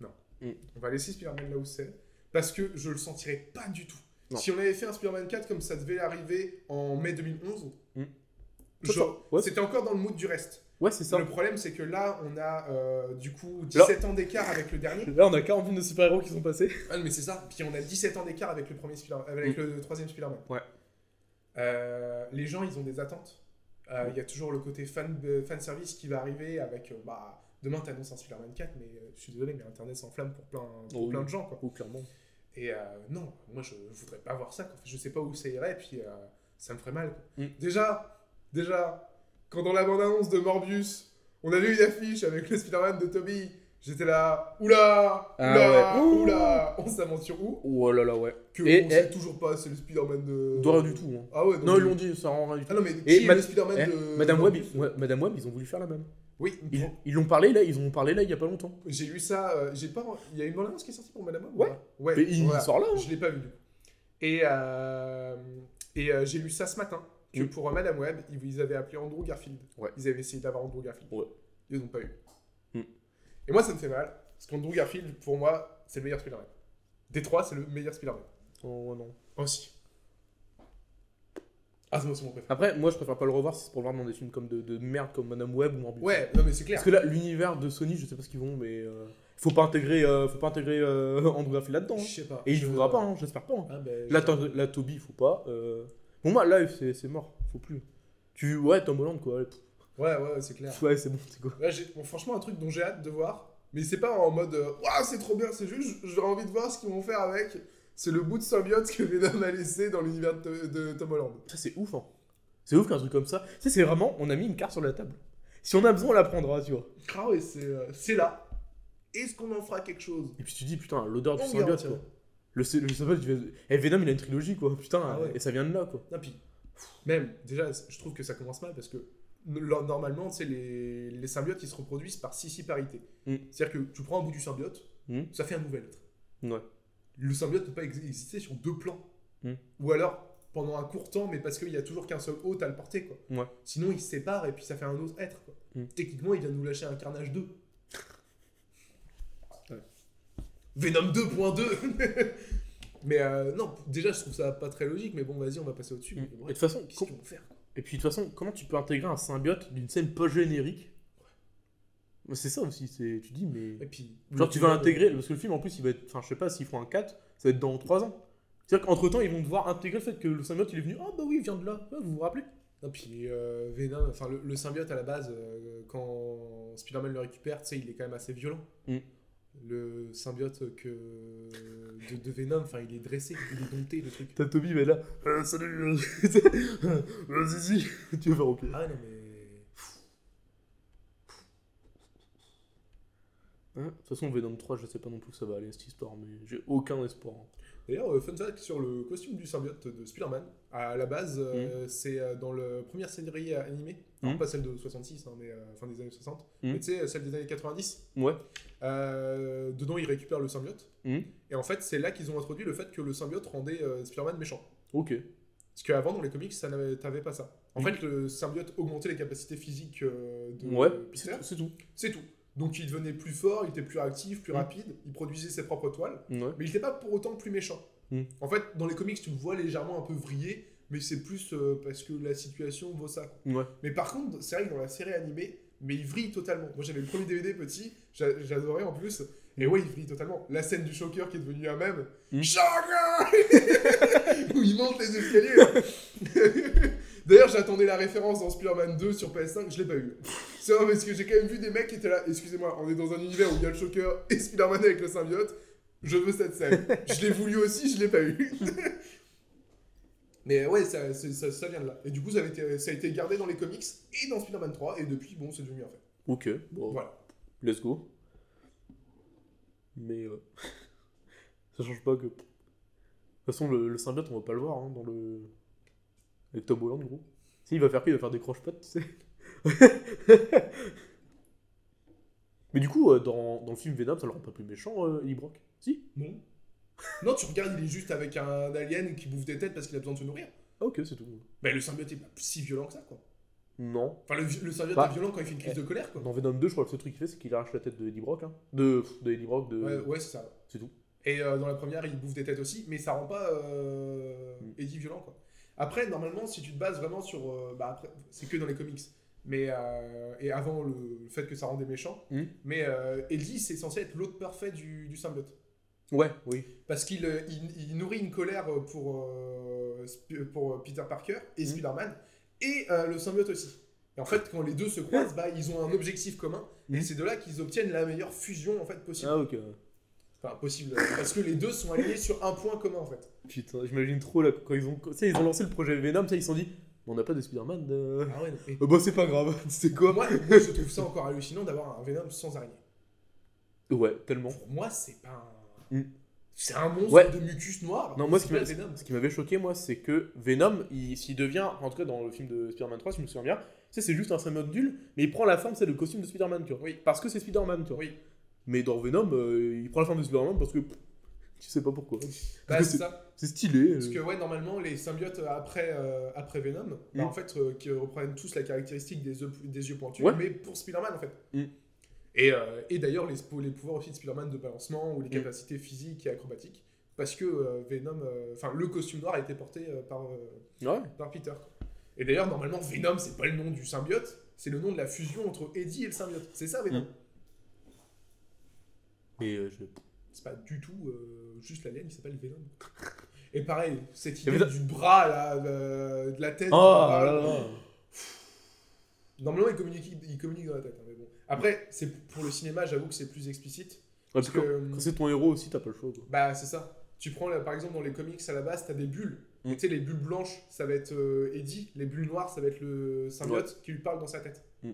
non. Mm. On va laisser Spider-Man là où c'est parce que je le sentirais pas du tout. Non. Si on avait fait un Spider-Man 4 comme ça devait arriver en mai 2011, Mm. genre, Ouais, c'était encore dans le mood du reste. ouais, c'est ça. Le problème c'est que là on a euh, du coup 17 ans d'écart avec le dernier. Là, on a 40 films de super-héros qui sont passés. Ah non, mais c'est ça. Puis on a 17 ans d'écart avec le premier Spider- avec le troisième Spider-Man. Mm. Ouais. Euh, les gens, ils ont des attentes. Euh, Mm. Il y a toujours le côté fan, euh, fan service qui va arriver avec euh, bah demain t'annonces un Spider-Man 4, mais euh, je suis désolé, mais Internet s'enflamme pour plein pour Oui. plein de gens quoi. Oh, clairement. Et euh, non, moi je voudrais pas voir ça. Quoi. Je sais pas où ça irait, puis euh, ça me ferait mal. quoi. Mm. Déjà, déjà, quand dans la bande-annonce de Morbius, On avait une affiche avec le Spider-Man de Toby. J'étais là, oula, Ah oula, ouais. Ouh. oula, on s'aventure où Oh là là, ouais. Que Et- on sait et- toujours pas c'est le Spider-Man de. De rien du tout, hein. Ah ouais. donc- Non, ils l'ont dit, ça rend rien du tout. Ah non mais qui Et est Mad- le Spider-Man Eh, de. Madame de- Web, ils- ouais, Madame Web, ils ont voulu faire la même. Oui. Ils ils l'ont parlé là, ils ont parlé là il y a pas longtemps. J'ai lu ça. euh, j'ai pas. Il y a une bande annonce qui est sortie pour Madame Web. ou Ouais. pas Mais il voilà. sort là. hein. Je l'ai pas vu. du coup. Et, euh, et euh, j'ai lu ça ce matin, que Mm. pour euh, Madame Web, ils, ils avaient appelé Andrew Garfield. Ouais. Ils avaient essayé d'avoir Andrew Garfield. Ouais. Ils n'ont pas eu. Mm. Et moi, ça me fait mal, parce qu'Andrew Garfield, pour moi, c'est le meilleur Spider-Man. Des trois, c'est le meilleur Spider-Man. Oh, non. Aussi. Ah, c'est moi, c'est mon préféré. Après, moi, je préfère pas le revoir si c'est pour le voir dans des films comme de, de merde, comme Madame Web ou Morbius. Ouais, non, mais c'est clair. Parce que là, l'univers de Sony, je sais pas ce qu'ils vont, mais euh, faut pas intégrer, euh, faut pas intégrer euh, [LAUGHS] Andrew Garfield là-dedans. Je hein. sais pas. Et il Je- voudra pas, hein, j'espère pas. hein. Ah, ben, Là, je- t'as- là, Toby, faut pas. euh. Pour moi, là, c'est c'est mort, faut plus. Tu, ouais, Tom Holland, quoi. Pff, Ouais, ouais, ouais, c'est clair. Ouais, c'est bon, c'est quoi. Là, j'ai- bon, franchement, un truc dont j'ai hâte de voir, mais c'est pas en mode euh, Waouh, c'est trop bien, c'est juste, j'aurais envie de voir ce qu'ils vont faire avec. C'est le bout de symbiote que Venom a laissé dans l'univers de, de Tom Holland. Ça, c'est ouf, hein. C'est ouf qu'un truc comme ça. Tu sais, c'est vraiment, on a mis une carte sur la table. Si on a besoin, on la prendra, tu vois. Ah ouais, c'est euh, c'est là. Est-ce qu'on en fera quelque chose Et puis tu dis, putain, l'odeur du On symbiote, garde, quoi. Le, sy- le symbiote, tu fais- Eh, Venom, il a une trilogie, quoi. Putain, Ah ouais. et ça vient de là, quoi. Non, puis, même, déjà, c- je trouve que ça commence mal parce que no- normalement, tu sais, les, les symbiotes, ils se reproduisent par sissiparité. Mm. C'est-à-dire que tu prends un bout du symbiote, Hmm. ça fait un nouvel être. Ouais. Le symbiote peut pas ex- exister sur deux plans. Hmm. Ou alors pendant un court temps, mais parce qu'il y a toujours qu'un seul hôte à le porter. Quoi. Ouais. Sinon, il se sépare et puis ça fait un autre être. Quoi. Hmm. Techniquement, il vient de nous lâcher un carnage [LAUGHS] 2. Ouais. Venom 2.2 [LAUGHS] Mais euh, non, déjà, je trouve ça pas très logique, mais bon, vas-y, on va passer au-dessus. Mm. Mais Et de bref, toute façon, qu'est-ce com- qu'ils vont faire Et puis de toute façon, comment tu peux intégrer un symbiote d'une scène post-générique Bah, C'est ça aussi, c'est tu dis mais Et puis, genre tu vas intégrer parce que le film en plus il va être enfin je sais pas s'ils font un 4, ça va être dans 3 ans. C'est-à-dire qu'entre-temps, ils vont devoir intégrer le fait que le symbiote il est venu "Ah bah oui, il vient de là." Ah, vous vous rappelez Non, puis euh, Venom, enfin le, le symbiote à la base, euh, quand Spider-Man le récupère, tu sais, il est quand même assez violent. Mm. Le symbiote que de, de Venom, enfin il est dressé, il est dompté le truc. T'as Toby mais là Euh, "Salut, euh, [LAUGHS] euh, Zizi, tu veux faire OK Ah ouais, non mais. Hein De toute façon, Venom 3, je sais pas non plus où ça va aller cette histoire, mais j'ai aucun espoir. D'ailleurs, euh, fun fact sur le costume du symbiote de Spider-Man, à la base, euh, c'est euh, dans la première série euh, animée, Mm. alors pas celle de 66, hein, mais euh, fin des années 60, Mm. mais tu sais, celle des années 90. Ouais. Euh, dedans, ils récupèrent le symbiote. Mhm. Et en fait, c'est là qu'ils ont introduit le fait que le symbiote rendait euh, Spider-Man méchant. OK. Parce qu'avant, dans les comics, ça n'avait- t'avais pas ça. En Mhm. fait, le symbiote augmentait les capacités physiques euh, de Ouais, c'est Peter. tout, c'est tout. C'est tout. Donc, il devenait plus fort, il était plus actif, plus Mhm. rapide, il produisait ses propres toiles. Ouais. Mais il n'était pas pour autant plus méchant. Mhm. En fait, dans les comics, tu le vois légèrement un peu vriller, mais c'est plus euh, parce que la situation vaut ça. Ouais. Mais par contre, c'est vrai que dans la série animée, mais il vrille totalement. Moi, j'avais le premier DVD petit, j'a- j'adorais en plus. Hmm. Et ouais, il vrille totalement. La scène du Shocker qui est devenu un même. Mm. Shocker [LAUGHS] Où il monte les escaliers. là. [LAUGHS] D'ailleurs, j'attendais la référence dans Spider-Man 2 sur PS5, je l'ai pas eu. C'est vrai parce que j'ai quand même vu des mecs qui étaient là. Excusez-moi, on est dans un univers où il y a le Shocker et Spider-Man avec le symbiote. Je veux cette scène. je l'ai voulu aussi, je l'ai pas eu. Mais ouais, ça, c'est- ça, ça vient de là. Et du coup, ça, avait été, ça a été gardé dans les comics et dans Spider-Man 3, et depuis, bon, c'est devenu un fait. OK. Bon. Voilà. Let's go. Mais euh, [LAUGHS] ça change pas que. De toute façon, le, le symbiote, on va pas le voir hein, dans le. Avec Tom Holland, gros. Si, il va faire quoi Il va faire des croche-pattes, tu sais. [LAUGHS] Mais du coup, euh, dans, dans le film Venom, ça le rend pas plus méchant, euh, Eddie Brock. Si Non. Non, tu regardes, il est juste avec un alien qui bouffe des têtes parce qu'il a besoin de se nourrir. Ah, ok, c'est tout. Mais le symbiote est pas si violent que ça, quoi. Non. Enfin, le, le symbiote Bah. est violent quand il fait une crise de colère, quoi. Dans Venom 2, je crois que le seul truc qu'il fait, c'est qu'il arrache la tête de Eddie Brock. Hein. De, pff, de Eddie Brock, de. Ouais, ouais, c'est ça. C'est tout. Et euh, dans la première, il bouffe des têtes aussi, mais ça rend pas euh, Mm. Eddie violent, quoi. Après, normalement, si tu te bases vraiment sur... euh, bah, après, c'est que dans les comics. Mais, euh, et avant le, le fait que ça rendait méchant. Mm. Mais euh, Eddie, c'est censé être l'autre parfait du, du symbiote. Ouais, oui. Parce qu'il euh, il- il nourrit une colère pour, euh, Sp- pour Peter Parker et Mhm. Spider-Man, et euh, le symbiote aussi. Et en fait, quand les deux se croisent, bah, ils ont un objectif commun, et Mhm. c'est de là qu'ils obtiennent la meilleure fusion en fait, possible. Ah, ok. Enfin, possible, euh, parce que les deux sont alignés sur un point commun en fait. Putain, j'imagine trop là quand ils ont, tu sais, ils ont lancé le projet Venom, tu sais, ils se sont dit, on n'a pas de Spider-Man. euh. Ah ouais, non, mais- Euh, bah c'est pas grave, [LAUGHS] c'est Moi, moi, quoi je trouve ça encore hallucinant d'avoir un Venom sans araignée. Ouais, tellement. Pour moi, c'est pas un. Mhm. C'est un monstre Ouais. de mucus noir. Non, moi, ce c'est qui pas m'a- Venom. Ce qui m'avait choqué moi, c'est que Venom, il- s'il devient, en tout cas dans le film de Spider-Man 3, si je me souviens bien, tu sais, c'est juste un symbiote nul, mais il prend la forme, c'est le costume de Spider-Man, tu vois. Oui. Parce que c'est Spider-Man, tu vois. Oui. Mais dans Venom, euh, il prend la forme de Spider-Man parce que pff, tu sais pas pourquoi. Bah, que c'est ça. C'est stylé. euh. Parce que ouais, normalement, les symbiotes euh, après, euh, après Venom, bah, Mm. en fait, euh, qui reprennent tous la caractéristique des yeux, des yeux pointus, Ouais. mais pour Spider-Man, en fait. Mm. Et, euh, et d'ailleurs, les, spo- les pouvoirs aussi de Spider-Man de balancement ou les Mm. capacités physiques et acrobatiques, parce que euh, Venom, euh, enfin, le costume noir a été porté euh, par, euh, Ouais. par Peter. quoi. Et d'ailleurs, normalement, Venom, c'est pas le nom du symbiote, c'est le nom de la fusion entre Eddie et le symbiote. C'est ça, Venom. Mm. Mais euh, je... C'est pas du tout euh, juste l'alien qui s'appelle Venom. Et pareil, cette Mais idée Venom- du bras, là, euh, de la tête. du Oh bras, là là. Normalement, il communique, il communique dans la tête, hein, mais bon. Après, c'est pour le cinéma, j'avoue que c'est plus explicite. Ouais, Parce puis quand- que, euh, quand c'est ton héros aussi, t'as pas le choix. Quoi. bah, c'est ça. Tu prends, là, par exemple, dans les comics, à la base, t'as des bulles. Mm. Et Tu sais, les bulles blanches, ça va être euh, Eddie. Les bulles noires, ça va être le symbiote qui lui parle dans sa tête. Mm.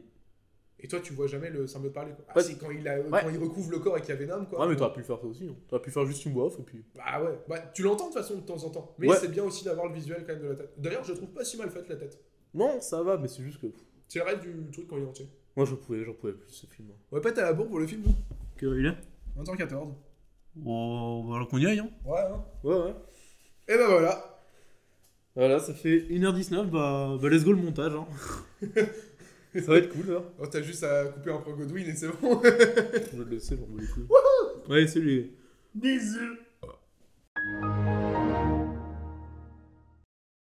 Et toi, tu vois jamais le symbiote parler. Quoi. Ah, Ouais. si, quand il, a- Ouais. quand il recouvre le corps et qu'il y a Venom, quoi. Ouais, mais t'aurais pu le faire ça aussi. hein. T'aurais pu faire juste une voix off et puis. Bah ouais, Bah, tu l'entends de toute façon de temps en temps. Mais Ouais. c'est bien aussi d'avoir le visuel quand même de la tête. D'ailleurs, je trouve pas si mal faite la tête. Non, ça va, mais c'est juste que. pff, C'est le rêve du truc quand il est entier. Moi, j'en pouvais, j'en pouvais plus ce film. Répète à la bourre pour le film. Que il 20h14. Oh, alors qu'on y aille, hein. Ouais, hein. Ouais, ouais. Et ben voilà. Voilà, ça fait 1h19, bah, bah let's go le montage, hein. [LAUGHS] ça va être cool, là. Oh, T'as juste à couper un point Godwin et c'est bon. Je le sais, j'en bats les couilles. Ouais, salut. Bisous.